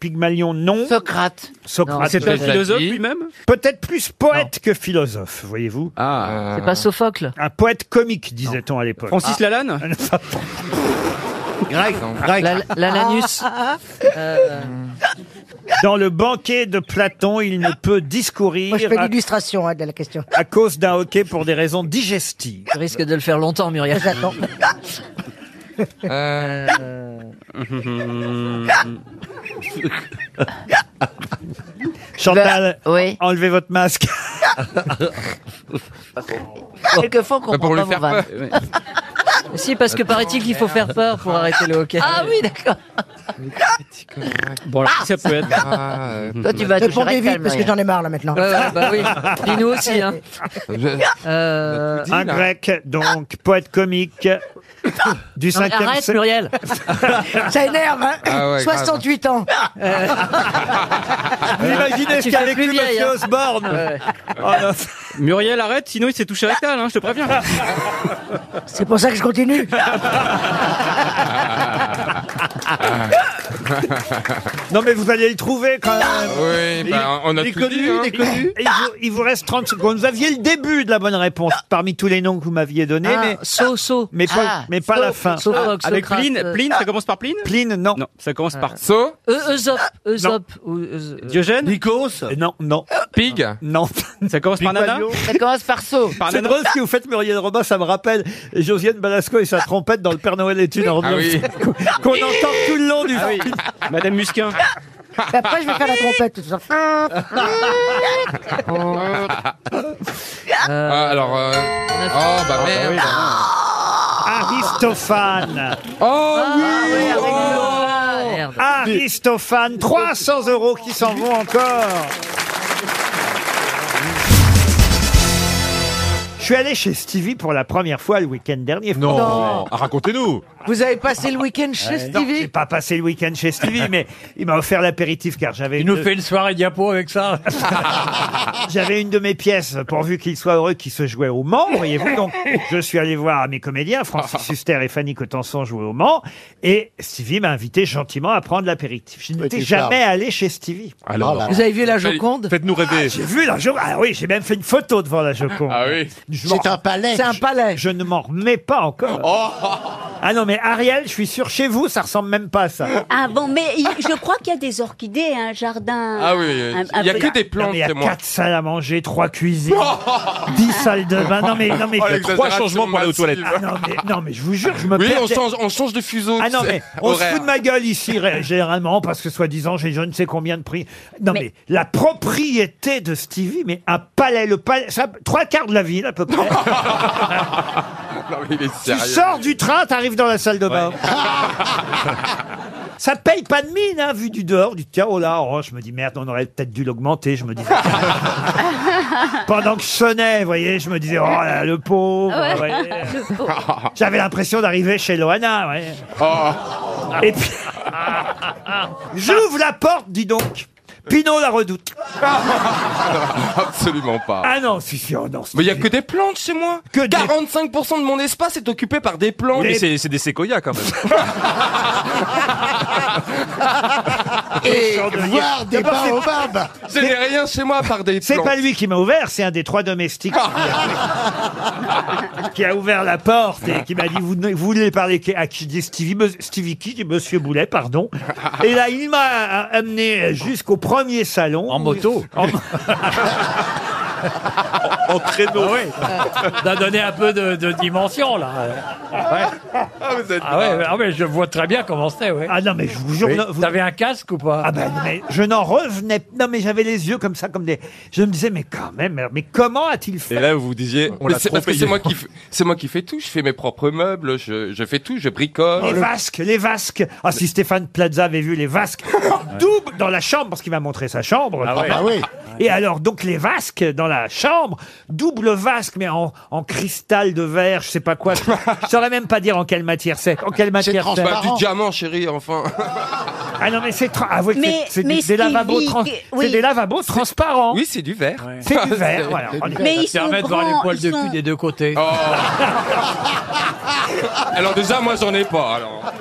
[SPEAKER 1] Pygmalion, non.
[SPEAKER 12] Socrate.
[SPEAKER 1] Socrate.
[SPEAKER 12] Non, c'est
[SPEAKER 1] oui.
[SPEAKER 12] un philosophe
[SPEAKER 9] lui-même
[SPEAKER 1] Peut-être plus poète que philosophe, voyez-vous.
[SPEAKER 9] Ah.
[SPEAKER 12] C'est pas Sophocle
[SPEAKER 1] Un poète comique, disait-on à l'époque.
[SPEAKER 12] Francis
[SPEAKER 1] Ah.
[SPEAKER 12] Lalanne
[SPEAKER 1] Grec, grec.
[SPEAKER 12] La, la Lanus.
[SPEAKER 7] Ah,
[SPEAKER 12] Euh,
[SPEAKER 1] Dans le banquet de Platon, il ne peut discourir.
[SPEAKER 7] Moi, je fais
[SPEAKER 9] Ah.
[SPEAKER 1] à-
[SPEAKER 7] l'illustration hein, de la question.
[SPEAKER 1] à cause d'un hockey pour des raisons digestives.
[SPEAKER 12] risque de le faire longtemps, Muriel.
[SPEAKER 7] J'attends.
[SPEAKER 12] Euh.
[SPEAKER 1] Chantal, enlevez votre masque.
[SPEAKER 12] Quelquefois, on comprend
[SPEAKER 1] Bah, Pour lui
[SPEAKER 12] pas
[SPEAKER 1] faire
[SPEAKER 12] vos vannes.
[SPEAKER 1] peur.
[SPEAKER 12] Si, parce que paraît-il qu'il faut faire peur pour arrêter le hockey.
[SPEAKER 23] Ah oui,
[SPEAKER 12] d'accord.
[SPEAKER 5] Bon, alors,
[SPEAKER 1] Ah.
[SPEAKER 5] qui ça peut être Mmh.
[SPEAKER 23] Toi, tu vas toujours
[SPEAKER 7] Répondez
[SPEAKER 23] être
[SPEAKER 7] vite
[SPEAKER 23] calme,
[SPEAKER 7] parce que
[SPEAKER 23] Muriel.
[SPEAKER 7] j'en ai marre là maintenant.
[SPEAKER 12] Ouais, ouais, bah oui. Puis nous aussi, hein. Euh,
[SPEAKER 1] un
[SPEAKER 12] là.
[SPEAKER 1] grec, donc, poète comique du
[SPEAKER 12] Non, mais
[SPEAKER 1] 5e
[SPEAKER 12] arrête, Muriel.
[SPEAKER 7] Ça énerve, hein
[SPEAKER 1] Ah ouais,
[SPEAKER 7] 68 ans.
[SPEAKER 1] Euh, Vous imaginez ce
[SPEAKER 5] Tu
[SPEAKER 1] qu'a
[SPEAKER 5] fais
[SPEAKER 1] vécu
[SPEAKER 5] plus vieille,
[SPEAKER 1] Monsieur
[SPEAKER 5] hein.
[SPEAKER 1] Osborne
[SPEAKER 5] Ouais.
[SPEAKER 1] Oh, non.
[SPEAKER 5] Muriel, arrête, sinon il s'est touché rectal, hein, je te préviens.
[SPEAKER 7] C'est pour ça que je continue.
[SPEAKER 9] Ah.
[SPEAKER 1] Non, mais vous allez le trouver quand même.
[SPEAKER 9] Oui, bah, on a tout dit, hein.
[SPEAKER 1] Et il, vous, il vous reste 30 secondes. Vous aviez le début de la bonne réponse parmi tous les noms que vous m'aviez donnés.
[SPEAKER 12] Ah,
[SPEAKER 1] mais,
[SPEAKER 12] so, so.
[SPEAKER 1] mais pas,
[SPEAKER 12] Ah,
[SPEAKER 1] mais pas
[SPEAKER 12] so-
[SPEAKER 1] la fin.
[SPEAKER 12] Sophocle,
[SPEAKER 5] Avec
[SPEAKER 12] Socrate,
[SPEAKER 5] Pline,
[SPEAKER 12] euh,
[SPEAKER 5] Pline, ça commence par Pline
[SPEAKER 1] Pline, non.
[SPEAKER 5] Non, ça commence par. Ah,
[SPEAKER 9] So
[SPEAKER 12] Eu- Eusope, Eusope. Euh, ou euh, Eus-
[SPEAKER 5] Diogène Euh,
[SPEAKER 1] Nikos Non, non.
[SPEAKER 9] Pig
[SPEAKER 1] Non.
[SPEAKER 5] Ça commence par Nana
[SPEAKER 12] Ça commence par So.
[SPEAKER 1] C'est drôle ce que vous faites, Muriel Robin, ça me rappelle Josiane Balasco et sa trompette dans le Père Noël est une ordure.
[SPEAKER 5] Ah oui.
[SPEAKER 1] Qu'on entend tout le long du
[SPEAKER 5] Ah oui.
[SPEAKER 1] film.
[SPEAKER 5] Madame Musquin.
[SPEAKER 7] Et après, je vais faire la trompette. tout ça.
[SPEAKER 9] Ah, alors. euh, Oh bah merde.
[SPEAKER 12] Ah, bah
[SPEAKER 1] Aristophane.
[SPEAKER 9] Oh
[SPEAKER 7] Ah,
[SPEAKER 9] oui.
[SPEAKER 12] Merde.
[SPEAKER 1] Aristophane, 300 euros qui s'en vont encore. Je suis allé chez Stevie pour la première fois le week-end dernier.
[SPEAKER 22] Non,
[SPEAKER 7] Non.
[SPEAKER 22] racontez-nous.
[SPEAKER 7] Vous avez passé le week-end chez
[SPEAKER 1] Ouais. Euh, Non,
[SPEAKER 7] Stevie
[SPEAKER 1] j'ai pas passé le week-end chez Stevie, mais il m'a offert l'apéritif car j'avais.
[SPEAKER 26] Il nous
[SPEAKER 1] une-
[SPEAKER 26] fait une soirée diapo avec ça.
[SPEAKER 1] J'avais une de mes pièces, pourvu qu'il soit heureux, qui se jouait au Mans, voyez-vous. Donc, je suis allé voir mes comédiens, Francis Huster et Fanny Cotenson jouer au Mans, et Stevie m'a invité gentiment à prendre l'apéritif. Je n'étais
[SPEAKER 22] tu
[SPEAKER 1] jamais
[SPEAKER 22] parles.
[SPEAKER 1] allé chez Stevie. Oh
[SPEAKER 22] Alors,
[SPEAKER 7] Vous avez vu la Joconde
[SPEAKER 22] Faites-nous rêver.
[SPEAKER 1] J'ai vu la Joconde. Ah oui, j'ai même fait une photo devant la Joconde. Ah oui.
[SPEAKER 4] C'est un palais.
[SPEAKER 7] C'est un palais.
[SPEAKER 1] Je ne m'en remets pas encore. Ah non, mais Ariel, je suis sûr, chez vous, ça ressemble même pas à ça.
[SPEAKER 14] Ah bon, mais il- je crois qu'il y a des orchidées, un jardin.
[SPEAKER 9] Ah oui, oui, oui.
[SPEAKER 14] un-
[SPEAKER 9] il y a
[SPEAKER 14] un-
[SPEAKER 9] que des plantes,
[SPEAKER 1] Non, mais il y a
[SPEAKER 9] c'est moi. Oh
[SPEAKER 1] quatre salles à manger, trois cuisines, dix salles de bain. Non mais non mais
[SPEAKER 22] Oh, Il y a trois l'exagération changements pour aller aux massive. toilettes.
[SPEAKER 1] Ah, non mais non mais je vous jure, je me
[SPEAKER 9] Oui,
[SPEAKER 1] perds.
[SPEAKER 9] on change, on change de fuseau.
[SPEAKER 1] Ah non mais on se
[SPEAKER 9] horaire.
[SPEAKER 1] fout de ma gueule ici ré- généralement parce que soi-disant j'ai je ne sais combien de prix. Non mais, la propriété de Stevie, mais un palais, le palais, ça- trois quarts de la ville à peu près.
[SPEAKER 9] Non, mais il est
[SPEAKER 1] tu
[SPEAKER 9] sérieux.
[SPEAKER 1] sors du train, t'arrives dans la salle de bain. Ça paye pas de
[SPEAKER 12] Ah.
[SPEAKER 1] mine, hein, vu du dehors, du tiens, oh là, oh, je me dis merde, on aurait peut-être dû l'augmenter, je me dis. pendant que je sonnais, vous voyez, je me disais, oh là, le pauvre.
[SPEAKER 17] Ouais.
[SPEAKER 14] Ah,
[SPEAKER 1] vous voyez.
[SPEAKER 17] Le pauvre.
[SPEAKER 1] J'avais l'impression d'arriver chez Loana. ouais. Et puis, j'ouvre la porte, dis donc. Pinot la redoute.
[SPEAKER 9] Absolument pas.
[SPEAKER 1] Ah non, si, si, oh non.
[SPEAKER 9] Mais il y a que des plantes chez moi.
[SPEAKER 1] Que
[SPEAKER 9] 45% de mon espace est occupé par des plantes.
[SPEAKER 22] Mais c'est c'est des séquoias quand même.
[SPEAKER 9] Et
[SPEAKER 1] voir des
[SPEAKER 9] D'abord, c'est-
[SPEAKER 1] baobabs.
[SPEAKER 9] Je n'ai rien chez moi par des
[SPEAKER 1] C'est
[SPEAKER 9] plantes.
[SPEAKER 1] pas lui qui m'a ouvert, c'est un des trois domestiques qui- qui a ouvert la porte et qui m'a dit vous, ne- vous voulez parler qui- à qui dit Stevie, Mo- Stevie qui dit Monsieur Boulet, pardon. Et là, il m'a euh, amené jusqu'au premier salon. En moto.
[SPEAKER 22] En traîneau.
[SPEAKER 26] Ah T'as donné un peu de, de dimension, là.
[SPEAKER 9] Ah, vous êtes
[SPEAKER 26] Ah ouais, ah ouais, je vois très bien comment c'est, ouais.
[SPEAKER 1] Ah non, mais je vous jure. non, vous-
[SPEAKER 26] T'avais un casque ou pas
[SPEAKER 1] Ah ben, mais je n'en revenais. Non, mais j'avais les yeux comme ça, comme des. Je me disais, mais quand même, mais comment a-t-il fait
[SPEAKER 9] Et là, vous vous disiez,
[SPEAKER 1] on l'a
[SPEAKER 9] c'est
[SPEAKER 1] trop
[SPEAKER 9] parce que
[SPEAKER 1] payé.
[SPEAKER 9] c'est moi qui, f- c'est moi qui fais tout. Je fais mes propres meubles, je, je fais tout, je bricole.
[SPEAKER 1] Les vasques, les vasques. Ah, si Stéphane Plaza avait vu les vasques double dans la chambre, parce qu'il m'a montré sa chambre.
[SPEAKER 9] Ah ouais. Ah bah oui.
[SPEAKER 1] Et alors, donc, les vasques dans la chambre, double vasque, mais en, en cristal de verre, je sais pas quoi. Je, je saurais même pas dire en quelle matière c'est. En quelle matière c'est.
[SPEAKER 9] Bah, du diamant, chérie, enfin.
[SPEAKER 1] Ah non, mais c'est tra- avouez que
[SPEAKER 9] Mais-
[SPEAKER 1] c'est- c'est
[SPEAKER 9] mais
[SPEAKER 1] des, des lavabos
[SPEAKER 9] Stevie,
[SPEAKER 1] trans-
[SPEAKER 9] que-
[SPEAKER 1] c'est
[SPEAKER 9] oui.
[SPEAKER 1] des lavabos transparents.
[SPEAKER 9] Oui, c'est du verre.
[SPEAKER 1] C'est du verre, voilà.
[SPEAKER 26] Mais ils sont grands, ils sont-
[SPEAKER 9] deux côtés. Oh. alors déjà, moi, j'en ai pas. Alors.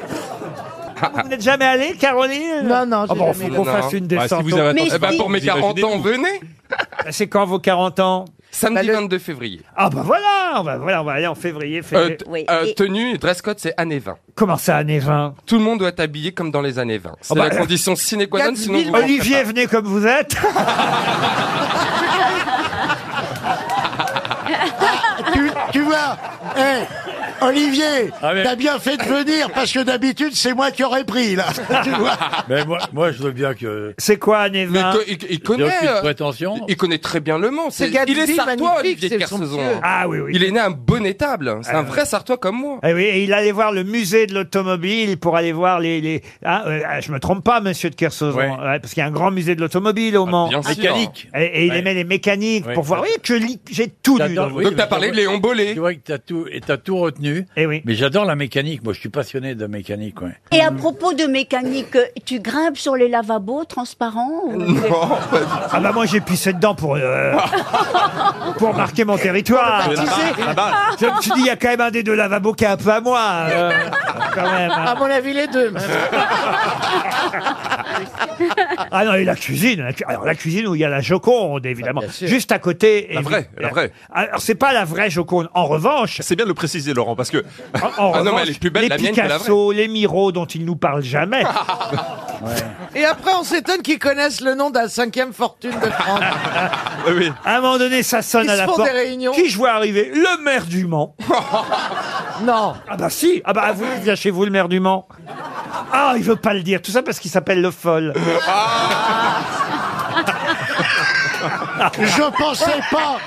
[SPEAKER 1] Vous n'êtes jamais allé, Caroline
[SPEAKER 7] Non, non, j'ai
[SPEAKER 1] Ah bon,
[SPEAKER 7] jamais
[SPEAKER 1] faut qu'on
[SPEAKER 9] été.
[SPEAKER 1] fasse une
[SPEAKER 9] Bah, si
[SPEAKER 1] descente.
[SPEAKER 9] vous avez attention, Eh ben, pour mes 40 ans, venez
[SPEAKER 1] Bah, C'est quand vos 40 ans Bah,
[SPEAKER 9] Samedi 22 février.
[SPEAKER 1] Ah bah voilà, on va, voilà, on va aller en février.
[SPEAKER 9] Euh,
[SPEAKER 1] février.
[SPEAKER 9] t- euh, Tenue et dress code, c'est années 20.
[SPEAKER 1] Comment ça, années 20
[SPEAKER 9] Tout le monde doit être habillé comme dans les années 20. C'est
[SPEAKER 1] Ah bah,
[SPEAKER 9] la condition sine qua non, sinon vous
[SPEAKER 1] Olivier, venez comme vous êtes.
[SPEAKER 4] tu, tu vois, hey, Olivier,
[SPEAKER 26] Ah, mais-
[SPEAKER 4] t'as bien fait de venir parce que d'habitude c'est moi qui aurais pris là. tu vois.
[SPEAKER 26] Mais moi, moi, je veux bien que.
[SPEAKER 1] C'est quoi, années
[SPEAKER 9] Mais
[SPEAKER 1] 20
[SPEAKER 9] co- il, il connaît.
[SPEAKER 26] J'ai aucune
[SPEAKER 9] euh,
[SPEAKER 26] prétention.
[SPEAKER 9] Il connaît très bien le Mans.
[SPEAKER 26] C'est
[SPEAKER 9] C'est- il est
[SPEAKER 26] Gatsby
[SPEAKER 9] sartois,
[SPEAKER 26] magnifique,
[SPEAKER 9] Olivier de
[SPEAKER 26] c'est
[SPEAKER 9] Kersauzon.
[SPEAKER 26] somptueux.
[SPEAKER 1] Ah oui, oui.
[SPEAKER 9] Il est né un bon étable. C'est
[SPEAKER 1] Ah,
[SPEAKER 9] un
[SPEAKER 1] oui.
[SPEAKER 9] vrai sartois comme moi.
[SPEAKER 1] Eh oui, et il allait voir le musée de l'automobile pour aller voir les. les... Ah, euh, ah, je me trompe pas, monsieur de Kersauzon,
[SPEAKER 9] Ouais. Ah,
[SPEAKER 1] ouais, parce qu'il y a un grand musée de l'automobile au Mans. Ah,
[SPEAKER 9] bien sûr. Mécanique.
[SPEAKER 1] Et, et il
[SPEAKER 9] Ouais.
[SPEAKER 1] aimait les mécaniques
[SPEAKER 26] Ouais.
[SPEAKER 1] pour voir. Oui, que li- j'ai tout lu. dans
[SPEAKER 26] J'adore-
[SPEAKER 1] votre-
[SPEAKER 26] oui, mais j'adore-
[SPEAKER 9] Bollet.
[SPEAKER 26] Tu vois que t'as tout, et t'as tout retenu.
[SPEAKER 10] Eh
[SPEAKER 26] Mais j'adore la mécanique. Moi, je suis passionné de mécanique, ouais.
[SPEAKER 14] Et à propos de mécanique, euh, tu grimpes sur les lavabos transparents ou-
[SPEAKER 1] Ah bah moi j'ai pissé dedans pour euh, pour marquer mon territoire.
[SPEAKER 14] Pour le baptiser. La balle, la balle.
[SPEAKER 1] Je me suis dit il y a quand même un des deux lavabos qui est un peu à moi. euh, quand même. hein.
[SPEAKER 7] À mon avis, les deux.
[SPEAKER 1] Ah non, et la cuisine. la cu- Alors, la cuisine où il y a la Joconde, évidemment. Juste à côté.
[SPEAKER 22] Ah, La
[SPEAKER 1] évi- euh,
[SPEAKER 22] vraie, la vraie.
[SPEAKER 1] Alors, c'est pas la vraie Joconde. En revanche. Oh,
[SPEAKER 22] C'est bien de le préciser, Laurent, parce que.
[SPEAKER 1] En
[SPEAKER 22] Ah non, mais
[SPEAKER 1] revanche,
[SPEAKER 22] elle est plus belle,
[SPEAKER 1] les
[SPEAKER 22] la mienne, que la vraie.
[SPEAKER 1] Picasso, les Miro dont ils nous parlent jamais.
[SPEAKER 7] Et après, on s'étonne qu'ils connaissent le nom de la cinquième fortune de France.
[SPEAKER 1] À un moment donné, ça sonne
[SPEAKER 7] Ils
[SPEAKER 1] à
[SPEAKER 7] se
[SPEAKER 1] la
[SPEAKER 7] font
[SPEAKER 1] porte.
[SPEAKER 7] des réunions.
[SPEAKER 1] Qui je vois arriver Le maire du Mans.
[SPEAKER 7] non.
[SPEAKER 1] Ah bah si. Ah bah vous, il vient chez vous le maire du Mans. Ah, il veut pas le dire. Tout ça parce qu'il s'appelle le folle.
[SPEAKER 22] Ah.
[SPEAKER 4] Je pensais pas,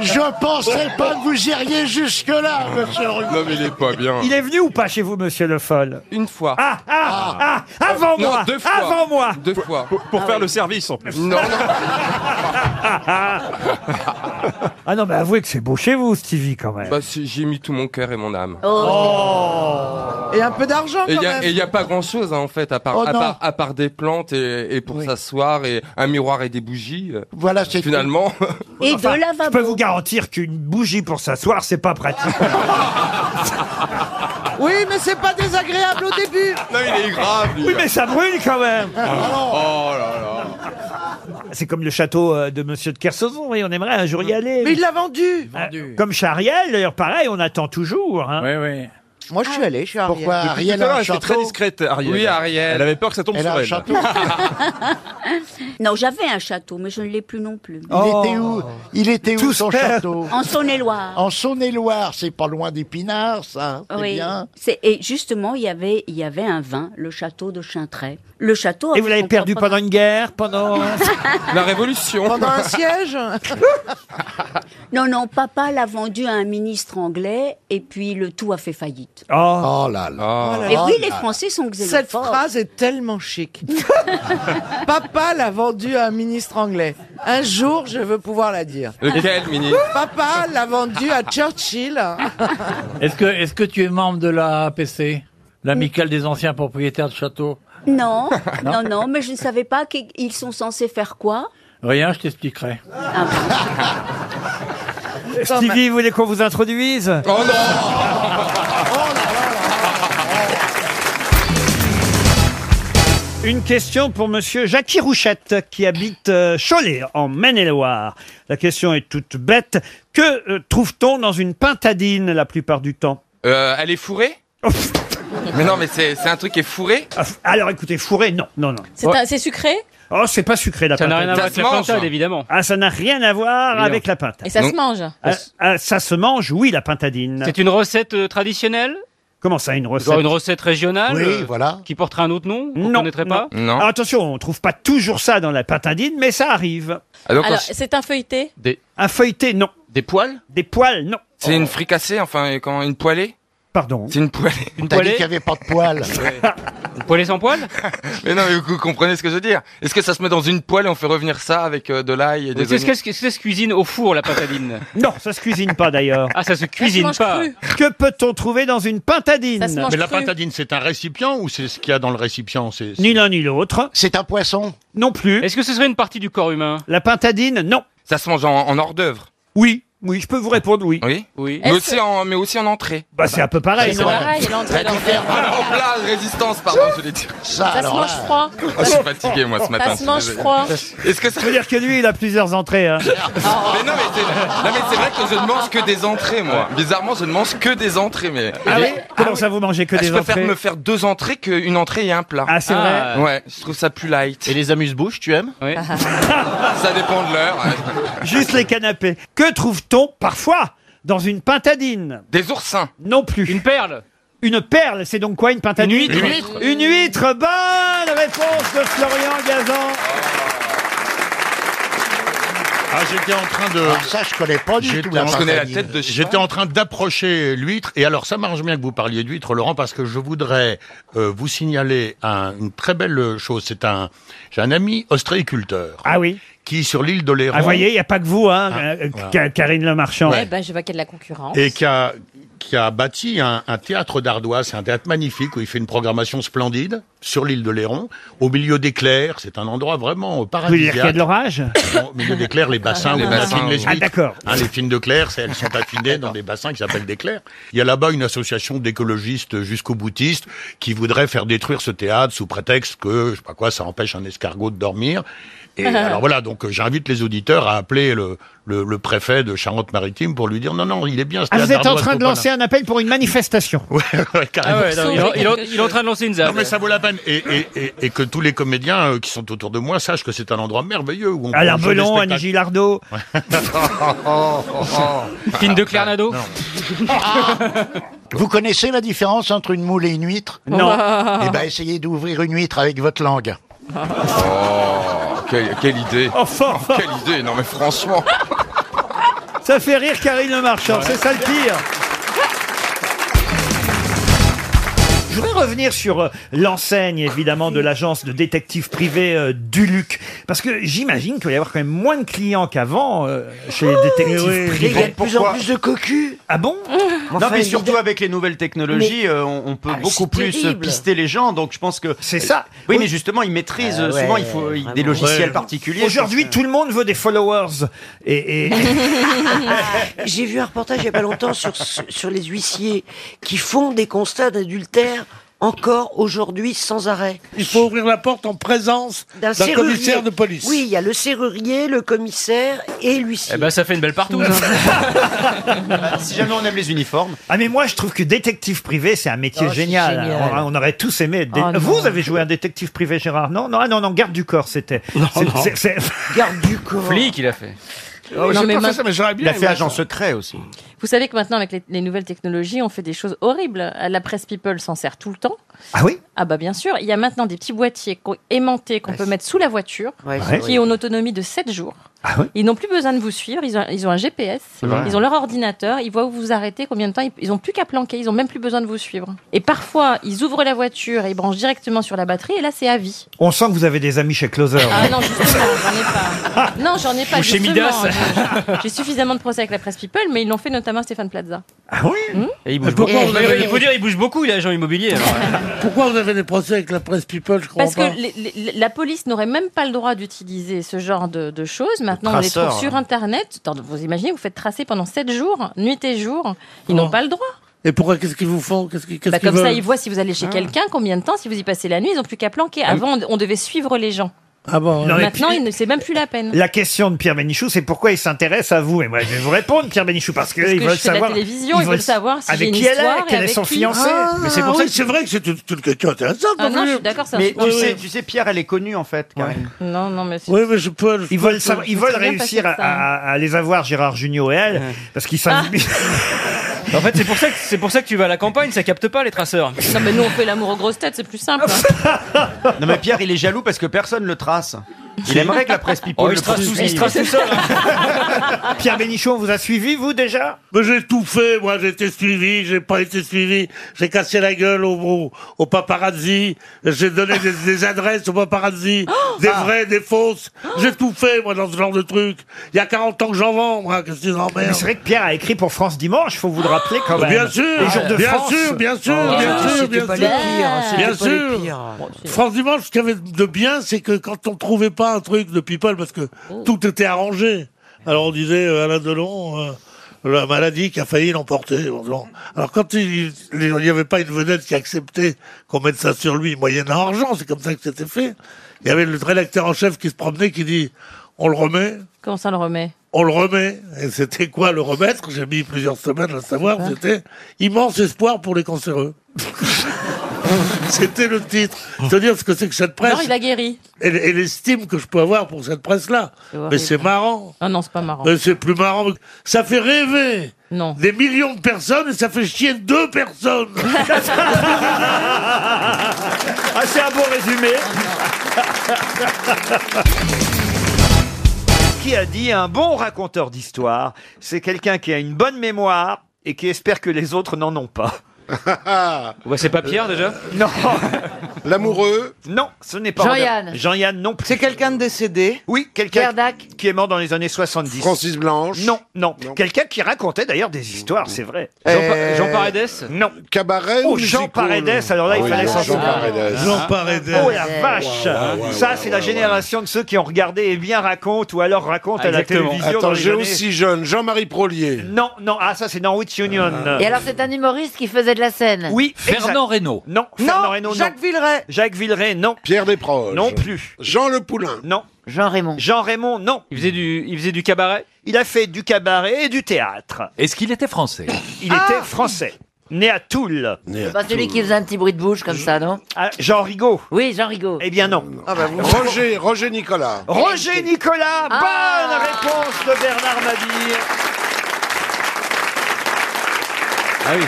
[SPEAKER 4] je pensais pas que vous iriez jusque là, monsieur. Ruquier.
[SPEAKER 9] Non, mais il est pas bien.
[SPEAKER 1] Il est venu ou pas chez vous, monsieur le folle
[SPEAKER 9] Une fois.
[SPEAKER 1] Ah, ah, ah, avant
[SPEAKER 9] Non,
[SPEAKER 1] moi
[SPEAKER 9] deux fois.
[SPEAKER 1] Avant moi
[SPEAKER 9] Deux fois.
[SPEAKER 22] Pour, pour faire le service en plus.
[SPEAKER 9] Non, non.
[SPEAKER 1] Ah non, mais avouez que c'est beau chez vous, Stevie, quand même.
[SPEAKER 9] Bah, c'est- j'ai mis tout mon cœur et mon âme.
[SPEAKER 1] Oh.
[SPEAKER 7] Et un peu d'argent,
[SPEAKER 9] Et
[SPEAKER 7] Oh, quand même.
[SPEAKER 9] il n'y a, pas grand chose en fait, à part,
[SPEAKER 7] Oh,
[SPEAKER 9] à
[SPEAKER 7] non.
[SPEAKER 9] part, à part des plantes et, et pour s'asseoir et un miroir et des bougies. euh,
[SPEAKER 4] Voilà, c'est
[SPEAKER 9] Finalement.
[SPEAKER 14] Et de
[SPEAKER 1] Je peux vous garantir qu'une bougie pour s'asseoir, c'est pas pratique.
[SPEAKER 7] Oui, mais c'est pas désagréable au début.
[SPEAKER 9] Non, il
[SPEAKER 22] Ah,
[SPEAKER 9] est grave, lui.
[SPEAKER 1] Oui, mais ça brûle quand même.
[SPEAKER 9] Oh là là.
[SPEAKER 1] C'est comme le château euh, de Monsieur de Kersauzon, oui, on aimerait un jour y aller.
[SPEAKER 7] Mais il l'a vendu.
[SPEAKER 1] Euh, Comme chez Ariel, d'ailleurs, pareil, on attend toujours. Oui,
[SPEAKER 26] oui.
[SPEAKER 7] Moi, je suis allé, je suis arrivé.
[SPEAKER 1] Pourquoi
[SPEAKER 22] Depuis tout à l'heure, elle était très discrète, Ariel.
[SPEAKER 9] Oui, Ariel.
[SPEAKER 22] Elle avait peur que ça tombe
[SPEAKER 4] Elle a
[SPEAKER 22] sur
[SPEAKER 4] un
[SPEAKER 22] elle.
[SPEAKER 4] château.
[SPEAKER 14] Hein Non, j'avais un château, mais je ne l'ai plus non plus.
[SPEAKER 4] Il
[SPEAKER 1] Oh.
[SPEAKER 4] était où Il était où son château
[SPEAKER 14] En Saône-et-Loire.
[SPEAKER 4] En Saône-et-Loire, c'est pas loin d'Épinard, ça. C'est
[SPEAKER 14] Oui.
[SPEAKER 4] Eh bien.
[SPEAKER 14] C'est- Et justement, il y avait, il y avait un vin, le château de Chintray. Le château.
[SPEAKER 1] Et vous l'avez perdu pendant une guerre, pendant
[SPEAKER 9] La révolution.
[SPEAKER 7] Pendant un siège
[SPEAKER 14] Non, non, papa l'a vendu à un ministre anglais et puis le tout a fait faillite.
[SPEAKER 1] Oh,
[SPEAKER 14] Oh
[SPEAKER 6] là là.
[SPEAKER 14] là Et oui, là les là. Français sont xénophobes.
[SPEAKER 7] Cette phrase est tellement chic. Papa l'a vendue à un ministre anglais. Un jour, je veux pouvoir la dire.
[SPEAKER 9] Lequel, ministre
[SPEAKER 7] Papa l'a vendue à Churchill.
[SPEAKER 26] Est-ce que, est-ce que tu es membre de la APC, l'amicale des anciens propriétaires de châteaux
[SPEAKER 14] Non,
[SPEAKER 26] Non.
[SPEAKER 14] non, non, mais je ne savais pas qu'ils sont censés faire quoi.
[SPEAKER 26] Rien, je t'expliquerai.
[SPEAKER 1] Stevie, vous voulez qu'on vous introduise Oh non Une question pour Monsieur Jackie Rouchette qui habite euh, Cholet en Maine-et-Loire. La question est toute bête. Que euh, trouve-t-on dans une pintadine la plupart du temps
[SPEAKER 9] Euh, elle est fourrée Mais non, mais c'est c'est un truc qui est fourré
[SPEAKER 1] Ah, Alors écoutez, fourré, non, non, non.
[SPEAKER 17] C'est un- c'est sucré
[SPEAKER 1] Oh, c'est pas sucré la
[SPEAKER 9] Ça n'a
[SPEAKER 1] pintade.
[SPEAKER 9] rien à voir Ça avec se la mange. pintade,
[SPEAKER 1] évidemment. Ah, ça n'a rien à voir
[SPEAKER 5] Évidemment.
[SPEAKER 1] avec la pintade.
[SPEAKER 17] Et ça se mange.
[SPEAKER 1] Ah, ah, ça se mange, oui, la pintadine.
[SPEAKER 5] C'est une recette euh, traditionnelle
[SPEAKER 1] Comment ça, une recette
[SPEAKER 5] Genre une recette régionale euh,
[SPEAKER 1] Oui,
[SPEAKER 9] voilà.
[SPEAKER 5] Qui porterait un autre nom qu'on
[SPEAKER 1] Non,
[SPEAKER 5] connaîtrait pas
[SPEAKER 1] non. Alors, attention, on trouve pas toujours ça dans la pintadine, mais ça arrive.
[SPEAKER 9] Ah,
[SPEAKER 17] Alors, c'est un feuilleté
[SPEAKER 1] Un feuilleté, non.
[SPEAKER 9] Des poils
[SPEAKER 1] Des poils, non.
[SPEAKER 9] C'est une fricassée, enfin, comment, une poêlée
[SPEAKER 1] Pardon
[SPEAKER 9] C'est une poêlée.
[SPEAKER 5] Une t'a dit poêlée qu'il y
[SPEAKER 9] avait pas de poils.
[SPEAKER 5] Une poêlée sans poil
[SPEAKER 9] mais non, mais vous comprenez ce que je veux dire Est-ce que ça se met dans une poêle et on fait revenir ça avec euh, de l'ail et des
[SPEAKER 5] Qu'est-ce
[SPEAKER 9] oignons
[SPEAKER 5] que ça se cuisine au four, la patadine
[SPEAKER 1] Non, ça se cuisine pas d'ailleurs.
[SPEAKER 5] Ah, ça se cuisine pas
[SPEAKER 1] Que peut-on trouver dans une pintadine
[SPEAKER 18] Mais la pintadine, c'est un récipient ou c'est ce qu'il y a dans le récipient c'est-
[SPEAKER 1] Ni l'un ni l'autre.
[SPEAKER 18] C'est un poisson
[SPEAKER 1] Non plus.
[SPEAKER 5] Est-ce que ce serait une partie du corps humain
[SPEAKER 1] La pintadine, non.
[SPEAKER 9] Ça se mange en, en hors d'œuvre
[SPEAKER 1] Oui, oui, je peux vous répondre oui.
[SPEAKER 9] Oui, oui. Mais Est-ce aussi, que- en, mais aussi en entrée.
[SPEAKER 1] Bah, c'est un peu pareil, non
[SPEAKER 9] La différence. Ah, en plat, résistance, pardon, je l'ai dit.
[SPEAKER 17] Ça se mange froid.
[SPEAKER 9] Oh, je suis fatigué, moi, ce
[SPEAKER 17] Ça
[SPEAKER 9] matin. je
[SPEAKER 17] se
[SPEAKER 9] suis
[SPEAKER 17] mange
[SPEAKER 9] désolé.
[SPEAKER 17] froid.
[SPEAKER 9] Est-ce que ça...
[SPEAKER 1] veut dire que lui, il a plusieurs entrées. hein.
[SPEAKER 9] Mais non, mais c'est... non, mais c'est vrai que je ne mange que des entrées, moi. Bizarrement, je ne mange que des entrées, mais...
[SPEAKER 1] Ah oui Comment ça, vous mangez que
[SPEAKER 9] Ah,
[SPEAKER 1] des
[SPEAKER 9] je préfère
[SPEAKER 1] entrées
[SPEAKER 9] me faire deux entrées qu'une entrée et un plat.
[SPEAKER 1] Ah, c'est Ah.
[SPEAKER 9] Ouais, je trouve ça plus light. Et
[SPEAKER 18] les amuse-bouches, tu aimes
[SPEAKER 5] Oui.
[SPEAKER 9] ça dépend de l'heure.
[SPEAKER 1] Juste les canapés. Que trouve-t-on parfois dans une pintadine
[SPEAKER 9] Des oursins.
[SPEAKER 1] Non plus.
[SPEAKER 5] Une perle.
[SPEAKER 1] Une perle, c'est donc quoi une pintadine
[SPEAKER 5] Une huître. Une huître.
[SPEAKER 1] Une huître. Bonne réponse de Florian Gazan.
[SPEAKER 18] Ah, j'étais en train de.
[SPEAKER 4] Ah,
[SPEAKER 18] ça, je connais pas du tout, la Je
[SPEAKER 9] connais la tête de
[SPEAKER 18] J'étais en train d'approcher l'huître. Et alors, ça m'arrange bien que vous parliez d'huître, Laurent, parce que je voudrais euh, vous signaler un- une très belle chose. C'est un. J'ai un ami ostréiculteur.
[SPEAKER 1] Ah oui.
[SPEAKER 18] Qui, sur l'île d'Oléron.
[SPEAKER 1] Ah, vous voyez, il n'y a pas que vous, hein, euh,
[SPEAKER 18] voilà.
[SPEAKER 1] Ca- Karine Le Marchand.
[SPEAKER 18] Ouais.
[SPEAKER 17] Eh ben, je vois qu'il y a de la concurrence.
[SPEAKER 18] Et qui a, qui a bâti un, un théâtre d'ardoise, c'est un théâtre magnifique où il fait une programmation splendide sur l'île de Léron, au milieu d'éclairs. C'est un endroit vraiment
[SPEAKER 1] Vous voulez dire qu'il y a
[SPEAKER 18] paradisiaque.
[SPEAKER 1] de l'orage
[SPEAKER 18] Non, au milieu d'éclairs, les bassins,
[SPEAKER 1] Les
[SPEAKER 18] où on
[SPEAKER 1] bassins,
[SPEAKER 18] affine les
[SPEAKER 1] oui.
[SPEAKER 18] huîtres.
[SPEAKER 1] Ah, d'accord.
[SPEAKER 18] Hein, les films de clair, c'est- elles sont affinées dans des bassins qui s'appellent des clairs. Il y a là-bas une association d'écologistes jusqu'aux boutistes qui voudrait faire détruire ce théâtre sous prétexte que, je sais pas quoi, ça empêche un escargot de dormir. Et alors voilà, donc euh, j'invite les auditeurs à appeler le, le, le préfet de Charente-Maritime pour lui dire non, non, il est bien. ce
[SPEAKER 1] Ah, vous êtes
[SPEAKER 18] théâtre
[SPEAKER 1] en
[SPEAKER 18] d'Ardoise,
[SPEAKER 1] train de
[SPEAKER 18] faut pas
[SPEAKER 1] lancer un appel pour une manifestation.
[SPEAKER 18] la- Ouais, carrément.
[SPEAKER 5] Ah ouais, non, il, est- il est- il est en train de lancer une
[SPEAKER 18] Non
[SPEAKER 5] zap.
[SPEAKER 18] mais ça vaut la peine et, et, et, et que tous les comédiens euh, qui sont autour de moi sachent que c'est un endroit merveilleux où on peut
[SPEAKER 1] Alain
[SPEAKER 18] jouer des
[SPEAKER 1] Belon, Annie
[SPEAKER 18] spectacles.
[SPEAKER 1] Gilardo. Oh,
[SPEAKER 4] Ah.
[SPEAKER 18] Oh.
[SPEAKER 5] Film de Clarnado
[SPEAKER 25] Ah,
[SPEAKER 4] Vous connaissez la différence entre une moule et une huître
[SPEAKER 1] Non.
[SPEAKER 4] Eh ben, essayez d'ouvrir une huître avec votre langue.
[SPEAKER 9] Oh, quelle, quelle idée.
[SPEAKER 1] Enfin,
[SPEAKER 9] Quelle idée, non mais franchement.
[SPEAKER 1] Ça fait rire Karine Le Marchand, c'est ça le pire. Je voudrais revenir sur euh, l'enseigne, évidemment, de l'agence de détectives privés euh, Duluc. Parce que j'imagine qu'il va y avoir quand même moins de clients qu'avant euh, chez les détectives
[SPEAKER 4] oui,
[SPEAKER 1] privés.
[SPEAKER 4] il y a de plus en Pourquoi plus
[SPEAKER 1] de cocus. Ah bon
[SPEAKER 4] Enfin,
[SPEAKER 15] non, mais surtout avec les nouvelles technologies,
[SPEAKER 1] Mais-
[SPEAKER 15] euh, on, on peut
[SPEAKER 1] Ah,
[SPEAKER 15] beaucoup
[SPEAKER 1] c'est
[SPEAKER 15] plus euh,
[SPEAKER 1] terrible.
[SPEAKER 15] pister les gens. Donc je pense que Euh,
[SPEAKER 1] c'est ça.
[SPEAKER 15] Oui, mais justement, ils maîtrisent euh,
[SPEAKER 1] Ah ouais,
[SPEAKER 15] souvent. Il faut il- des logiciels
[SPEAKER 1] Ouais.
[SPEAKER 15] particuliers.
[SPEAKER 1] Euh, Aujourd'hui, tout le monde veut des followers. Et, et-
[SPEAKER 24] J'ai vu un reportage il n'y a pas longtemps sur, sur les huissiers qui font des constats d'adultère encore aujourd'hui sans arrêt.
[SPEAKER 13] Il faut ouvrir la porte en présence d'un
[SPEAKER 24] serrurier.
[SPEAKER 13] commissaire de police.
[SPEAKER 24] Oui, il y a le serrurier, le commissaire et l'huissier.
[SPEAKER 5] Eh ben, ça fait une belle partouze.
[SPEAKER 15] Bah,
[SPEAKER 1] si jamais on aime les uniformes. Ah mais moi je trouve que détective privé c'est un métier
[SPEAKER 24] Oh, c'est
[SPEAKER 1] génial.
[SPEAKER 24] génial.
[SPEAKER 1] On- On, aurait tous aimé. être dé-
[SPEAKER 24] Oh, non.
[SPEAKER 1] Vous avez joué un détective privé Gérard Non non ah, non non garde du corps c'était. C'est-
[SPEAKER 24] non.
[SPEAKER 1] c'est- c'est-
[SPEAKER 24] Garde du corps.
[SPEAKER 5] Flic, il a fait.
[SPEAKER 24] Non, j'ai mais pas fait ma- ça, mais j'aurais bien
[SPEAKER 15] Il a
[SPEAKER 24] aimé
[SPEAKER 15] fait
[SPEAKER 24] ça.
[SPEAKER 15] agent secret aussi.
[SPEAKER 17] Vous savez que maintenant, avec les, les nouvelles technologies, on fait des choses horribles. La presse people s'en sert tout le temps.
[SPEAKER 1] Ah oui
[SPEAKER 17] Ah bah bien sûr. Il y a maintenant des petits boîtiers qu'on- aimantés qu'on peut mettre sous la voiture,
[SPEAKER 24] Ouais,
[SPEAKER 17] qui
[SPEAKER 24] c'est vrai.
[SPEAKER 17] ont une autonomie de 7 jours. Ils n'ont plus besoin de vous suivre, ils ont, ils ont un GPS,
[SPEAKER 25] C'est vrai.
[SPEAKER 17] ils ont leur ordinateur, ils voient où vous arrêtez, combien de temps, ils- ils n'ont plus qu'à planquer, ils n'ont même plus besoin de vous suivre. Et parfois, ils ouvrent la voiture et ils branchent directement sur la batterie, et là, c'est à vie.
[SPEAKER 1] On sent que vous avez des amis chez Closer.
[SPEAKER 17] Ah non, justement, j'en ai pas. Non, j'en ai pas.
[SPEAKER 1] Ou chez
[SPEAKER 17] justement.
[SPEAKER 1] Midas.
[SPEAKER 17] J'ai- J'ai suffisamment de procès avec la presse people, mais ils l'ont fait notamment à Stéphane Plaza.
[SPEAKER 5] Et il bouge
[SPEAKER 13] Pourquoi
[SPEAKER 5] beaucoup.
[SPEAKER 13] vous avez-
[SPEAKER 5] Il faut dire, il bouge beaucoup, l'agent immobilier. alors.
[SPEAKER 13] Eh, Pourquoi vous avez des procès avec la presse people Je comprends
[SPEAKER 17] Parce que
[SPEAKER 13] pas.
[SPEAKER 17] les- les- la police n'aurait même pas le droit d'utiliser ce genre de, de choses. Maintenant, on les
[SPEAKER 13] traceurs,
[SPEAKER 17] trouve sur
[SPEAKER 13] hein.
[SPEAKER 17] Internet. Attends, Vous imaginez, vous faites tracer pendant 7 jours, nuit et jour. Ils n'ont pas le droit.
[SPEAKER 13] Et pourquoi Qu'est-ce qu'ils vous font Qu'est-ce qu'ils Oh. qu'est-ce
[SPEAKER 17] Bah,
[SPEAKER 13] qu'ils
[SPEAKER 17] comme ça,
[SPEAKER 13] veulent
[SPEAKER 17] ils voient si vous allez chez
[SPEAKER 13] Ah.
[SPEAKER 17] quelqu'un, combien de temps, si vous y passez la nuit. Ils n'ont plus qu'à planquer. Avant, on- on devait suivre les gens.
[SPEAKER 13] Ah bon
[SPEAKER 1] Non, mais
[SPEAKER 17] Maintenant,
[SPEAKER 1] puis-
[SPEAKER 17] il ne c'est même plus la peine.
[SPEAKER 1] La question de Pierre Bénichou, c'est pourquoi il s'intéresse à vous. Et moi, je vais vous répondre, Pierre Bénichou, parce que
[SPEAKER 17] Parce
[SPEAKER 1] ils
[SPEAKER 17] que je
[SPEAKER 1] veulent
[SPEAKER 17] fais de la
[SPEAKER 1] savoir.
[SPEAKER 17] télévision, ils veulent savoir si
[SPEAKER 1] avec
[SPEAKER 17] j'ai
[SPEAKER 1] qui
[SPEAKER 17] une
[SPEAKER 1] elle est,
[SPEAKER 17] histoire et
[SPEAKER 1] quel est
[SPEAKER 17] avec
[SPEAKER 1] son
[SPEAKER 17] qui.
[SPEAKER 1] fiancé.
[SPEAKER 17] Ah,
[SPEAKER 1] mais c'est pour
[SPEAKER 17] oui,
[SPEAKER 1] ça que
[SPEAKER 6] c'est vrai que c'est une, une question intéressante.
[SPEAKER 17] Ah non, je suis d'accord, c'est un
[SPEAKER 15] Mais
[SPEAKER 17] sujet.
[SPEAKER 15] tu, sais,
[SPEAKER 17] Oui,
[SPEAKER 15] tu sais, Pierre, elle est connue en fait. Karine.
[SPEAKER 17] Non, non, mais c'est-
[SPEAKER 13] Oui, mais je peux. je
[SPEAKER 1] Ils
[SPEAKER 13] peux-
[SPEAKER 1] veulent, savoir- ils
[SPEAKER 17] C'est
[SPEAKER 1] veulent
[SPEAKER 17] très bien
[SPEAKER 1] réussir à,
[SPEAKER 17] facile, ça.
[SPEAKER 1] à- à les avoir, Gérard Junior et elle, parce qu'ils savent.
[SPEAKER 5] En fait, c'est pour ça que c'est pour ça que tu vas à la campagne, ça capte pas les traceurs.
[SPEAKER 17] Non, mais nous, on fait l'amour aux grosses têtes, c'est plus simple. hein.
[SPEAKER 15] Non, mais Pierre, il est jaloux parce que personne le trace. Il aimerait que la presse people
[SPEAKER 5] Oh, il
[SPEAKER 15] le
[SPEAKER 5] se trace tout- il se
[SPEAKER 15] poursuive.
[SPEAKER 5] trace tout seul.
[SPEAKER 1] Pierre Bénichon, on vous a suivi, vous, déjà
[SPEAKER 13] Mais j'ai tout fait, moi, j'ai été suivi, j'ai pas été suivi, j'ai cassé la gueule au, au, au paparazzi, j'ai donné des, des adresses aux paparazzi,
[SPEAKER 17] Oh
[SPEAKER 13] des vraies, des fausses, j'ai tout fait, moi, dans ce genre de truc. Il y a 40 ans que j'en vends, moi, qu'est-ce qu'ils
[SPEAKER 1] Mais
[SPEAKER 13] emmerdent
[SPEAKER 1] c'est vrai que Pierre a écrit pour France Dimanche, faut vous le rappeler quand même.
[SPEAKER 13] Oh, Bien sûr,
[SPEAKER 1] Les jours de
[SPEAKER 13] bien
[SPEAKER 1] France. Oh,
[SPEAKER 13] sûr, bien sûr, bien sûr, bien sûr.
[SPEAKER 1] hein,
[SPEAKER 13] Bien sûr. France Dimanche, ce qu'il y avait de bien, c'est que quand on trouvait pas un truc de People, parce que tout était arrangé. Alors on disait euh, Alain Delon, euh, la maladie qui a failli l'emporter. Bon, bon. Alors quand il il n'y avait pas une vedette qui acceptait qu'on mette ça sur lui, moyennant argent, c'est comme ça que c'était fait. Il y avait le rédacteur en chef qui se promenait, qui dit, on le remet,
[SPEAKER 17] Comment ça, on le remet
[SPEAKER 13] on le remet. Et c'était quoi le remettre J'ai mis plusieurs semaines à le savoir.
[SPEAKER 17] Ah.
[SPEAKER 13] C'était immense espoir pour les cancéreux. c'était le titre. C'est-à-dire ce que c'est que cette presse
[SPEAKER 17] Non, il a guéri.
[SPEAKER 13] et, et l'estime que je peux avoir pour cette presse-là. Mais
[SPEAKER 17] horrible.
[SPEAKER 13] c'est marrant.
[SPEAKER 17] Ah non, c'est pas marrant.
[SPEAKER 13] Mais c'est plus marrant. Ça fait rêver.
[SPEAKER 17] Non.
[SPEAKER 13] Des millions de personnes et ça fait chier deux personnes.
[SPEAKER 1] Ah, c'est un bon résumé.
[SPEAKER 25] Euh,
[SPEAKER 1] qui a dit un bon raconteur d'histoire, c'est quelqu'un qui a une bonne mémoire et qui espère que les autres n'en ont pas.
[SPEAKER 5] c'est pas Pierre déjà
[SPEAKER 1] Non. L'amoureux Non, ce n'est pas
[SPEAKER 12] Jean-Yann.
[SPEAKER 1] Robert- Jean-Yann non plus. C'est quelqu'un de décédé Oui, quelqu'un qui est mort dans les années 70. Francis Blanche Non, non. Quelqu'un qui racontait d'ailleurs des histoires, c'est vrai.
[SPEAKER 5] Jean Pa- Jean Paredes
[SPEAKER 1] Non. Cabaret
[SPEAKER 5] Eh, ou
[SPEAKER 1] Oh, Jean
[SPEAKER 5] musical
[SPEAKER 1] Paredes, alors là,
[SPEAKER 5] Ah
[SPEAKER 1] il
[SPEAKER 5] oui,
[SPEAKER 1] fallait
[SPEAKER 5] Jean
[SPEAKER 1] s'en souvenir.
[SPEAKER 5] Paredes.
[SPEAKER 13] Jean Paredes.
[SPEAKER 1] Oh la vache
[SPEAKER 5] Waouh, waouh,
[SPEAKER 1] Ça,
[SPEAKER 5] waouh,
[SPEAKER 1] c'est la
[SPEAKER 5] waouh,
[SPEAKER 1] génération de ceux qui ont regardé et bien racontent ou alors racontent à la
[SPEAKER 5] Exactement.
[SPEAKER 1] télévision.
[SPEAKER 5] Attends, j'ai
[SPEAKER 1] aussi jeune. Jean-Marie Prolier. Non, non. Ah, ça, c'est dans Wits Union.
[SPEAKER 5] Ah.
[SPEAKER 25] Et
[SPEAKER 27] alors, c'est un humoriste qui faisait de la scène.
[SPEAKER 1] Oui.
[SPEAKER 5] Fernand Reynaud.
[SPEAKER 1] Non, Fernand Reynaud, non. Jacques Villeray. Jacques Villeray, non. Pierre Desproges. Non plus. Jean Le Poulain. Non. Jean Raymond. Jean Raymond, non.
[SPEAKER 5] Il faisait du il faisait du cabaret.
[SPEAKER 1] Il a fait du cabaret et du théâtre.
[SPEAKER 5] Est-ce qu'il était français
[SPEAKER 1] Il était français. Né à Toul.
[SPEAKER 27] C'est pas celui qui faisait un petit bruit de bouche comme ça, non
[SPEAKER 1] Ah, Jean Rigaud.
[SPEAKER 27] Oui, Jean Rigaud.
[SPEAKER 1] Eh bien non.
[SPEAKER 27] Roger-
[SPEAKER 1] Roger Nicolas. Roger Nicolas, bonne réponse de Bernard Mabille.
[SPEAKER 25] Ah oui.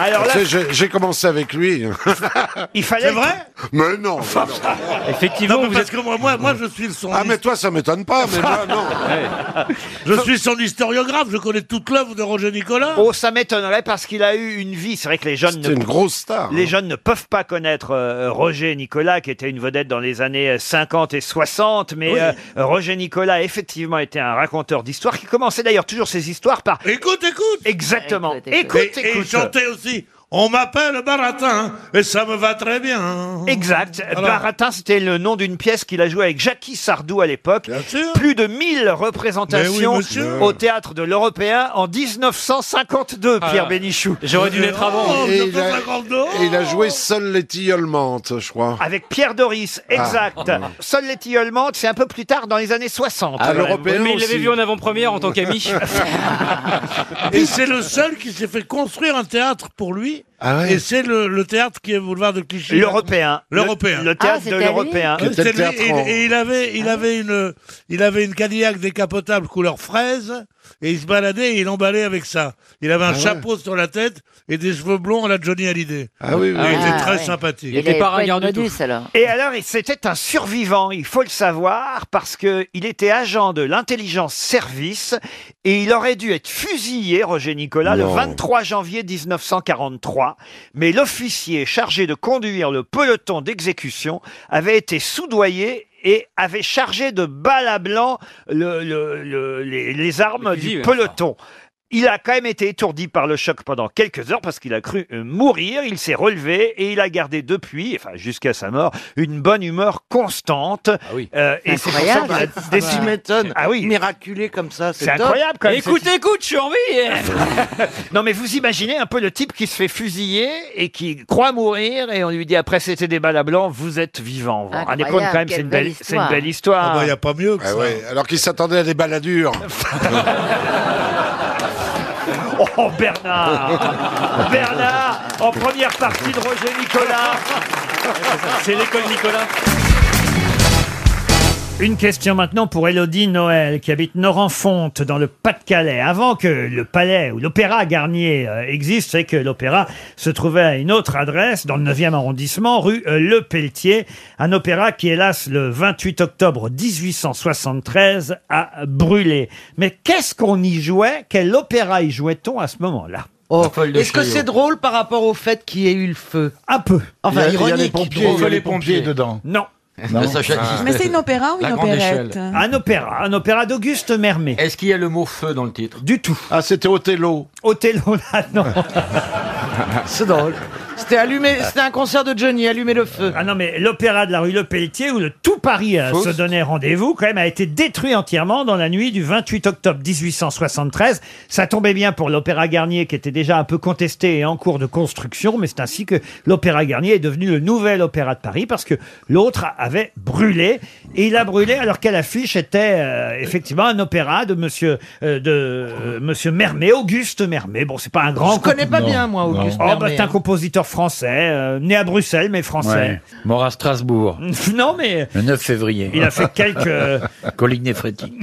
[SPEAKER 1] Alors
[SPEAKER 25] Tu
[SPEAKER 1] là,
[SPEAKER 25] sais, j'ai- j'ai commencé avec lui.
[SPEAKER 1] il fallait.
[SPEAKER 25] C'est vrai Mais non.
[SPEAKER 13] Effectivement, parce que moi, moi, moi, je suis son.
[SPEAKER 25] Ah mais toi ça m'étonne pas, mais moi non.
[SPEAKER 13] Je suis son historiographe. Je connais toute l'œuvre de Roger Nicolas.
[SPEAKER 1] Oh, ça m'étonnerait parce qu'il a eu une vie. C'est vrai que les jeunes.
[SPEAKER 25] C'était une grosse star,
[SPEAKER 1] Les
[SPEAKER 25] hein.
[SPEAKER 1] jeunes ne peuvent pas connaître euh, Roger Nicolas, qui était une vedette dans les années 50 et 60. Mais
[SPEAKER 13] Oui.
[SPEAKER 1] euh, Roger Nicolas, effectivement, était un raconteur d'histoires qui commençait d'ailleurs toujours ses histoires par.
[SPEAKER 13] Écoute, écoute.
[SPEAKER 1] Exactement. Écoute, écoute.
[SPEAKER 13] Et, et il chantait aussi. On m'appelle Baratin et ça me va très bien.
[SPEAKER 1] Exact.
[SPEAKER 13] Voilà.
[SPEAKER 1] Baratin, c'était le nom d'une pièce qu'il a jouée avec Jackie Sardou à l'époque. Plus de 1000 représentations
[SPEAKER 13] Mais oui, monsieur.
[SPEAKER 1] au théâtre de l'Européen en 1952,
[SPEAKER 25] Ah.
[SPEAKER 1] Pierre Bénichou.
[SPEAKER 25] J'aurais dû l'être avant. Oh,
[SPEAKER 1] Et
[SPEAKER 25] Et il a- Et il a joué seul les tilleuls mentent, je crois.
[SPEAKER 1] Avec Pierre Doris, exact.
[SPEAKER 25] Ah.
[SPEAKER 1] Seul les tilleuls mentent, c'est un peu plus tard dans les années 60.
[SPEAKER 25] Ah, l'Européen
[SPEAKER 5] Mais il l'avait vu en avant-première en tant qu'ami.
[SPEAKER 13] Et c'est le seul qui s'est fait construire un théâtre pour lui
[SPEAKER 18] Ah
[SPEAKER 13] Et c'est le, le théâtre qui est boulevard de Clichy.
[SPEAKER 1] L'Européen.
[SPEAKER 13] L'Européen.
[SPEAKER 1] Le- le théâtre Ah, de c'était l'Européen. lui
[SPEAKER 13] Oui, c'était
[SPEAKER 1] Qui était
[SPEAKER 13] lui.
[SPEAKER 1] le théâtre
[SPEAKER 13] Et, et il avait,
[SPEAKER 18] Ah.
[SPEAKER 13] il avait une, il avait une Cadillac décapotable couleur fraise. Et il se baladait et il emballait avec ça. Il avait un
[SPEAKER 18] Ah ouais.
[SPEAKER 13] chapeau sur la tête et des cheveux blonds à la Johnny Hallyday.
[SPEAKER 18] Ah oui, oui.
[SPEAKER 13] Il
[SPEAKER 18] Ah
[SPEAKER 13] était très
[SPEAKER 18] ouais.
[SPEAKER 13] sympathique.
[SPEAKER 18] Il Il était avait pas pas ringard de du modus, tout.
[SPEAKER 27] alors.
[SPEAKER 1] Et alors, il- c'était un survivant, il faut le savoir, parce que il était agent de l'intelligence service et il aurait dû être fusillé, Roger Nicolas,
[SPEAKER 18] Non.
[SPEAKER 1] le 23 janvier 1943. Mais l'officier chargé de conduire le peloton d'exécution avait été soudoyé et avait chargé de balles à blanc le- le- le- les, les armes du
[SPEAKER 18] fusil, ouais.
[SPEAKER 1] peloton peloton. Il a quand même été étourdi par le choc pendant quelques heures parce qu'il a cru euh, mourir. Il s'est relevé et il a gardé depuis, enfin jusqu'à sa mort, une bonne humeur constante. Euh, et c'est pour ça
[SPEAKER 23] Incroyable,
[SPEAKER 1] qu'on a
[SPEAKER 23] cette
[SPEAKER 1] décidé-
[SPEAKER 23] histoire.
[SPEAKER 1] Ah oui.
[SPEAKER 23] Miraculé comme ça,
[SPEAKER 1] C'est incroyable quand même.
[SPEAKER 23] Écoute,
[SPEAKER 1] cette-
[SPEAKER 23] écoute, je suis en vie.
[SPEAKER 1] Non mais vous imaginez un peu le type qui se fait fusiller et qui croit mourir et on lui dit après c'était des balles à blanc, vous êtes vivant. Vous vous rendez compte quand même, c'est une belle, c'est une belle histoire.
[SPEAKER 25] Ah bah, y a pas mieux que
[SPEAKER 1] Ah
[SPEAKER 25] ça.
[SPEAKER 1] ouais,
[SPEAKER 25] Alors qu'il s'attendait à des baladures.
[SPEAKER 1] Oh Bernard Ah, Bernard, en première partie de Roger Nicolas.
[SPEAKER 5] C'est l'école Nicolas.
[SPEAKER 1] Une question maintenant pour Elodie Noël, qui habite Norenfonte, dans le Pas-de-Calais. Avant que le palais ou l'opéra Garnier euh, existe, c'est que l'opéra se trouvait à une autre adresse, dans le 9e arrondissement, rue euh, Le Pelletier. Un opéra qui, hélas, le 28 octobre 1873, a brûlé. Mais qu'est-ce qu'on y jouait Quel opéra y jouait-on à ce moment-là
[SPEAKER 3] Oh, Est-ce que c'est drôle par rapport au fait qu'il y ait eu le feu
[SPEAKER 1] Un peu.
[SPEAKER 3] Enfin,
[SPEAKER 1] Il y a- il y a
[SPEAKER 3] ironique.
[SPEAKER 1] les pompiers, il y a les pompiers dedans. Non. Non.
[SPEAKER 21] Mais c'est une opéra ou une opérette
[SPEAKER 1] Un opéra, un opéra d'Auguste Mermet. Est-ce qu'il y a le mot feu dans le titre Du tout. Ah, c'était Othello. Othello, là, non.
[SPEAKER 3] C'est drôle. C'était allumé, c'était un concert de Johnny, allumer le feu.
[SPEAKER 1] Ah non, mais l'opéra de la rue Le Pelletier, où le tout Paris euh,
[SPEAKER 3] Fausse.
[SPEAKER 1] se donnait rendez-vous, quand même, a été détruit entièrement dans la nuit du 28 octobre 1873. Ça tombait bien pour l'opéra Garnier, qui était déjà un peu contesté et en cours de construction, mais c'est ainsi que l'opéra Garnier est devenu le nouvel opéra de Paris, parce que l'autre avait brûlé. Et il a brûlé alors qu'à l'affiche était euh, effectivement un opéra de monsieur, euh, de, euh, monsieur Mermet, Auguste Mermet. Bon, c'est pas un grand.
[SPEAKER 3] Je connais pas Non, bien, moi, non. Auguste
[SPEAKER 1] Oh, bah,
[SPEAKER 3] Mermet,
[SPEAKER 1] c'est un
[SPEAKER 3] hein.
[SPEAKER 1] compositeur français, euh, né à Bruxelles, mais français.
[SPEAKER 28] Mort à Strasbourg.
[SPEAKER 1] Non, mais.
[SPEAKER 28] Le 9 février.
[SPEAKER 1] Il a fait quelques, euh,
[SPEAKER 28] Colline néphrétique.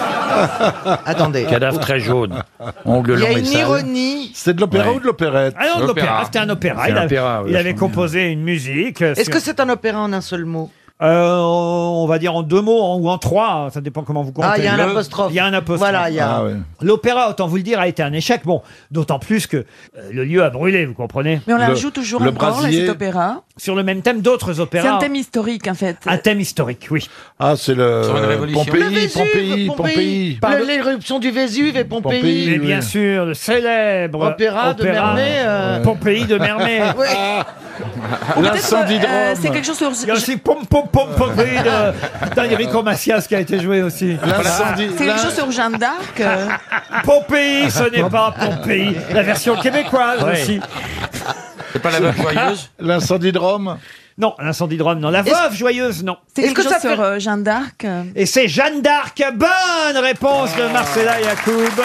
[SPEAKER 3] Ah, Attendez.
[SPEAKER 28] Cadavre très jaune. Ongle
[SPEAKER 3] Il y
[SPEAKER 28] long
[SPEAKER 3] a
[SPEAKER 28] et
[SPEAKER 3] une
[SPEAKER 28] sale.
[SPEAKER 3] ironie.
[SPEAKER 28] C'est de l'opéra ou de l'opérette
[SPEAKER 1] Ah non, de l'opéra, c'était un opéra. Il, a-
[SPEAKER 28] opéra, oui,
[SPEAKER 1] il
[SPEAKER 28] je
[SPEAKER 1] avait
[SPEAKER 28] comprends
[SPEAKER 1] composé une musique. euh,
[SPEAKER 3] Est-ce
[SPEAKER 1] sur-
[SPEAKER 3] que c'est un opéra en un seul mot
[SPEAKER 1] Euh, on va dire en deux mots en- ou en trois, ça dépend comment vous comptez.
[SPEAKER 3] Ah, il y a un
[SPEAKER 1] Le-
[SPEAKER 3] apostrophe.
[SPEAKER 1] Il y a un apostrophe.
[SPEAKER 3] Voilà, il y a- Ah ouais.
[SPEAKER 1] L'opéra, autant vous le dire, a été un échec. Bon, d'autant plus que euh, le lieu a brûlé, vous comprenez.
[SPEAKER 21] Mais on la joue toujours encore, là, cet opéra.
[SPEAKER 1] Sur le même thème d'autres opéras.
[SPEAKER 21] C'est un thème historique, en fait.
[SPEAKER 1] Un thème historique, oui.
[SPEAKER 25] Ah, c'est le.
[SPEAKER 1] Sur une révolution.
[SPEAKER 25] Pompéi,
[SPEAKER 1] Le Vésuve,
[SPEAKER 25] Pompéi, Pompéi.
[SPEAKER 3] Le- L'éruption du Vésuve et Pompéi.
[SPEAKER 1] Mais bien sûr, le célèbre
[SPEAKER 3] Opéra de Mermet, euh,
[SPEAKER 1] Pompéi de Mermet.
[SPEAKER 3] Oui.
[SPEAKER 4] Ah.
[SPEAKER 21] Ou peut-être, L'incendie de euh, Rome. c'est quelque chose sur-
[SPEAKER 1] Il y a aussi Pom Pom Pom Pompéi de d'Enrico Macias qui a été joué aussi.
[SPEAKER 21] C'est quelque chose sur Jeanne d'Arc. euh.
[SPEAKER 1] Pompéi, ce n'est pas Pompéi. La version québécoise
[SPEAKER 28] Ouais.
[SPEAKER 1] aussi.
[SPEAKER 28] C'est pas la veuve joyeuse
[SPEAKER 1] L'incendie de Rome Non, l'incendie de Rome, non. La veuve joyeuse, non.
[SPEAKER 21] C'est quelque chose sur euh, Jeanne d'Arc. euh.
[SPEAKER 1] Et c'est Jeanne d'Arc. Bonne réponse de Marcella Yacoub.
[SPEAKER 3] Ah,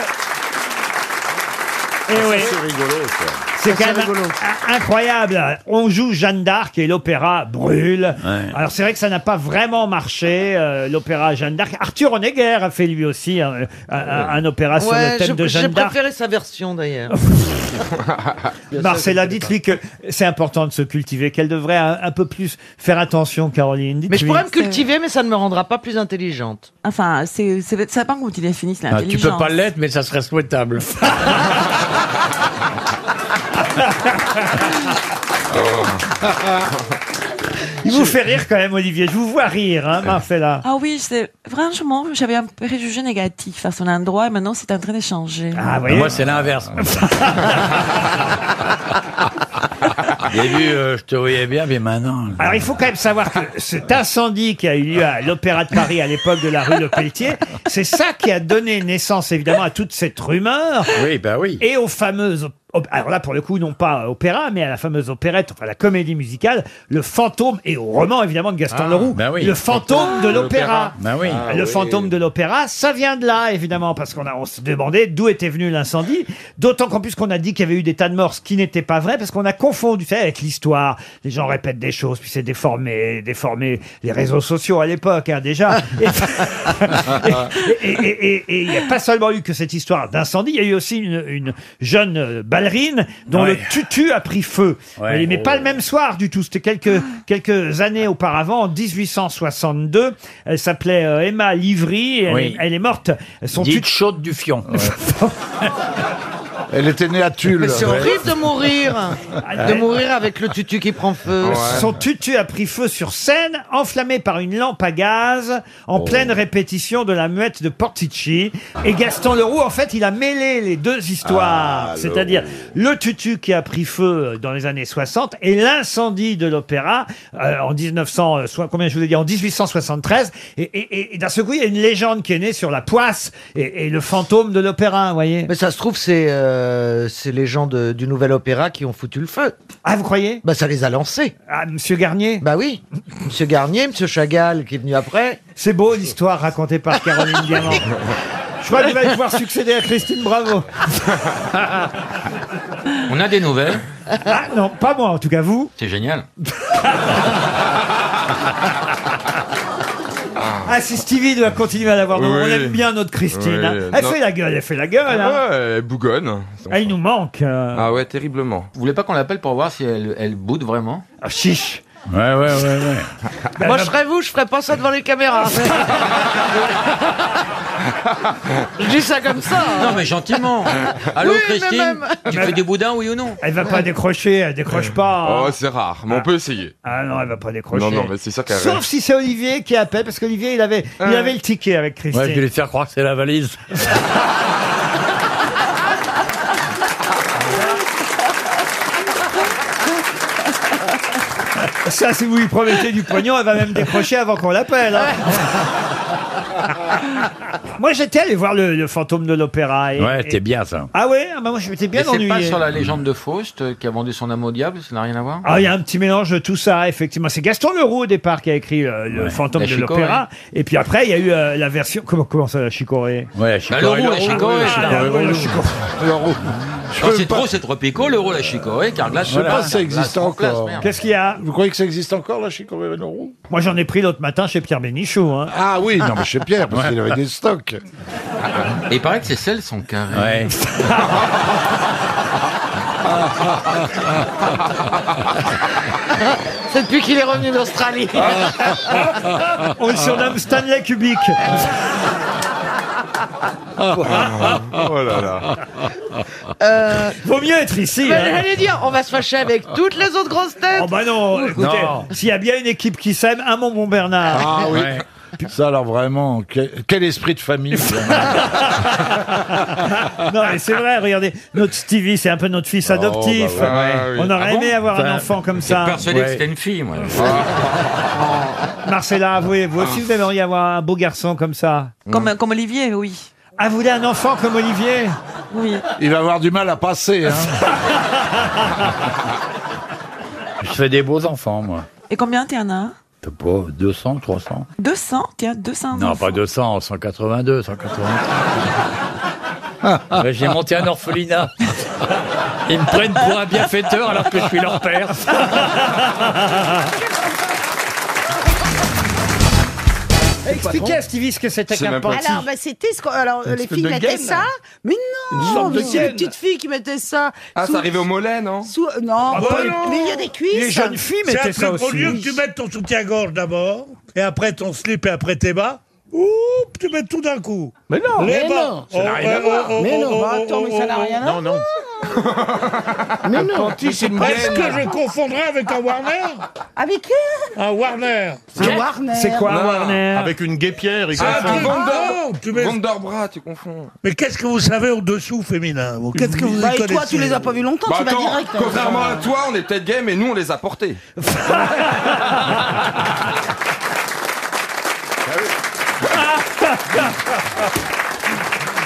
[SPEAKER 1] Eh oui. C'est quand même in- incroyable. On joue Jeanne d'Arc et l'opéra brûle. Alors c'est vrai que ça n'a pas vraiment marché, euh, l'opéra Jeanne d'Arc. Arthur Honegger a fait lui aussi un, un- un- un opéra sur
[SPEAKER 3] Ouais,
[SPEAKER 1] le thème
[SPEAKER 3] je-
[SPEAKER 1] de
[SPEAKER 3] J'ai
[SPEAKER 1] Jeanne d'Arc.
[SPEAKER 3] préféré sa version d'ailleurs.
[SPEAKER 1] Marcella, dites-lui que c'est important de se cultiver, qu'elle devrait un, un peu plus faire attention, Caroline.
[SPEAKER 3] Mais je
[SPEAKER 1] Dites-lui.
[SPEAKER 3] pourrais me cultiver, mais ça ne me rendra pas plus intelligente.
[SPEAKER 21] Enfin, c'est, c'est- ça dépend quand il est fini, c'est
[SPEAKER 3] Ah, tu
[SPEAKER 21] l'intelligence.
[SPEAKER 3] peux pas
[SPEAKER 21] l'être.
[SPEAKER 26] mais ça serait souhaitable.
[SPEAKER 1] Il vous fait rire quand même, Olivier. Je vous vois rire, hein, Marcella.
[SPEAKER 21] Ah oui, c'est, franchement, j'avais un préjugé négatif à son endroit et maintenant c'est en train de changer.
[SPEAKER 1] Ah,
[SPEAKER 28] Mais Moi, c'est l'inverse. J'ai vu, euh, je te voyais bien, mais maintenant.
[SPEAKER 1] Alors il faut quand même savoir que cet incendie qui a eu lieu à l'Opéra de Paris à l'époque de la rue Le Pelletier, c'est ça qui a donné naissance évidemment à toute cette rumeur.
[SPEAKER 28] Oui, bah oui.
[SPEAKER 1] Et aux fameuses op- alors là, pour le coup, non pas à opéra, mais à la fameuse opérette, enfin la comédie musicale, le fantôme, et au roman évidemment de Gaston
[SPEAKER 9] Ah,
[SPEAKER 1] Leroux,
[SPEAKER 9] ben oui.
[SPEAKER 1] le fantôme
[SPEAKER 9] Ah,
[SPEAKER 1] de
[SPEAKER 9] de
[SPEAKER 1] l'opéra.
[SPEAKER 9] l'opéra. Ben oui. Ah,
[SPEAKER 1] le
[SPEAKER 9] oui.
[SPEAKER 1] fantôme de l'opéra, ça vient de là évidemment, parce qu'on a- on se demandait d'où était venu l'incendie, d'autant qu'en plus qu'on a dit qu'il y avait eu des tas de morts, ce qui n'était pas vrai, parce qu'on a confondu ça avec l'histoire. Les gens répètent des choses, puis c'est déformé, déformé, les réseaux sociaux à l'époque hein, déjà. Et- et et- et- et- et il n'y a pas seulement eu que cette histoire d'incendie, il y a eu aussi une, une jeune euh, ballerine dont
[SPEAKER 9] Ouais.
[SPEAKER 1] le tutu a pris feu.
[SPEAKER 9] Ouais. Oh.
[SPEAKER 1] Mais, mais pas le même soir du tout, c'était quelques, quelques années auparavant, en 1862. Elle s'appelait euh, Emma Livry et elle,
[SPEAKER 9] Oui.
[SPEAKER 1] est, elle est morte. Son
[SPEAKER 9] Dite
[SPEAKER 1] tutu... chaude du fion.
[SPEAKER 4] Elle était née à Tulle.
[SPEAKER 5] Mais c'est horrible de mourir De mourir avec le tutu qui prend feu.
[SPEAKER 1] Son tutu a pris feu sur scène, enflammé par une lampe à gaz, en pleine répétition de la muette de Portici. Et Gaston Leroux, en fait, il a mêlé les deux histoires.
[SPEAKER 9] Ah,
[SPEAKER 1] C'est-à-dire le tutu qui a pris feu dans les années 60 et l'incendie de l'opéra euh, en 1900, euh, soit- combien je vous ai dit, en 1873. Et, et- et- et d'un seul coup, il y a une légende qui est née sur la poisse et, et le fantôme de l'opéra, vous voyez.
[SPEAKER 7] Mais ça se trouve, c'est euh, c'est les gens de- du Nouvel Opéra qui ont foutu le feu.
[SPEAKER 1] Ah, vous croyez
[SPEAKER 7] Bah, ça les a lancés.
[SPEAKER 1] Ah, Monsieur Garnier
[SPEAKER 7] Bah oui. Monsieur Garnier, Monsieur Chagall qui est venu après.
[SPEAKER 1] C'est beau l'histoire racontée par Caroline Diamant. Je crois qu'il va pouvoir succéder à Christine Bravo.
[SPEAKER 9] Ah. On a des nouvelles.
[SPEAKER 1] Ah non, pas moi en tout cas, vous.
[SPEAKER 9] C'est génial.
[SPEAKER 1] Ah, si Stevie doit continuer à l'avoir,
[SPEAKER 29] Oui.
[SPEAKER 1] on aime bien notre Christine.
[SPEAKER 29] Oui,
[SPEAKER 1] hein. Elle
[SPEAKER 29] non.
[SPEAKER 1] fait la gueule, elle fait la gueule. hein.
[SPEAKER 29] Ah ouais, elle bougonne.
[SPEAKER 1] Elle nous manque. euh.
[SPEAKER 29] Ah ouais, terriblement.
[SPEAKER 9] Vous voulez pas qu'on l'appelle pour voir si elle, elle boude vraiment
[SPEAKER 1] Ah, chiche
[SPEAKER 9] Ouais, ouais, ouais, ouais.
[SPEAKER 1] Ben,
[SPEAKER 5] Moi, je serais vous, je ferais pas ça devant les caméras. je dis ça comme ça. hein.
[SPEAKER 9] Non, mais gentiment. Allô,
[SPEAKER 5] Oui, mais
[SPEAKER 9] Christine
[SPEAKER 5] même-
[SPEAKER 9] Tu fais des boudins, oui ou non
[SPEAKER 1] Elle va pas décrocher, elle décroche pas.
[SPEAKER 29] Oh,
[SPEAKER 1] hein.
[SPEAKER 29] c'est rare, mais on peut essayer.
[SPEAKER 1] Ah non, elle va pas décrocher.
[SPEAKER 29] Non, non, mais c'est sûr qu'elle
[SPEAKER 1] Sauf si c'est Olivier qui appelle, parce qu'Olivier, il avait, il avait le ticket avec Christine.
[SPEAKER 10] Ouais, je vais lui faire croire que c'est la valise.
[SPEAKER 1] Ça, si vous lui promettez du pognon, elle va même décrocher avant qu'on l'appelle. hein. moi, j'étais allé voir le, le fantôme de l'opéra. et-
[SPEAKER 9] Ouais,
[SPEAKER 1] et-
[SPEAKER 9] c'était bien, ça.
[SPEAKER 1] Ah ouais, ah bah moi, je m'étais bien
[SPEAKER 9] Mais c'est
[SPEAKER 1] ennuyé.
[SPEAKER 9] pas sur la légende de Faust euh, qui a vendu son âme au diable, ça n'a rien à voir
[SPEAKER 1] Ah, il y a un petit mélange de tout ça, effectivement. C'est Gaston Leroux au départ qui a écrit euh, le
[SPEAKER 9] Ouais.
[SPEAKER 1] fantôme
[SPEAKER 9] La
[SPEAKER 1] de
[SPEAKER 9] Chicorée.
[SPEAKER 1] l'opéra. Et puis après, il y a eu euh, la version. Comment, comment ça, la chicorée
[SPEAKER 9] Ouais, la
[SPEAKER 1] Bah, le roux, la chicorée, la chicorée, la chicorée.
[SPEAKER 9] C'est trop, c'est trop picot, l'euro, la chicorée, car glace.
[SPEAKER 4] Je sais pas si ça existe encore.
[SPEAKER 1] Qu'est-ce qu'il y a
[SPEAKER 4] Vous croyez que ça existe encore, la chicorée Renaud
[SPEAKER 1] Moi, j'en ai pris l'autre matin chez Pierre Bénichou. hein.
[SPEAKER 4] Ah oui, non, mais chez Pierre, parce qu'il avait des stocks.
[SPEAKER 9] Et il paraît que ses selles sont carrées. Ouais.
[SPEAKER 4] Ah,
[SPEAKER 5] C'est depuis qu'il est revenu d'Australie.
[SPEAKER 1] On le surnomme Stanley Kubik.
[SPEAKER 29] Oh là là.
[SPEAKER 5] Euh,
[SPEAKER 1] Vaut mieux être ici.
[SPEAKER 5] mais
[SPEAKER 1] hein.
[SPEAKER 5] J'allais dire, on va se fâcher avec toutes les autres grosses têtes.
[SPEAKER 1] Oh bah non, écoutez,
[SPEAKER 4] Non.
[SPEAKER 1] s'il y a bien une équipe qui s'aime, un mon bon Bernard.
[SPEAKER 4] Ah oui. Ça, alors vraiment, quel, quel esprit de famille.
[SPEAKER 1] non mais c'est vrai, regardez, notre Stevie, c'est un peu notre fils adoptif.
[SPEAKER 29] bah ouais. Ah oui.
[SPEAKER 1] On aurait
[SPEAKER 29] Ah bon
[SPEAKER 1] aimé avoir
[SPEAKER 29] Enfin,
[SPEAKER 1] un enfant comme
[SPEAKER 29] j'étais
[SPEAKER 1] ça.
[SPEAKER 29] persuadé que
[SPEAKER 1] Ouais.
[SPEAKER 29] c'était
[SPEAKER 9] Une fille, moi.
[SPEAKER 1] Marcella, avouez, vous aussi vous aimeriez avoir un beau garçon comme ça
[SPEAKER 21] Comme, comme Olivier, oui.
[SPEAKER 1] Ah, vous voulez un enfant comme Olivier
[SPEAKER 21] Oui.
[SPEAKER 4] Il va avoir du mal à passer. Hein.
[SPEAKER 10] Je fais des beaux enfants, moi.
[SPEAKER 21] Et combien t'y en as
[SPEAKER 10] Je sais pas, 200, 300
[SPEAKER 21] 200 Tiens, 200
[SPEAKER 10] Non,
[SPEAKER 21] enfants.
[SPEAKER 10] pas 200, 182, 180. Ouais, J'ai monté un orphelinat. Ils me prennent pour un bienfaiteur alors que je suis leur père.
[SPEAKER 1] Expliquez à Stevie ce que c'était
[SPEAKER 10] C'est
[SPEAKER 1] qu'un
[SPEAKER 10] même pas-
[SPEAKER 1] panty.
[SPEAKER 2] Alors, bah, c'était ce qu'on- Alors,
[SPEAKER 1] Une
[SPEAKER 2] les
[SPEAKER 1] espèce
[SPEAKER 2] filles
[SPEAKER 1] de
[SPEAKER 2] mettaient
[SPEAKER 1] gaine.
[SPEAKER 2] ça. Mais
[SPEAKER 1] Une
[SPEAKER 2] non,
[SPEAKER 1] sorte de
[SPEAKER 2] mais c'est les
[SPEAKER 1] gaine.
[SPEAKER 2] petites filles qui mettaient ça.
[SPEAKER 29] Ah,
[SPEAKER 2] sous-
[SPEAKER 29] ça arrivait au mollet, non
[SPEAKER 2] sous- Non, Ah, au bah, au milieu des cuisses.
[SPEAKER 13] C'est un truc, Au lieu que tu mettes ton soutien-gorge d'abord, et après ton slip et après tes bas, oup, tu mets tout d'un coup.
[SPEAKER 18] Mais non,
[SPEAKER 13] Les
[SPEAKER 18] mais
[SPEAKER 13] bas. Oh,
[SPEAKER 18] non, ça n'a rien à
[SPEAKER 13] oh,
[SPEAKER 18] voir.
[SPEAKER 13] oh,
[SPEAKER 18] Mais
[SPEAKER 13] oh,
[SPEAKER 18] non,
[SPEAKER 13] oh,
[SPEAKER 18] bah, attends,
[SPEAKER 13] oh,
[SPEAKER 18] mais ça n'a
[SPEAKER 13] oh,
[SPEAKER 18] rien à
[SPEAKER 13] oh,
[SPEAKER 18] voir.
[SPEAKER 13] Mais
[SPEAKER 18] non.
[SPEAKER 13] panty, c'est une Est-ce
[SPEAKER 18] gaine.
[SPEAKER 13] que je confondrais avec un Warner
[SPEAKER 2] Avec qui
[SPEAKER 13] Un Warner.
[SPEAKER 2] Un Warner. C'est quoi, un Non. Warner
[SPEAKER 13] Avec une guépière.
[SPEAKER 29] et Ah, comme ça. Vendor-
[SPEAKER 13] tu mets...
[SPEAKER 29] Vandorbra, tu confonds.
[SPEAKER 13] Mais qu'est-ce que vous savez au-dessous, féminin vous Qu'est-ce que vous y
[SPEAKER 2] Bah, et
[SPEAKER 13] connaissez
[SPEAKER 2] toi, tu les as pas vus longtemps,
[SPEAKER 29] Bah
[SPEAKER 2] tu vas
[SPEAKER 29] attends,
[SPEAKER 2] direct. hein.
[SPEAKER 29] contrairement à toi, on est peut-être gay, mais nous, on les a portés.
[SPEAKER 9] Bah,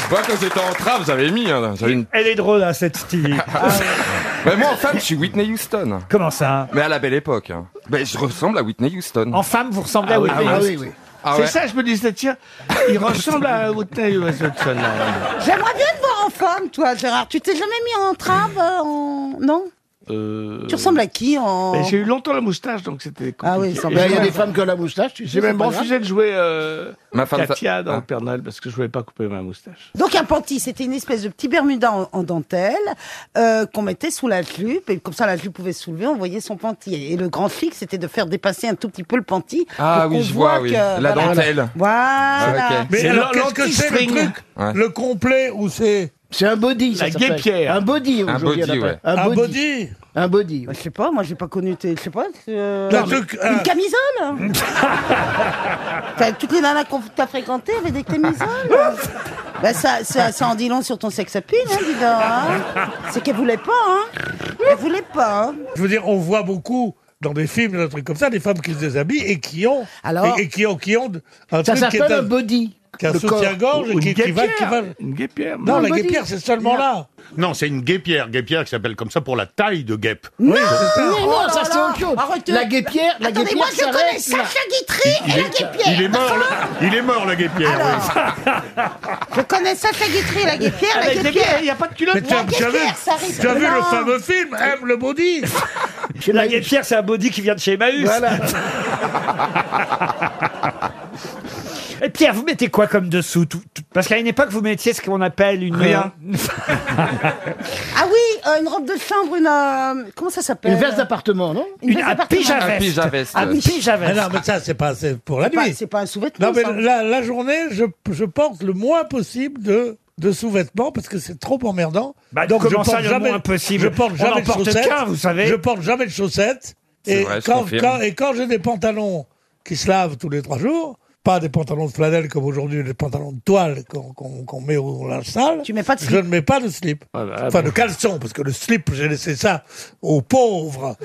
[SPEAKER 9] Moi, Bah, quand j'étais en train, vous avez mis. hein, là, j'avais une- Ah
[SPEAKER 1] Elle est drôle, hein, cette Stevie.
[SPEAKER 9] Mais moi, en femme, je suis Whitney Houston.
[SPEAKER 1] Comment ça
[SPEAKER 9] Mais à la belle époque. hein. Mais je ressemble à Whitney Houston.
[SPEAKER 1] En femme, vous
[SPEAKER 4] Ah
[SPEAKER 1] ressemblez à Whitney Houston.
[SPEAKER 9] Ah
[SPEAKER 4] c'est
[SPEAKER 9] ouais.
[SPEAKER 4] ça, je me disais, tiens, il ressemble à Whitney Houston. là.
[SPEAKER 2] J'aimerais bien te voir en femme, toi, Gérard. Tu t'es jamais mis en trave euh, en... Non
[SPEAKER 4] Euh,
[SPEAKER 2] Tu ressembles à qui en...
[SPEAKER 13] ben,
[SPEAKER 4] mais J'ai eu longtemps la moustache, donc c'était compliqué.
[SPEAKER 2] Ah oui, sans-
[SPEAKER 4] Et
[SPEAKER 2] Ben, il y a
[SPEAKER 4] j'ai-
[SPEAKER 2] des femmes
[SPEAKER 5] qui ont la moustache, tu sais,
[SPEAKER 4] J'ai
[SPEAKER 5] c'est
[SPEAKER 4] même
[SPEAKER 5] pas grave.
[SPEAKER 4] refusé de jouer euh,
[SPEAKER 9] Ma femme, ça-
[SPEAKER 4] Katia dans
[SPEAKER 9] Ah.
[SPEAKER 4] le Père Noël parce que je voulais pas couper ma moustache.
[SPEAKER 2] Donc un panty, c'était une espèce de petit Bermuda en, en dentelle euh, qu'on mettait sous la jupe et comme ça la jupe pouvait se soulever, on voyait son panty. Et, et le grand flic, c'était de faire dépasser un tout petit peu le panty.
[SPEAKER 9] Ah
[SPEAKER 2] pour
[SPEAKER 9] oui,
[SPEAKER 2] qu'on
[SPEAKER 9] je
[SPEAKER 2] voit
[SPEAKER 9] vois, oui.
[SPEAKER 2] que-
[SPEAKER 9] La
[SPEAKER 2] voilà.
[SPEAKER 9] dentelle.
[SPEAKER 2] Voilà.
[SPEAKER 9] Ah, ok.
[SPEAKER 13] Mais
[SPEAKER 9] C'est
[SPEAKER 13] alors,
[SPEAKER 9] le-
[SPEAKER 13] qu'est-ce que c'est le
[SPEAKER 4] string.
[SPEAKER 13] truc
[SPEAKER 9] Ouais.
[SPEAKER 13] Le complet ou c'est.
[SPEAKER 5] C'est un body,
[SPEAKER 4] ça La s'appelle. guépière.
[SPEAKER 5] Un body,
[SPEAKER 9] Un
[SPEAKER 5] aujourd'hui,
[SPEAKER 9] body,
[SPEAKER 5] on appelle.
[SPEAKER 9] ouais.
[SPEAKER 5] Un
[SPEAKER 13] Un
[SPEAKER 5] body.
[SPEAKER 13] body
[SPEAKER 5] Un body.
[SPEAKER 2] Bah, Je sais pas, moi j'ai pas connu, tes- je sais pas. euh,
[SPEAKER 13] Le truc, euh,
[SPEAKER 2] Une camisole T'as- Toutes les nanas qu'on t'a fréquentées avaient des camisoles Bah ça, ça, ça en dit long sur ton sex appeal, hein, dis donc. hein. C'est qu'elle voulait pas, hein Elle voulait pas, hein.
[SPEAKER 13] Je veux dire, on voit beaucoup dans des films, des trucs comme ça, des femmes qui se déshabillent et qui ont.
[SPEAKER 5] Alors
[SPEAKER 13] et, et qui ont, qui ont un
[SPEAKER 5] Ça
[SPEAKER 13] truc qui est
[SPEAKER 5] s'appelle un body.
[SPEAKER 13] qui a un
[SPEAKER 5] Le corps.
[SPEAKER 13] soutien-gorge
[SPEAKER 4] Ou
[SPEAKER 13] qui,
[SPEAKER 4] une
[SPEAKER 13] qui va, qui
[SPEAKER 4] guêpière.
[SPEAKER 13] va.
[SPEAKER 4] Une guépière.
[SPEAKER 13] Non,
[SPEAKER 4] non.
[SPEAKER 13] la
[SPEAKER 4] Body.
[SPEAKER 13] guépière, c'est seulement là.
[SPEAKER 18] Non, c'est une guépière, guépière qui s'appelle comme ça pour la taille de guêpe.
[SPEAKER 2] Non,
[SPEAKER 5] non,
[SPEAKER 2] Oh là
[SPEAKER 5] ça c'est
[SPEAKER 2] là,
[SPEAKER 5] autre chose.
[SPEAKER 2] arrêtez.
[SPEAKER 5] La guépière, la
[SPEAKER 2] Attendez,
[SPEAKER 5] guépière
[SPEAKER 2] moi je
[SPEAKER 5] s'arrête
[SPEAKER 2] connais
[SPEAKER 5] là.
[SPEAKER 2] Sacha Guitry
[SPEAKER 18] Il
[SPEAKER 2] et
[SPEAKER 18] est,
[SPEAKER 2] la guépière.
[SPEAKER 18] il est mort, le- il est mort la guépière. oui.
[SPEAKER 2] Je connais Sacha Guitry et la guépière, la
[SPEAKER 4] Avec des bières,
[SPEAKER 2] guépière.
[SPEAKER 4] il n'y a pas de
[SPEAKER 13] Mais
[SPEAKER 4] culotte.
[SPEAKER 13] tu as tu as vu,
[SPEAKER 2] ça risque
[SPEAKER 13] tu as vu
[SPEAKER 2] de-
[SPEAKER 13] le
[SPEAKER 2] Non.
[SPEAKER 13] fameux film Aime le body
[SPEAKER 1] La Guêpière, c'est un body qui vient de chez Emmaüs. Et Pierre, vous mettez quoi comme dessous tout- tout- Parce qu'à une époque, vous mettiez ce qu'on appelle une...
[SPEAKER 9] Rien.
[SPEAKER 2] Ah oui, euh, une robe de chambre, une. euh, comment ça s'appelle
[SPEAKER 5] Une veste d'appartement, non
[SPEAKER 2] Une
[SPEAKER 13] Une-
[SPEAKER 2] veste
[SPEAKER 13] un
[SPEAKER 2] d'appartement.
[SPEAKER 13] pyjama.
[SPEAKER 9] Un pige à veste.
[SPEAKER 1] Ah oui,
[SPEAKER 13] Ah
[SPEAKER 1] j'avais.
[SPEAKER 13] non, mais ça, c'est pas c'est pour la
[SPEAKER 2] C'est pas-
[SPEAKER 13] nuit.
[SPEAKER 2] C'est pas un sous-vêtement.
[SPEAKER 13] Non, mais
[SPEAKER 2] ça.
[SPEAKER 13] la, la journée, je, je porte le moins possible de, de sous-vêtements parce que c'est trop emmerdant.
[SPEAKER 1] Bah,
[SPEAKER 13] Donc, je
[SPEAKER 1] comment
[SPEAKER 13] porte
[SPEAKER 1] ça, le
[SPEAKER 13] jamais,
[SPEAKER 1] moins possible
[SPEAKER 13] Je porte
[SPEAKER 1] On
[SPEAKER 13] jamais
[SPEAKER 1] en
[SPEAKER 13] de
[SPEAKER 1] porte
[SPEAKER 13] chaussettes.
[SPEAKER 1] qu'un, vous savez.
[SPEAKER 13] Je porte jamais de chaussettes.
[SPEAKER 9] C'est
[SPEAKER 13] Et,
[SPEAKER 9] vrai, je
[SPEAKER 13] quand,
[SPEAKER 9] confirme.
[SPEAKER 13] quand- et quand j'ai des pantalons qui se lavent tous les trois jours, pas des pantalons de flanelle comme aujourd'hui, des pantalons de toile qu'on qu'on- qu'on met au linge sale.
[SPEAKER 2] Tu mets pas de
[SPEAKER 13] Je
[SPEAKER 2] slip.
[SPEAKER 13] ne mets pas de slip.
[SPEAKER 1] Ah, bah,
[SPEAKER 13] enfin, de caleçon, parce que le slip, j'ai laissé ça aux pauvres.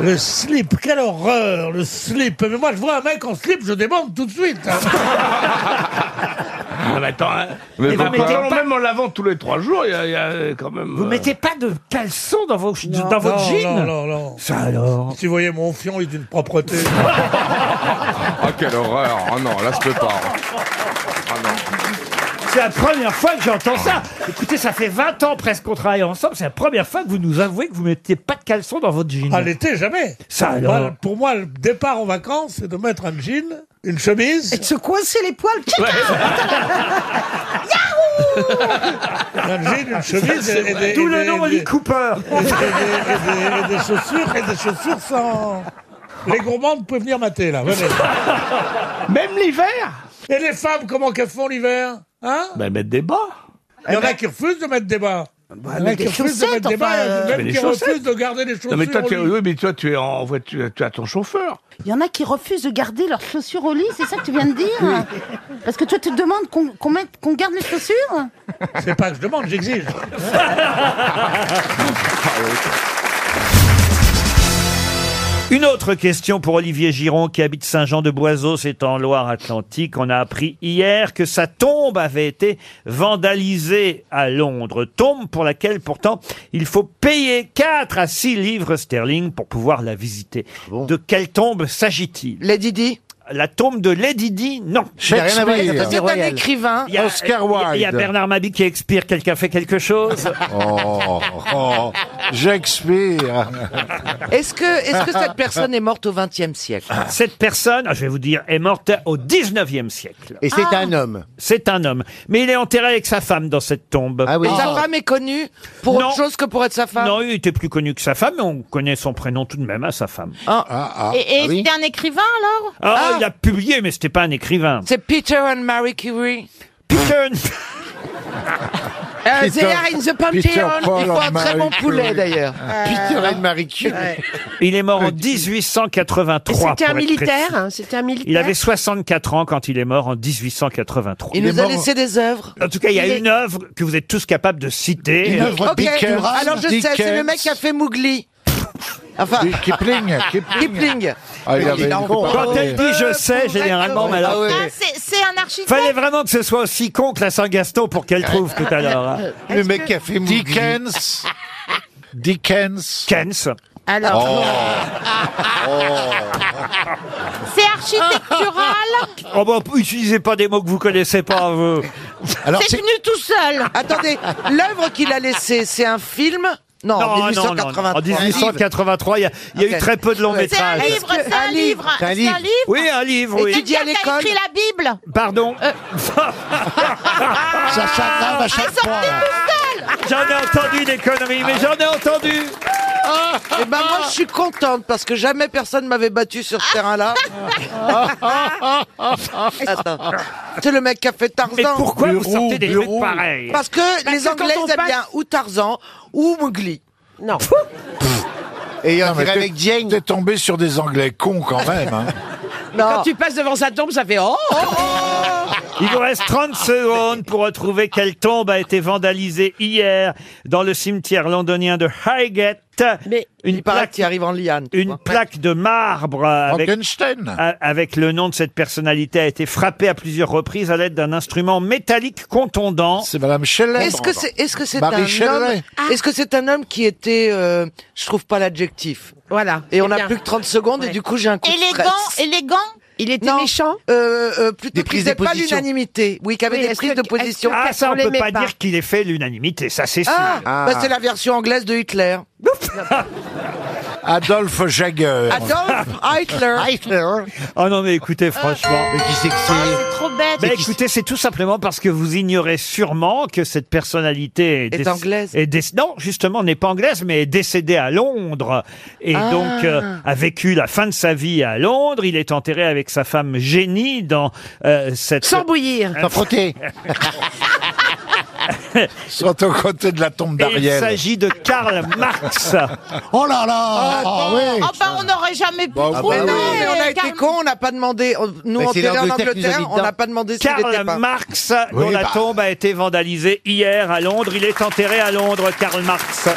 [SPEAKER 13] Le slip, quelle horreur, le slip. Mais moi, je vois un mec en slip, je demande tout de suite. hein.
[SPEAKER 4] Ah, mais attends, hein.
[SPEAKER 9] Mais
[SPEAKER 4] Et vous
[SPEAKER 9] pourquoi
[SPEAKER 4] mettez-
[SPEAKER 1] pas-
[SPEAKER 4] même en l'avant tous les trois jours, il y, a- il y a quand même.
[SPEAKER 1] Vous
[SPEAKER 4] euh,
[SPEAKER 1] mettez pas de caleçon dans, vos, dans votre
[SPEAKER 13] non,
[SPEAKER 1] jean
[SPEAKER 13] Non, non, non.
[SPEAKER 1] Ça alors
[SPEAKER 13] Si vous voyez mon fion, il est d'une propreté.
[SPEAKER 9] Ah, quelle horreur. Oh non, là, je peux pas. Ah non.
[SPEAKER 1] C'est la première fois que j'entends ça. Écoutez, ça fait 20 ans presque qu'on travaille ensemble. C'est la première fois que vous nous avouez que vous mettez pas de caleçon dans votre
[SPEAKER 4] Ah,
[SPEAKER 1] jean.
[SPEAKER 13] À l'été, jamais.
[SPEAKER 1] Ça
[SPEAKER 13] Moi,
[SPEAKER 1] alors.
[SPEAKER 13] pour moi, le départ en vacances, c'est de mettre un jean, une chemise.
[SPEAKER 2] Et de se coincer les poils. Tchou,
[SPEAKER 13] Un jean, une chemise et, et des,
[SPEAKER 1] D'où
[SPEAKER 13] et
[SPEAKER 1] le
[SPEAKER 13] des-
[SPEAKER 1] nom
[SPEAKER 13] des-
[SPEAKER 1] Oli Cooper.
[SPEAKER 13] et des, et des- et des- et des chaussures et des chaussures sans. Les gourmandes peuvent venir mater là. venez.
[SPEAKER 4] Même l'hiver
[SPEAKER 13] Et les femmes, comment qu'elles font l'hiver Hein
[SPEAKER 4] Ben, mettre des bas.
[SPEAKER 13] Il y en a qui refusent de mettre des bas. Il y en a
[SPEAKER 2] mais
[SPEAKER 13] qui
[SPEAKER 2] des
[SPEAKER 13] refusent de mettre
[SPEAKER 2] chaussettes,
[SPEAKER 13] des bas,
[SPEAKER 2] enfin,
[SPEAKER 13] et
[SPEAKER 4] euh,
[SPEAKER 13] même
[SPEAKER 4] Mais
[SPEAKER 13] qui
[SPEAKER 4] des chaussettes.
[SPEAKER 13] refusent de garder les chaussures.
[SPEAKER 4] Non, mais toi,
[SPEAKER 13] au
[SPEAKER 4] tu es,
[SPEAKER 13] lit.
[SPEAKER 4] oui, mais toi, tu es en voiture, tu as ton chauffeur.
[SPEAKER 2] Il y en a qui refusent de garder leurs chaussures au lit, c'est ça que tu viens de dire Parce que toi, tu te demandes qu'on qu'on mette- qu'on garde les chaussures
[SPEAKER 13] C'est pas que je demande, j'exige.
[SPEAKER 1] Une autre question pour Olivier Giron qui habite Saint-Jean-de-Boiseau, c'est en Loire-Atlantique. On a appris hier que sa tombe avait été vandalisée à Londres. Tombe pour laquelle pourtant il faut payer 4 à 6 livres sterling pour pouvoir la visiter.
[SPEAKER 30] Ah
[SPEAKER 1] De quelle tombe s'agit-il
[SPEAKER 31] Lady Di
[SPEAKER 1] La tombe de Lady Di Non.
[SPEAKER 5] J'ai rien à voir avec la
[SPEAKER 31] C'est
[SPEAKER 5] famille
[SPEAKER 31] un
[SPEAKER 5] royale.
[SPEAKER 31] écrivain.
[SPEAKER 1] Il y a-
[SPEAKER 30] Oscar Wilde.
[SPEAKER 1] Il y a Bernard Mabi qui expire. Quelqu'un fait quelque chose
[SPEAKER 30] Oh, oh, Shakespeare.
[SPEAKER 7] Est-ce que, est-ce que cette personne est morte au XXe siècle
[SPEAKER 1] Ah. Cette personne, je vais vous dire, est morte au 19e siècle.
[SPEAKER 6] Et c'est
[SPEAKER 7] Ah.
[SPEAKER 6] un homme.
[SPEAKER 1] C'est un homme. Mais il est enterré avec sa femme dans cette tombe.
[SPEAKER 6] Ah oui.
[SPEAKER 7] Et sa femme est connue pour
[SPEAKER 1] Non.
[SPEAKER 7] autre chose que pour être sa femme
[SPEAKER 1] Non, il était plus connu que sa femme, mais on connaît son prénom tout de même à sa femme.
[SPEAKER 6] Ah, ah,
[SPEAKER 32] Et, et
[SPEAKER 6] ah oui.
[SPEAKER 32] c'était un écrivain alors
[SPEAKER 1] Ah,
[SPEAKER 7] Ah.
[SPEAKER 1] il a publié, mais c'était pas un écrivain.
[SPEAKER 7] C'est Peter and Mary Curie.
[SPEAKER 1] Peter,
[SPEAKER 7] Euh,
[SPEAKER 6] Peter-
[SPEAKER 7] they are in the
[SPEAKER 6] Peter
[SPEAKER 7] Pantheon.
[SPEAKER 6] Paul
[SPEAKER 7] Ils font un
[SPEAKER 6] and
[SPEAKER 7] très
[SPEAKER 6] Mary
[SPEAKER 7] bon poulet
[SPEAKER 6] Curie.
[SPEAKER 7] d'ailleurs.
[SPEAKER 6] Peter and Marie Curie.
[SPEAKER 1] il est mort en 1883.
[SPEAKER 33] C'était un
[SPEAKER 1] pour être
[SPEAKER 33] militaire,
[SPEAKER 1] précis.
[SPEAKER 33] hein, c'était un militaire.
[SPEAKER 1] Il avait 64 ans quand il est mort en 1883.
[SPEAKER 7] Il
[SPEAKER 6] est
[SPEAKER 7] nous a
[SPEAKER 6] mort-
[SPEAKER 7] laissé des œuvres.
[SPEAKER 1] En tout cas, il y a
[SPEAKER 7] Il est-
[SPEAKER 1] une œuvre que vous êtes tous capables de citer.
[SPEAKER 6] Une œuvre
[SPEAKER 7] Ok,
[SPEAKER 6] Dickens.
[SPEAKER 7] alors je sais, c'est le
[SPEAKER 6] Dickens.
[SPEAKER 7] mec qui a fait Mowgli. Enfin,
[SPEAKER 1] Oui, Kipling, Kipling.
[SPEAKER 7] Kipling.
[SPEAKER 1] Ah, il avait une
[SPEAKER 7] con.
[SPEAKER 1] Quand elle dit je sais, généralement, mais alors- Ah,
[SPEAKER 2] C'est un architecte.
[SPEAKER 1] Fallait vraiment que ce soit aussi con que la Saint-Gaston pour qu'elle trouve tout à l'heure. hein.
[SPEAKER 2] Le mec qui a fait Mowgli.
[SPEAKER 18] Dickens.
[SPEAKER 1] Dickens. Kens.
[SPEAKER 2] Alors- Oh.
[SPEAKER 1] Oh.
[SPEAKER 2] C'est architectural.
[SPEAKER 1] Oh bah, utilisez pas des mots que vous connaissez pas, vous.
[SPEAKER 7] c'est venu tout seul. Attendez, l'œuvre qu'il a laissée, c'est un film Non,
[SPEAKER 1] Non, non, non,
[SPEAKER 7] en
[SPEAKER 1] non.
[SPEAKER 7] 1883.
[SPEAKER 1] En 1883, il y a, il y a eu
[SPEAKER 7] Ok.
[SPEAKER 1] très peu de longs
[SPEAKER 7] C'est un
[SPEAKER 1] métrages.
[SPEAKER 7] livre, c'est un Un livre. livre. C'est un livre.
[SPEAKER 1] Oui, un livre, oui.
[SPEAKER 2] tu dis à l'école. écrit la Bible.
[SPEAKER 1] Pardon Ça s'attrape à chaque fois. J'en ai entendu des conneries, mais j'en ai entendu. Ah.
[SPEAKER 7] Et ben moi je suis contente parce que jamais personne m'avait battu sur ce terrain-là. Attends. C'est le mec qui a fait Tarzan.
[SPEAKER 1] Mais pourquoi Le vous sortez des roux, trucs le roux. pareils
[SPEAKER 7] Parce que
[SPEAKER 1] Parce
[SPEAKER 7] les
[SPEAKER 1] que
[SPEAKER 7] Anglais
[SPEAKER 1] quand on
[SPEAKER 7] aiment
[SPEAKER 1] passe-
[SPEAKER 7] bien ou Tarzan ou Mowgli. Non.
[SPEAKER 18] Et avec Jane. T'es tombé sur des Anglais cons quand même. hein.
[SPEAKER 7] Quand tu passes devant sa tombe, ça fait oh, oh, oh
[SPEAKER 1] Il vous reste 30 secondes pour retrouver quelle tombe a été vandalisée hier dans le cimetière londonien de Highgate. Mais une plaque
[SPEAKER 7] qui arrive en liane.
[SPEAKER 1] Une plaque de marbre euh, avec, a- avec le nom de cette personnalité a été frappée à plusieurs reprises à l'aide d'un instrument métallique contondant. C'est Madame Shelley.
[SPEAKER 7] Est-ce que c'est est-ce que c'est un homme Ah. Est-ce que c'est un homme qui était euh, je trouve pas l'adjectif. Voilà. Et on a
[SPEAKER 2] bien.
[SPEAKER 7] plus que 30 secondes et du coup j'ai un coup de
[SPEAKER 2] Élégant,
[SPEAKER 7] stress.
[SPEAKER 2] élégant.
[SPEAKER 7] Il était méchant euh, euh, Plutôt qu'il faisait pas l'unanimité. Oui, qu'il avait
[SPEAKER 2] Oui,
[SPEAKER 7] des
[SPEAKER 2] est-ce
[SPEAKER 7] prises
[SPEAKER 2] que-
[SPEAKER 7] de position.
[SPEAKER 1] Ah, ça, on peut pas, dire qu'il ait fait l'unanimité, ça c'est sûr.
[SPEAKER 7] Ah, bah, c'est la version anglaise de Hitler.
[SPEAKER 18] Adolphe Jagger.
[SPEAKER 7] Adolf Hitler.
[SPEAKER 1] Oh non, mais écoutez, franchement. Mais qui c'est que
[SPEAKER 7] Ah,
[SPEAKER 1] c'est
[SPEAKER 2] Trop bête.
[SPEAKER 1] Bah, écoutez, c'est tout simplement parce que vous ignorez sûrement que cette personnalité est,
[SPEAKER 7] Est
[SPEAKER 1] déc-
[SPEAKER 7] anglaise.
[SPEAKER 1] est déc- non, justement, n'est pas anglaise, mais est décédée à Londres et
[SPEAKER 7] Ah.
[SPEAKER 1] donc euh, a vécu la fin de sa vie à Londres. Il est enterré avec sa femme Jenny dans euh, cette
[SPEAKER 7] sans bouillir,
[SPEAKER 1] sans frotter.
[SPEAKER 18] Sont aux côtés de la tombe
[SPEAKER 1] Et il
[SPEAKER 18] d'Ariel.
[SPEAKER 1] s'agit de Karl Marx.
[SPEAKER 18] Oh là
[SPEAKER 4] Ah,
[SPEAKER 1] Ah,
[SPEAKER 18] là
[SPEAKER 2] Oh, bah, on n'aurait jamais pu Eh,
[SPEAKER 18] Bah,
[SPEAKER 2] trouver.
[SPEAKER 18] bah,
[SPEAKER 7] Non, Ah, mais on a été
[SPEAKER 2] Karl-
[SPEAKER 7] cons, on n'a pas demandé. on- Nous,
[SPEAKER 1] Mais
[SPEAKER 7] en
[SPEAKER 1] Bah, c'est
[SPEAKER 7] télé en
[SPEAKER 1] l'Angleterre qui nous a
[SPEAKER 7] Angleterre,
[SPEAKER 1] dit
[SPEAKER 7] on
[SPEAKER 1] non.
[SPEAKER 7] n'a pas demandé s'il était
[SPEAKER 1] Karl
[SPEAKER 7] pas.
[SPEAKER 1] Marx, dont
[SPEAKER 7] Oui,
[SPEAKER 1] la
[SPEAKER 7] bah.
[SPEAKER 1] tombe a été vandalisée hier à Londres. Il est enterré à Londres, Karl Marx.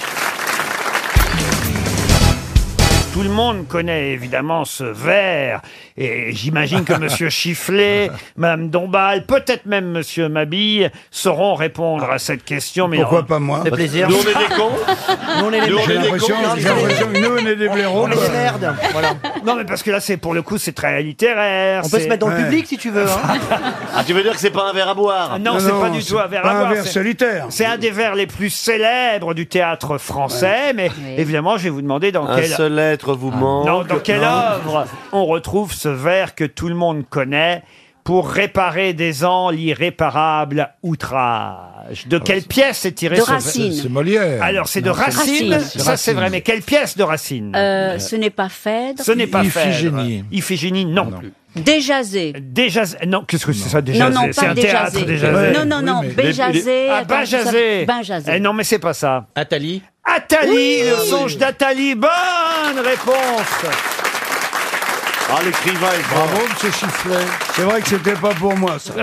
[SPEAKER 1] Tout le monde connaît évidemment ce verre. Et j'imagine que Monsieur Chifflet, Madame Dombal, peut-être même Monsieur Mabille sauront répondre à cette question. Mais
[SPEAKER 28] Pourquoi
[SPEAKER 1] non.
[SPEAKER 28] pas moi Fait plaisir.
[SPEAKER 1] Nous, on est des cons.
[SPEAKER 28] Nous, on est les Nous, on est des l'impression- cons. j'ai l'impression que nous, on est des blaireaux, On est quoi. des merdes.
[SPEAKER 1] Non, mais parce que là, c'est pour le coup, c'est très littéraire.
[SPEAKER 28] On peut se
[SPEAKER 1] c'est-
[SPEAKER 28] mettre dans le Ouais. public, si hein.
[SPEAKER 1] tu veux.
[SPEAKER 4] Ah, tu veux Ah, dire que c'est pas un verre à boire
[SPEAKER 1] Ah, Non, c'est pas du tout un verre à boire, c'est-
[SPEAKER 28] solitaire.
[SPEAKER 1] C'est un des vers les plus célèbres du théâtre français, mais évidemment, je vais vous demander dans
[SPEAKER 4] Un
[SPEAKER 1] quelle
[SPEAKER 4] seul être vous manque.
[SPEAKER 1] non, dans quelle
[SPEAKER 4] Non.
[SPEAKER 1] œuvre on retrouve ce vers que tout le monde connaît pour réparer des ans l'irréparable outrage. De quelle pièce est tiré
[SPEAKER 14] De
[SPEAKER 1] ce vers
[SPEAKER 14] Racine. C'est
[SPEAKER 1] Ah, Molière. Alors c'est de
[SPEAKER 14] Non, c'est-
[SPEAKER 1] Racine,
[SPEAKER 14] Racine.
[SPEAKER 1] ça c'est
[SPEAKER 14] Racine.
[SPEAKER 1] vrai, mais quelle pièce de Racine
[SPEAKER 14] Euh, ce n'est pas Phèdre.
[SPEAKER 1] Ce n'est pas
[SPEAKER 28] Iphigénie.
[SPEAKER 1] Phèdre. Iphigénie, non.
[SPEAKER 14] Déjasé.
[SPEAKER 1] Déjà, non, qu'est-ce que c'est ça déjà
[SPEAKER 14] Non, non,
[SPEAKER 1] C'est
[SPEAKER 14] pas
[SPEAKER 1] un
[SPEAKER 14] Déjazé.
[SPEAKER 1] théâtre déjà.
[SPEAKER 14] Ouais. Non, non, non, Oui, mais- Béjazé,
[SPEAKER 1] Ah,
[SPEAKER 14] attends,
[SPEAKER 1] Bajazé.
[SPEAKER 14] ça- Benjazé.
[SPEAKER 1] Eh non, mais c'est pas ça.
[SPEAKER 4] Attali.
[SPEAKER 1] Attali,
[SPEAKER 14] Oui.
[SPEAKER 1] le
[SPEAKER 14] Ah oui.
[SPEAKER 1] songe d'Attali. Bonne réponse.
[SPEAKER 4] Ah, l'écrivain est
[SPEAKER 28] Bravo, monsieur Chifflet. C'est vrai que c'était pas pour moi, ça.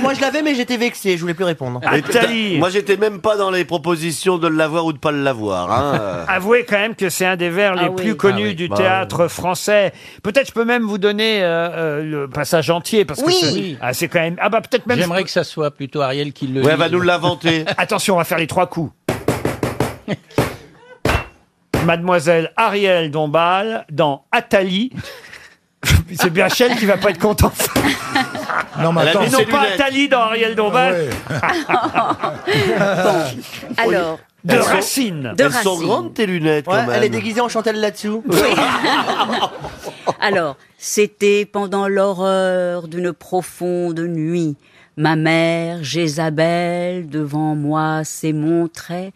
[SPEAKER 4] moi, je l'avais, mais j'étais vexé, je voulais plus répondre.
[SPEAKER 1] Attali.
[SPEAKER 4] Moi, j'étais même pas dans les propositions de l'avoir ou de pas l'avoir. Hein.
[SPEAKER 1] Euh, Avouez quand même que c'est un des vers les
[SPEAKER 4] Ah oui.
[SPEAKER 1] plus connus
[SPEAKER 4] Ah oui.
[SPEAKER 1] du
[SPEAKER 4] Bah,
[SPEAKER 1] théâtre français. Peut-être je peux même vous donner euh, euh, le passage entier parce
[SPEAKER 4] Oui.
[SPEAKER 1] que c'est
[SPEAKER 4] Oui.
[SPEAKER 1] ah, c'est quand même ah bah peut-être même
[SPEAKER 4] J'aimerais
[SPEAKER 1] que ça soit plutôt Ariel qui le
[SPEAKER 4] Ouais, lise. va nous l'inventer.
[SPEAKER 1] Attention, on va faire les trois coups. Mademoiselle Ariel Dombal dans Atali. C'est bien Chelle qui va pas être contente.
[SPEAKER 28] Non, mais
[SPEAKER 1] Elle a
[SPEAKER 28] attends,
[SPEAKER 1] mis non pas Atali dans Ariel Dombal.
[SPEAKER 28] Ah
[SPEAKER 4] Ah.
[SPEAKER 28] Alors.
[SPEAKER 1] De Racine.
[SPEAKER 28] De Racine.
[SPEAKER 4] tes lunettes,
[SPEAKER 28] Ouais, elle est
[SPEAKER 4] déguisée
[SPEAKER 28] en Chantal là-dessous.
[SPEAKER 14] Alors, c'était pendant l'horreur d'une profonde nuit. Ma mère, Jézabel, devant moi s'émontrait,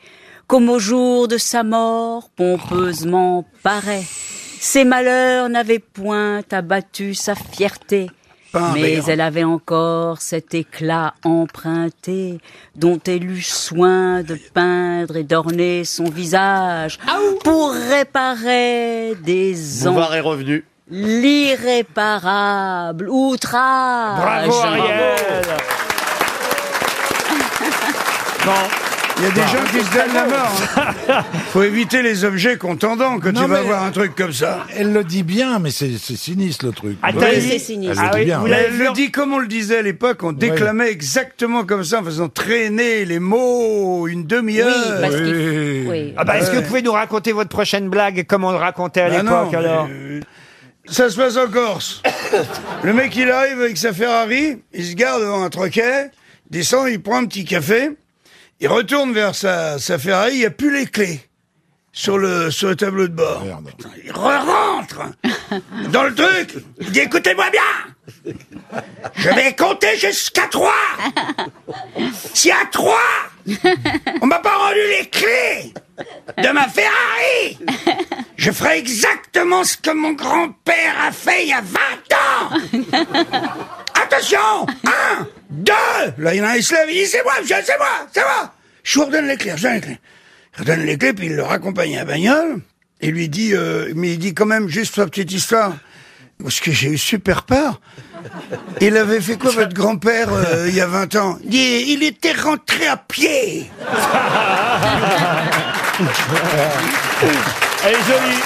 [SPEAKER 14] comme au jour de sa mort, pompeusement paraît. Ses malheurs n'avaient point abattu sa fierté.
[SPEAKER 28] Pas un
[SPEAKER 14] Mais
[SPEAKER 28] verre.
[SPEAKER 14] elle avait encore cet éclat emprunté dont elle eut soin de peindre et d'orner son visage pour réparer des ans
[SPEAKER 4] Bouvard est revenu.
[SPEAKER 14] l'irréparable outrage.
[SPEAKER 1] Bravo Ariel. Non.
[SPEAKER 28] Il y a
[SPEAKER 4] Bah,
[SPEAKER 28] des gens qui se donnent la mort. hein. Faut éviter les objets contendants quand
[SPEAKER 4] Non,
[SPEAKER 28] tu vas
[SPEAKER 4] mais-
[SPEAKER 28] voir un truc comme ça.
[SPEAKER 4] Elle le dit bien, mais c'est c'est sinistre le truc.
[SPEAKER 28] Attali-
[SPEAKER 4] Elle
[SPEAKER 1] Ah
[SPEAKER 4] le Ah, dit Ah bien.
[SPEAKER 28] Mais Elle le dit comme on le disait à l'époque, on déclamait exactement comme ça en faisant traîner les mots une demi-heure.
[SPEAKER 1] Oui, parce qu'il-
[SPEAKER 28] Oui.
[SPEAKER 1] Ah bah, Est-ce que vous pouvez nous raconter votre prochaine blague comme on le racontait à
[SPEAKER 28] Bah
[SPEAKER 1] l'époque
[SPEAKER 28] non,
[SPEAKER 1] alors
[SPEAKER 28] mais, euh, Ça se passe en Corse. le mec, il arrive avec sa Ferrari, il se gare devant un troquet, descend, il prend un petit café, il retourne vers sa, sa Ferrari, il n'y a plus les clés sur le, sur le tableau de bord. Putain, Il rentre dans le truc, il dit écoutez-moi bien, je vais compter jusqu'à trois. Si à trois, on m'a pas rendu les clés de ma Ferrari, je ferai exactement ce que mon grand-père a fait il y a 20 ans. Attention Un, deux Là, il y en a un, il se lève, il dit, c'est moi, monsieur, c'est moi, c'est moi Je vous redonne les clés, je vous redonne les clés. Il redonne les clés, puis il le raccompagne à la bagnole, et lui dit, euh, mais il dit quand même, juste pour la petite histoire, parce que j'ai eu super peur. Il avait fait quoi votre grand-père euh, il y a 20 ans Il dit, il était rentré à pied
[SPEAKER 1] Elle est jolie.